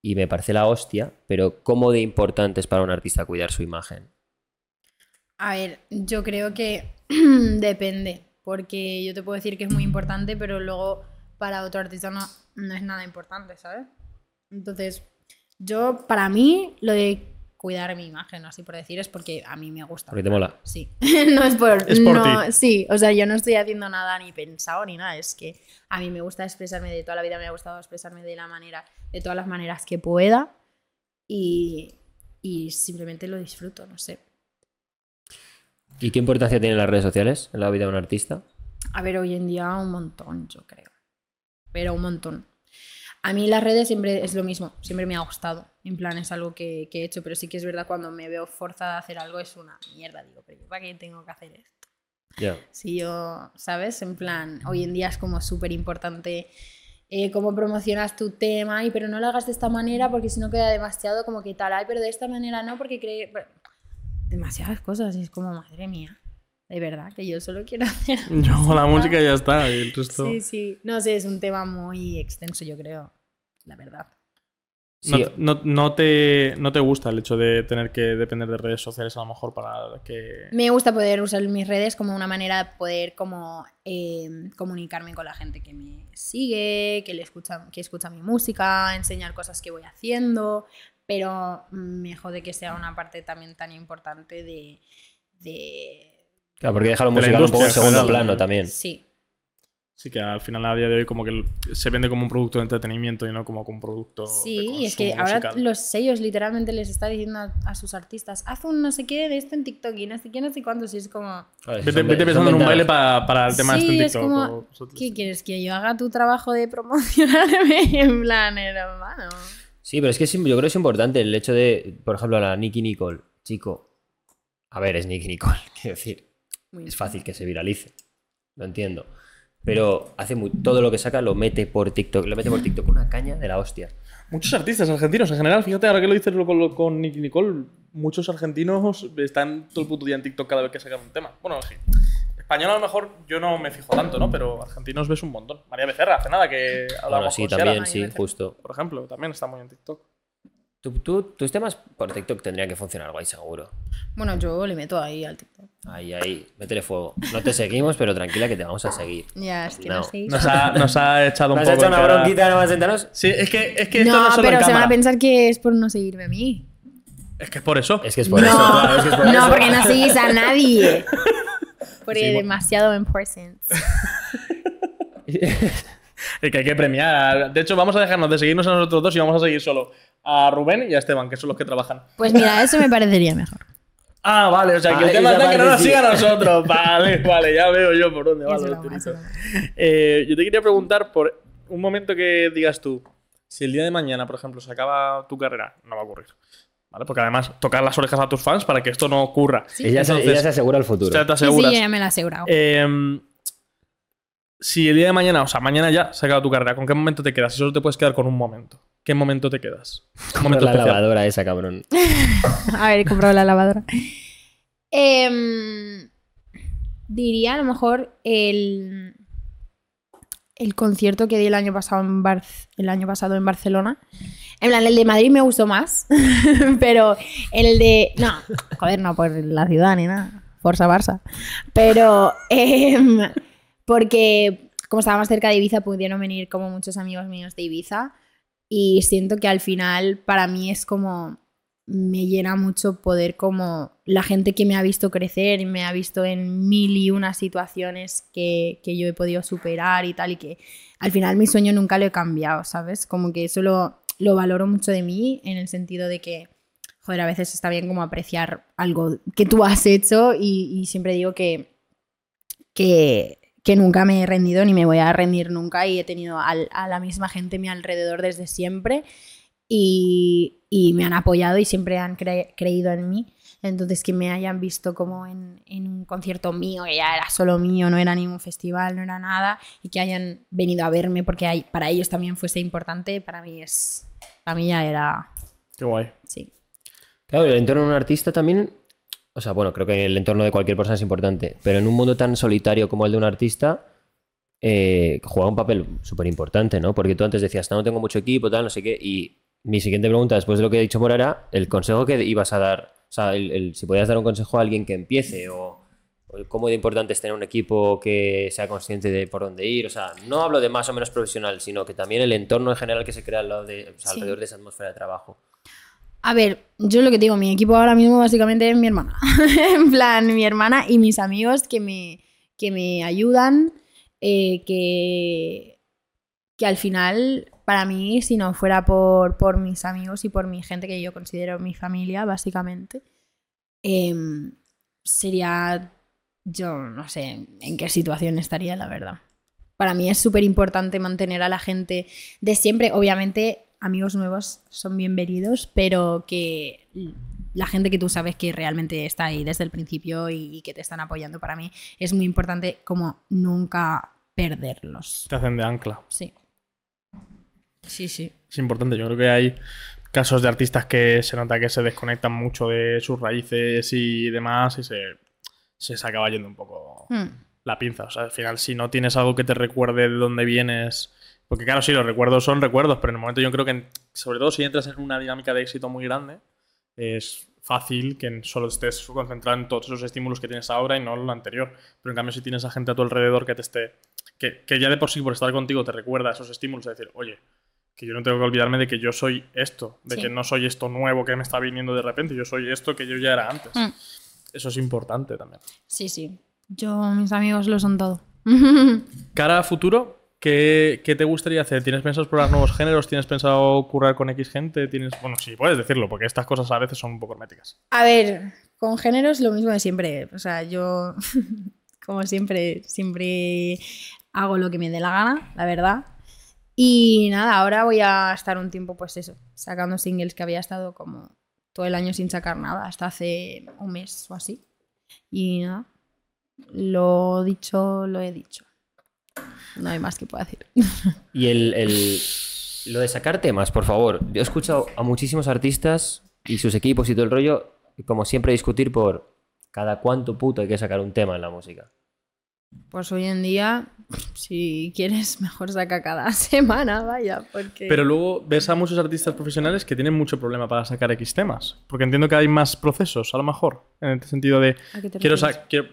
y me parece la hostia, pero ¿cómo de importante es para un artista cuidar su imagen? A ver, yo creo que *clears throat* depende, porque yo te puedo decir que es muy importante, pero luego para otro artista no, no es nada importante, ¿sabes? Entonces, yo, para mí, lo de cuidar mi imagen, así por decir, es porque a mí me gusta. Porque te mola. Sí, *laughs* no es por... Es por no, ti. Sí, o sea, yo no estoy haciendo nada ni pensado ni nada, es que a mí me gusta expresarme de toda la vida, me ha gustado expresarme de la manera, de todas las maneras que pueda y, y simplemente lo disfruto, no sé. ¿Y qué importancia tienen las redes sociales en la vida de un artista? A ver, hoy en día un montón, yo creo. Pero un montón. A mí las redes siempre es lo mismo, siempre me ha gustado. En plan, es algo que, que he hecho, pero sí que es verdad, cuando me veo forzada a hacer algo es una mierda. Digo, pero yo ¿para qué tengo que hacer esto? Ya. Si yo, ¿sabes? En plan, hoy en día es como súper importante eh, cómo promocionas tu tema, y pero no lo hagas de esta manera porque si no queda demasiado como que tal, ay, pero de esta manera no, porque cree... Demasiadas cosas, y es como, madre mía. De verdad, que yo solo quiero *laughs* hacer. Yo con la música ya está. Y el resto... Sí, sí. No sé, es un tema muy extenso, yo creo. La verdad. No, Sí. no- no te, no te gusta el hecho de tener que depender de redes sociales a lo mejor para que... Me gusta poder usar mis redes como una manera de poder como eh, comunicarme con la gente que me sigue, que le escucha, que escucha mi música, enseñar cosas que voy haciendo, pero me jode que sea una parte también tan importante de, de Claro, porque deja la De la música un poco en industria, segundo claro. plano también. sí, Sí, que al final a día de hoy como que se vende como un producto de entretenimiento y no como un producto de Sí, y es que consumo ahora musical. los sellos literalmente les está diciendo a, a sus artistas, haz un no sé qué de esto en TikTok y no sé qué, no sé cuánto, y es como, Joder, Vete, son- vete son pensando en un ventanas. baile para, para el tema Sí, este en es TikTok. como, o vosotros. ¿qué quieres? ¿Que yo haga tu trabajo de promocionarme? *laughs* en plan, hermano. Sí, pero es que es- yo creo que es importante el hecho de, por ejemplo, la Nicky Nicole, chico. A ver, es Nicky Nicole, *laughs* quiero decir. Muy es bien. fácil que se viralice. Lo entiendo. Pero hace mu- todo lo que saca lo mete por TikTok. Lo mete por TikTok con una caña de la hostia. Muchos artistas argentinos en general, fíjate, ahora que lo dices lo- con, lo- con Nicky Nicole, muchos argentinos están todo el puto día en TikTok cada vez que sacan un tema. Bueno, sí. Español a lo mejor yo no me fijo tanto, ¿no? Pero argentinos ves un montón. María Becerra, hace nada que Bueno, hablamos sí, con Ciara, también, Ay, sí, me- justo. por ejemplo, también está muy en TikTok. Tú- tú- tus temas por TikTok tendrían que funcionar guay, seguro. Bueno, yo le meto ahí al TikTok. Ahí, ahí, métele fuego. No te seguimos, pero tranquila que te vamos a seguir. Ya, es que No. no, sé. Nos ha, nos ha echado un ¿Nos poco. has hecho en una cara. bronquita nada más sentarnos? Sí, es que, es que esto no, No, solo pero en se van a cámara. pensar que es por no seguirme a mí. Es que es por eso. Es que es por no, eso. claro, es que es por no, eso. porque no seguís *laughs* a nadie. Porque Sí, bueno. demasiado important. Es que hay que premiar. De hecho, vamos a dejarnos de seguirnos a nosotros dos y vamos a seguir solo a Rubén y a Esteban, que son los que trabajan. Pues mira, eso me parecería mejor. Ah, vale, o sea, que Ah, el tema esa está en que no parte nos sí. siga a nosotros. Vale, vale, ya veo yo por dónde van Es los broma, es tiritos. broma. Eh, yo te quería preguntar por un momento que digas tú, si el día de mañana, por ejemplo, se acaba tu carrera, no va a ocurrir. ¿Vale? Porque además, tocar las orejas a tus fans para que esto no ocurra. Ella, se, Entonces, ella se asegura el O futuro. sea, te Sí, sí, aseguras. ya me lo he asegurado. Eh, si el día de mañana, o sea, mañana ya se acaba tu carrera, ¿con qué momento te quedas? Si solo te puedes quedar con un momento. ¿Qué momento te quedas? Un Compra momento la especial. lavadora esa, cabrón. *laughs* A ver, he comprado la lavadora. Em, diría a lo mejor el, el concierto que di el año pasado en, Bar- el año pasado en Barcelona. En plan, el de Madrid me gustó más, *laughs* pero el de... No, joder, no por la ciudad ni nada. Forza Barça. Pero... em, porque como estaba más cerca de Ibiza pudieron venir como muchos amigos míos de Ibiza y siento que al final para mí es como me llena mucho poder como la gente que me ha visto crecer y me ha visto en mil y unas situaciones que, que yo he podido superar y tal y que al final mi sueño nunca lo he cambiado, ¿sabes? Como que eso lo, lo valoro mucho de mí en el sentido de que, joder, a veces está bien como apreciar algo que tú has hecho y, y siempre digo que, que, que nunca me he rendido ni me voy a rendir nunca y he tenido al- a la misma gente a mi alrededor desde siempre y, y me han apoyado y siempre han cre- creído en mí. Entonces que me hayan visto como en, en un concierto mío, que ya era solo mío, no era ningún festival, no era nada, y que hayan venido a verme porque hay- para ellos también fuese importante, para mí es... Para mí ya era... Qué guay. Sí. Claro, el entorno de un artista también. O sea, bueno, creo que el entorno de cualquier persona es importante. Pero en un mundo tan solitario como el de un artista, eh, juega un papel súper importante, ¿no? Porque tú antes decías, no tengo mucho equipo, tal, no sé qué. Y mi siguiente pregunta, después de lo que ha dicho Mora, era el consejo que ibas a dar. O sea, el- el- si podías dar un consejo a alguien que empiece o. o ¿Cómo de importante es tener un equipo que sea consciente de por dónde ir? O sea, no hablo de más o menos profesional, sino que también el entorno en general que se crea al lado de, o sea, Sí. alrededor de esa atmósfera de trabajo. A ver, yo lo que te digo, mi equipo ahora mismo básicamente es mi hermana. *laughs* en plan, mi hermana y mis amigos que me, que me ayudan, eh, que, que al final, para mí, si no fuera por, por mis amigos y por mi gente que yo considero mi familia, básicamente, em, sería, yo no sé en qué situación estaría, la verdad. Para mí es súper importante mantener a la gente de siempre, obviamente, amigos nuevos son bienvenidos, pero que la gente que tú sabes que realmente está ahí desde el principio y, y que te están apoyando, para mí es muy importante como nunca perderlos. Te hacen de ancla. Sí. Sí, sí. Es importante. Yo creo que hay casos de artistas que se nota que se desconectan mucho de sus raíces y demás y se, se se acaba yendo un poco Hmm. la pinza. O sea, al final, si no tienes algo que te recuerde de dónde vienes. Porque, claro, sí, los recuerdos son recuerdos, pero en el momento yo creo que, en- sobre todo si entras en una dinámica de éxito muy grande, es fácil que en- solo estés concentrado en todos esos estímulos que tienes ahora y no en lo anterior. Pero en cambio, si tienes a gente a tu alrededor que te esté. que, que ya de por sí, por estar contigo, te recuerda esos estímulos, es decir, oye, que yo no tengo que olvidarme de que yo soy esto, de Sí. que no soy esto nuevo que me está viniendo de repente, yo soy esto que yo ya era antes. Mm. Eso es importante también. Sí, sí. Yo, mis amigos lo son todo. Cara a futuro, ¿qué, qué te gustaría hacer? ¿Tienes pensado explorar nuevos géneros? ¿Tienes pensado currar con X gente? ¿Tienes... Bueno, sí, puedes decirlo, porque estas cosas a veces son un poco herméticas. A ver, con géneros lo mismo de siempre. O sea, yo, *laughs* como siempre, siempre hago lo que me dé la gana, la verdad. Y nada, ahora voy a estar un tiempo, pues eso, sacando singles que había estado como todo el año sin sacar nada, hasta hace un mes o así. Y nada, lo dicho, lo he dicho. No hay más que pueda decir. Y el, el- lo de sacar temas, por favor. Yo he escuchado a muchísimos artistas y sus equipos y todo el rollo, y como siempre, discutir por cada cuánto puto hay que sacar un tema en la música. Pues hoy en día, si quieres, *laughs* mejor saca cada semana, vaya, porque... Pero luego ves a muchos artistas profesionales que tienen mucho problema para sacar X temas, porque entiendo que hay más procesos, a lo mejor, en el sentido de... ¿A qué te quiero, refieres? sa- quiero-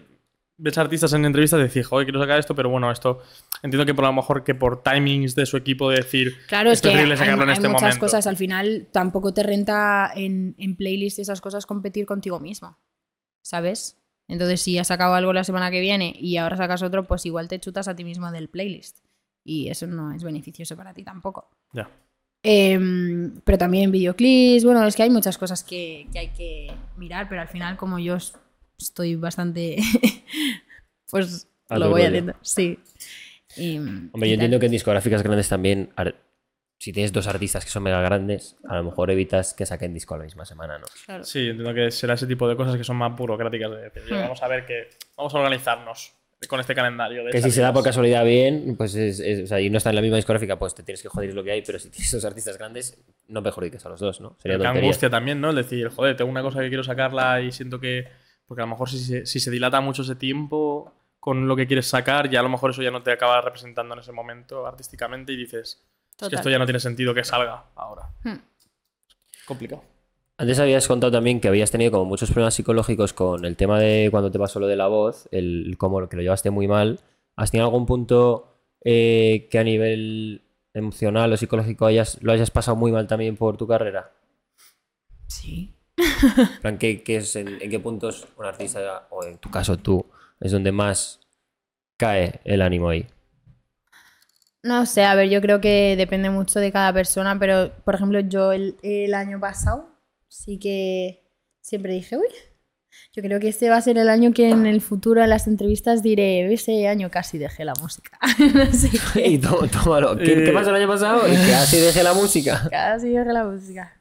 ves artistas en entrevistas y decir, joder, quiero sacar esto, pero bueno, esto entiendo que por lo mejor que por timings de su equipo de decir, Claro, es es que hay, terrible sacarlo en hay este muchas momento. cosas. Al final tampoco te renta en, en playlist y esas cosas competir contigo mismo, ¿sabes? Entonces, si has sacado algo la semana que viene y ahora sacas otro, pues igual te chutas a ti mismo del playlist. Y eso no es beneficioso para ti tampoco. Ya. Em, pero también videoclips, bueno, es que hay muchas cosas que, que hay que mirar, pero al final como yo s- estoy bastante... *laughs* pues A lo tu voy rollo. haciendo, sí. Em, Hombre, y yo tal. entiendo que en discográficas grandes también, ar- si tienes dos artistas que son mega grandes, a lo mejor evitas que saquen disco a la misma semana, ¿no? Claro. Sí, entiendo que será ese tipo de cosas que son más burocráticas de decir, Hmm. vamos a ver que vamos a organizarnos con este calendario. De Que si se da salidas". por casualidad bien, pues es, es- o sea, y no está en la misma discográfica, pues te tienes que joder lo que hay, pero si tienes dos artistas grandes, no perjudiques a los dos, ¿no? Sería Pero Qué tontería. angustia también, ¿no? El decir, joder, tengo una cosa que quiero sacarla y siento que. Porque a lo mejor si se, si se dilata mucho ese tiempo con lo que quieres sacar, ya a lo mejor eso ya no te acaba representando en ese momento artísticamente y dices, es que Total. esto ya no tiene sentido que salga ahora. Hmm. Complicado. Antes habías contado también que habías tenido como muchos problemas psicológicos con el tema de cuando te pasó lo de la voz, el cómo lo- que lo llevaste muy mal. ¿Has tenido algún punto eh, que a nivel emocional o psicológico hayas, lo hayas pasado muy mal también por tu carrera? Sí. En plan, ¿qué- qué es- en, en qué puntos un artista, o en tu caso tú, es donde más cae el ánimo ahí? *laughs* No sé, a ver, yo creo que depende mucho de cada persona, pero por ejemplo, yo el, el año pasado sí que siempre dije, uy, yo creo que este va a ser el año que en el futuro en las entrevistas diré, ese año casi dejé la música. *laughs* Así que Y tó- tómalo. ¿Qué, Eh. Eh, qué pasó el año pasado? Y que así dejé la *laughs* música. casi dejé la música.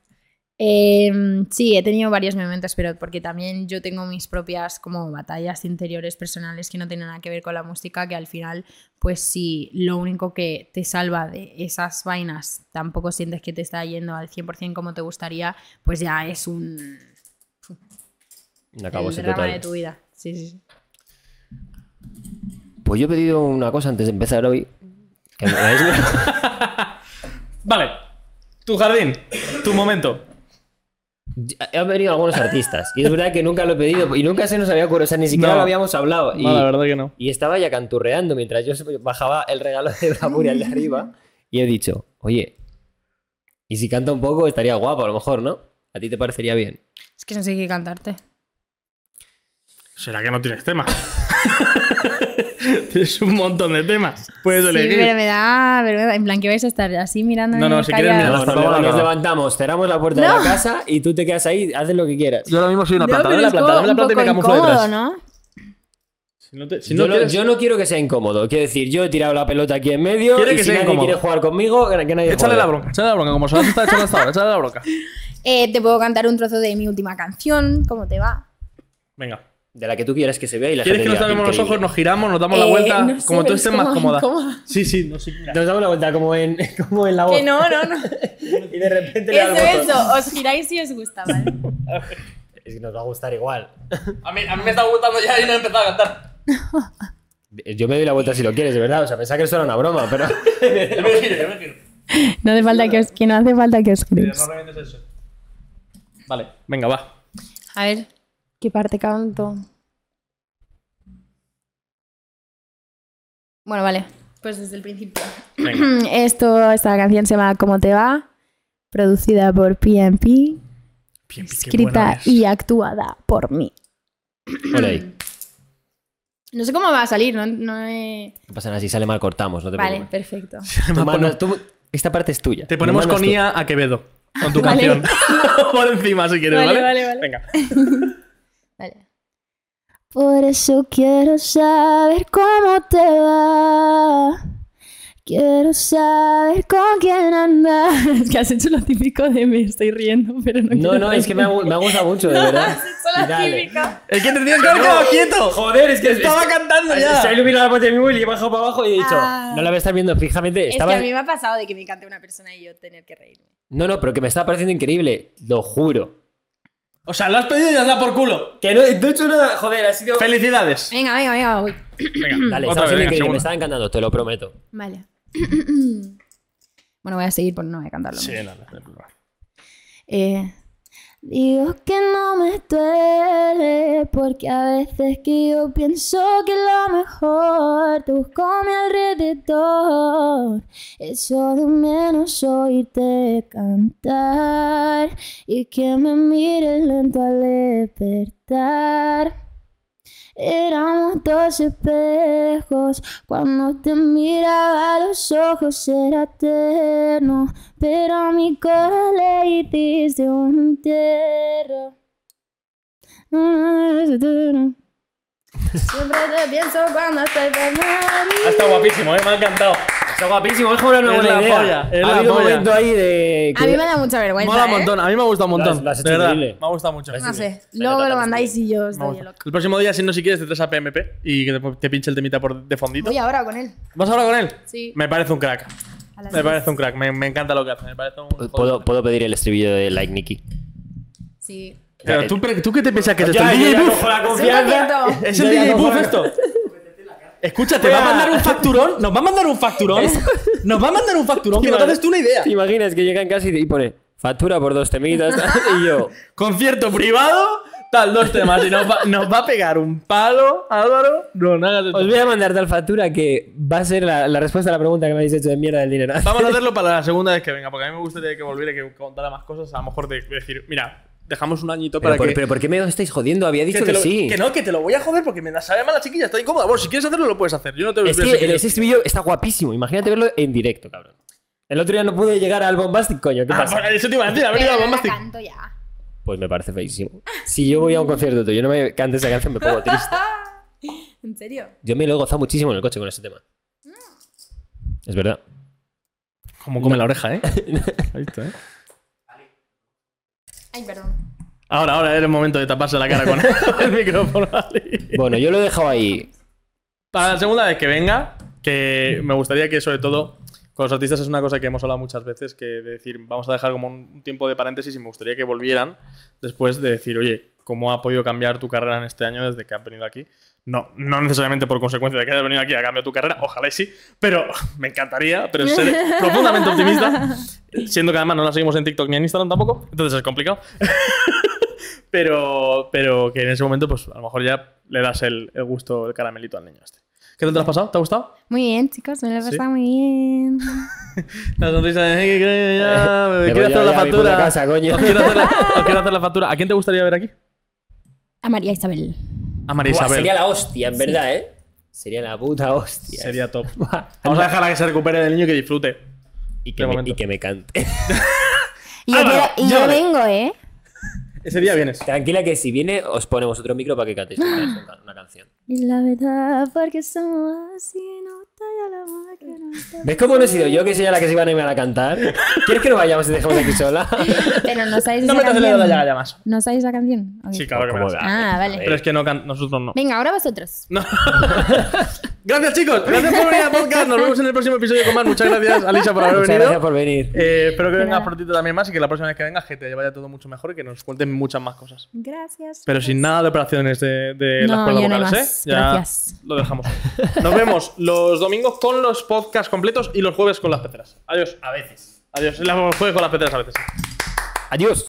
Em, sí, he tenido varios momentos, pero porque también yo tengo mis propias como batallas interiores personales que no tienen nada que ver con la música, que al final pues si lo único que te salva de esas vainas tampoco sientes que te está yendo al 100% como te gustaría, pues ya es un Acabó el drama de tu vida. Sí, sí, sí. Pues yo he pedido una cosa antes de empezar hoy. que me la habéis- Vale. Tu jardín, tu momento. Han venido algunos artistas. Y es verdad que nunca lo he pedido. Y nunca se nos había ocurrido. O sea, ni siquiera No. lo habíamos hablado. Y, No, la verdad que no. y estaba ya canturreando mientras yo bajaba el regalo de Bravura al de arriba. Y he dicho, oye, y si canta un poco estaría guapo a lo mejor, ¿no? A ti te parecería bien. Es que no sé qué cantarte. ¿Será que no *laughs* tienes tema? tienes un montón de temas. Puedes Sí, elegir. ¿eh? pero me da vergüenza. En plan, que vais a estar así mirando No, no, si quieres mira, Nos, no, no, vamos, no, no. nos levantamos, cerramos la puerta de la casa y tú te quedas ahí, haces lo que quieras. Yo ahora mismo soy una No, planta. Dame pero la es planta, como dame la un planta y poco me camuflo incómodo, detrás. ¿no? Si no te- si no Yo no, quieres- yo no quiero que sea incómodo. Quiero decir, yo he tirado la pelota aquí en medio. Quiere y que si sea nadie incómodo. quiere jugar conmigo, que, Eh, que nadie Échale juegue. la bronca, échale la bronca. Como se las está echando hasta ahora, échale la bronca. Eh, te puedo cantar un trozo de mi última canción, ¿cómo te va? Venga. De la que tú quieras que se vea y la ¿Quieres que nos gente diga, tapemos los "Increíble". ojos, nos giramos, nos damos la Eh, vuelta? no sé, como tú pero estés es más como cómoda. incómodo. Sí, sí, no sé. mira. Nos damos la vuelta como en, como en la voz. Que no, no, no. Y de repente le da Eso, el botón. eso. Os giráis si os gusta, ¿vale? Es que nos va a gustar igual. A mí, a mí me está gustando ya y no he empezado a cantar. *laughs* Yo me doy la vuelta si lo quieres, de verdad. O sea, pensaba que eso era una broma, *laughs* pero. Yo me giro, yo me giro. No hace falta que os, que no hace falta que os Mira, grips. No revientes eso. Vale, venga, va. A ver, ¿qué parte canto? Bueno, vale. Pues desde el principio. *clears throat* Venga. Mm, Esto, esta canción se llama ¿Cómo te va? Producida por PMP, Bien, qué buena escrita es. y actuada por mí. Hola ahí. No sé cómo va a salir, no, no he- No pasa nada, si sale mal cortamos, no te Vale, preocupes. *laughs* perfecto. Tu mano- tú- esta parte es tuya. Te ponemos Mi mano con es tu- IA a Quevedo. Con tu Vale. canción. *laughs* *laughs* Por encima, si quieres, Vale, ¿vale? vale, vale. Venga. Vale. Por eso quiero saber cómo te va. Quiero saber con quién andas. *laughs* Es que has hecho lo típico de me estoy riendo, pero no No, quiero no, es que me ha, reírme. gu- me ha gustado mucho, de verdad. *laughs* *laughs* Has hecho la Y dale. típica. Es que te tienes que haber quedado quieto. Joder, es que Estaba cantando Se ha ya. iluminado la parte de mi móvil y he bajado para abajo y he dicho, Ah. no la voy a estar viendo fijamente. Estaba... Es que a mí me ha pasado de que me cante una persona y yo tener que reírme. No, no, pero que me estaba pareciendo increíble, lo juro. O sea, lo has pedido y ya da por culo. Que no, no he hecho nada, joder, ha sido... Felicidades. Venga, venga, venga, voy. *clears throat* Mm. Venga, Dale, otra vez, estaba siendo venga, increíble, me segunda. estaba encantando, te lo prometo. Vale. bueno, voy a seguir por no voy a cantarlo. Sí, mucho. no, no, no, no. Eh, Digo que no me duele porque a veces que yo pienso que lo mejor te busco a mi alrededor. Eso de menos oírte cantar y que me mires lento al despertar. Éramos dos espejos, cuando te miraba a los ojos era eterno, pero a mi cora le hiciste un entierro. *laughs* Siempre te pienso cuando estoy Ha con estado guapísimo, ¿eh? Me ha encantado. Está guapísimo, es como una Es buena la idea. polla, es ha la habido un polla. momento ahí de... que- da mucha vergüenza. Mola un montón. A mí me ha gustado un Lo has- montón. lo has hecho de verdad. increíble. Me ha gustado mucho. ¿eh? No sé, Venga, luego lo tratamos. mandáis y yo Me ha estoy gustado. loco. El próximo día, si no, si quieres, te traes a PMP y que te, te pinche el temita por de fondito. Voy ahora con él. ¿Vas ahora con él? Sí. Me parece un crack. a las Me diez. parece un crack. Me, me encanta lo que hace. Me parece un. Eh, Pues, ¿Puedo, puedo pedir el estribillo de Like Nicky. Sí. Pero tú, pre- ¿tú qué te piensas que es esto? eh, Ya, ¿El yo DJ ya Buff? cojo la Soy confianza. contento. ¿Es el Yo ya DJ cojo Buff la- *laughs* esto? Escúchate, va a mandar un facturón. Nos va a mandar un facturón. *laughs* Nos va a mandar un facturón que no te haces tú una idea. ¿Te imaginas que llega en casa y y pone factura por dos temitas *laughs* y yo? Concierto privado, tal, dos temas. Y nos va, nos va a pegar un palo, Álvaro. No, nada de Os voy a mandar tal factura que va a ser la, la respuesta a la pregunta que me habéis hecho de mierda del dinero. Vamos a hacerlo para la segunda vez que venga, porque a mí me gustaría que volviera y que contara más cosas. A lo mejor de decir, mira, dejamos un añito *laughs* para Pero, por, que. pero ¿por qué me estáis jodiendo? Había dicho te que, lo- sí. que no, que te lo voy a joder porque me sabe mal la chiquilla, está incómoda. Bueno, si quieres hacerlo, lo puedes hacer. Yo no te voy a Es este que decir el- yo- Ah, ese estribillo está guapísimo. Imagínate verlo en directo, cabrón. El otro día no pude llegar al bombastic, coño. ¿Qué Ah, pasa? eso te iba a decir, ha venido Pero la no bomba. la canto ya. Pues me parece feísimo. Si yo voy a un concierto tuyo y no me cantes esa canción, me pongo triste. ¿En serio? Yo me lo he gozado muchísimo en el coche con ese tema. Es verdad. Como come la oreja, *laughs* ¿eh? Ahí está, ¿eh? Ay, perdón. Ahora, ahora era el momento de taparse la cara *laughs* con el micrófono. Ali. Bueno, yo lo he dejado ahí. Para la segunda vez que venga, que me gustaría que sobre todo con los artistas es una cosa que hemos hablado muchas veces, que de decir, vamos a dejar como un tiempo de paréntesis y me gustaría que volvieran después de decir, oye, ¿cómo ha podido cambiar tu carrera en este año desde que has venido aquí? No, no necesariamente por consecuencia de que hayas venido aquí ha cambiado tu carrera, ojalá y sí, pero *laughs* me encantaría, pero ser profundamente optimista, siendo que además no la seguimos en TikTok ni en Instagram tampoco, entonces es complicado. *laughs* pero, pero que en ese momento, pues a lo mejor ya le das el, el gusto, el caramelito al niño este. ¿Qué tal te lo has pasado? ¿Te ha gustado? Muy bien, chicos, me lo he ¿Sí? pasado muy bien. La sonrisa de... "Ay, que ya, Eh, Me voy *laughs* quiero hacer ya a la mi puta factura. casa, *laughs* coño. Os quiero hacer la- os quiero hacer la factura. ¿A quién te gustaría ver aquí? A María Isabel. A María Buah, Isabel. sería la hostia, en verdad, ¿eh? Sería la puta hostia. Sería top. Buah. Vamos a dejarla que se recupere del niño y que disfrute. Y De que, me, momento. y que me cante. Y yo, Ah, Álvaro, quiero- y yo llámale. vengo, ¿eh? Ese día vienes. Tranquila que si viene os ponemos otro micro para que cantéis *gasps* una, can- una canción. Y la verdad, porque somos así, no talla la máquina. ¿Ves cómo no he sido yo que soy a la que se iba a animar a cantar? ¿Quieres que nos vayamos y dejemos aquí *laughs* sola? Pero no sabéis No esa metas el canción. dedo en la llaga ya más. ¿No sabéis la canción? Ok. Sí, claro que me ¿Cómo la da? sé. Ah, A vale. ver. Pero es que no *laughs* can- nosotros no. Venga, ahora vosotros. No. Gracias, chicos. Gracias por venir al podcast. Nos vemos en el próximo episodio con más. Muchas gracias, Alicia, por haber Muchas venido. gracias por venir. Eh, espero que vengas nada. prontito también más y que la próxima vez que vengas que te vaya todo mucho mejor y que nos cuentes muchas más cosas. Gracias. pues. Pero sin nada de operaciones de, de las No, cuerdas ya no hay vocales, más. ¿eh? Ya Gracias. lo dejamos. Nos *laughs* vemos los domingos con los podcasts completos y los jueves con las peceras. Adiós. A veces. Adiós. Los jueves con las peceras a veces. Adiós.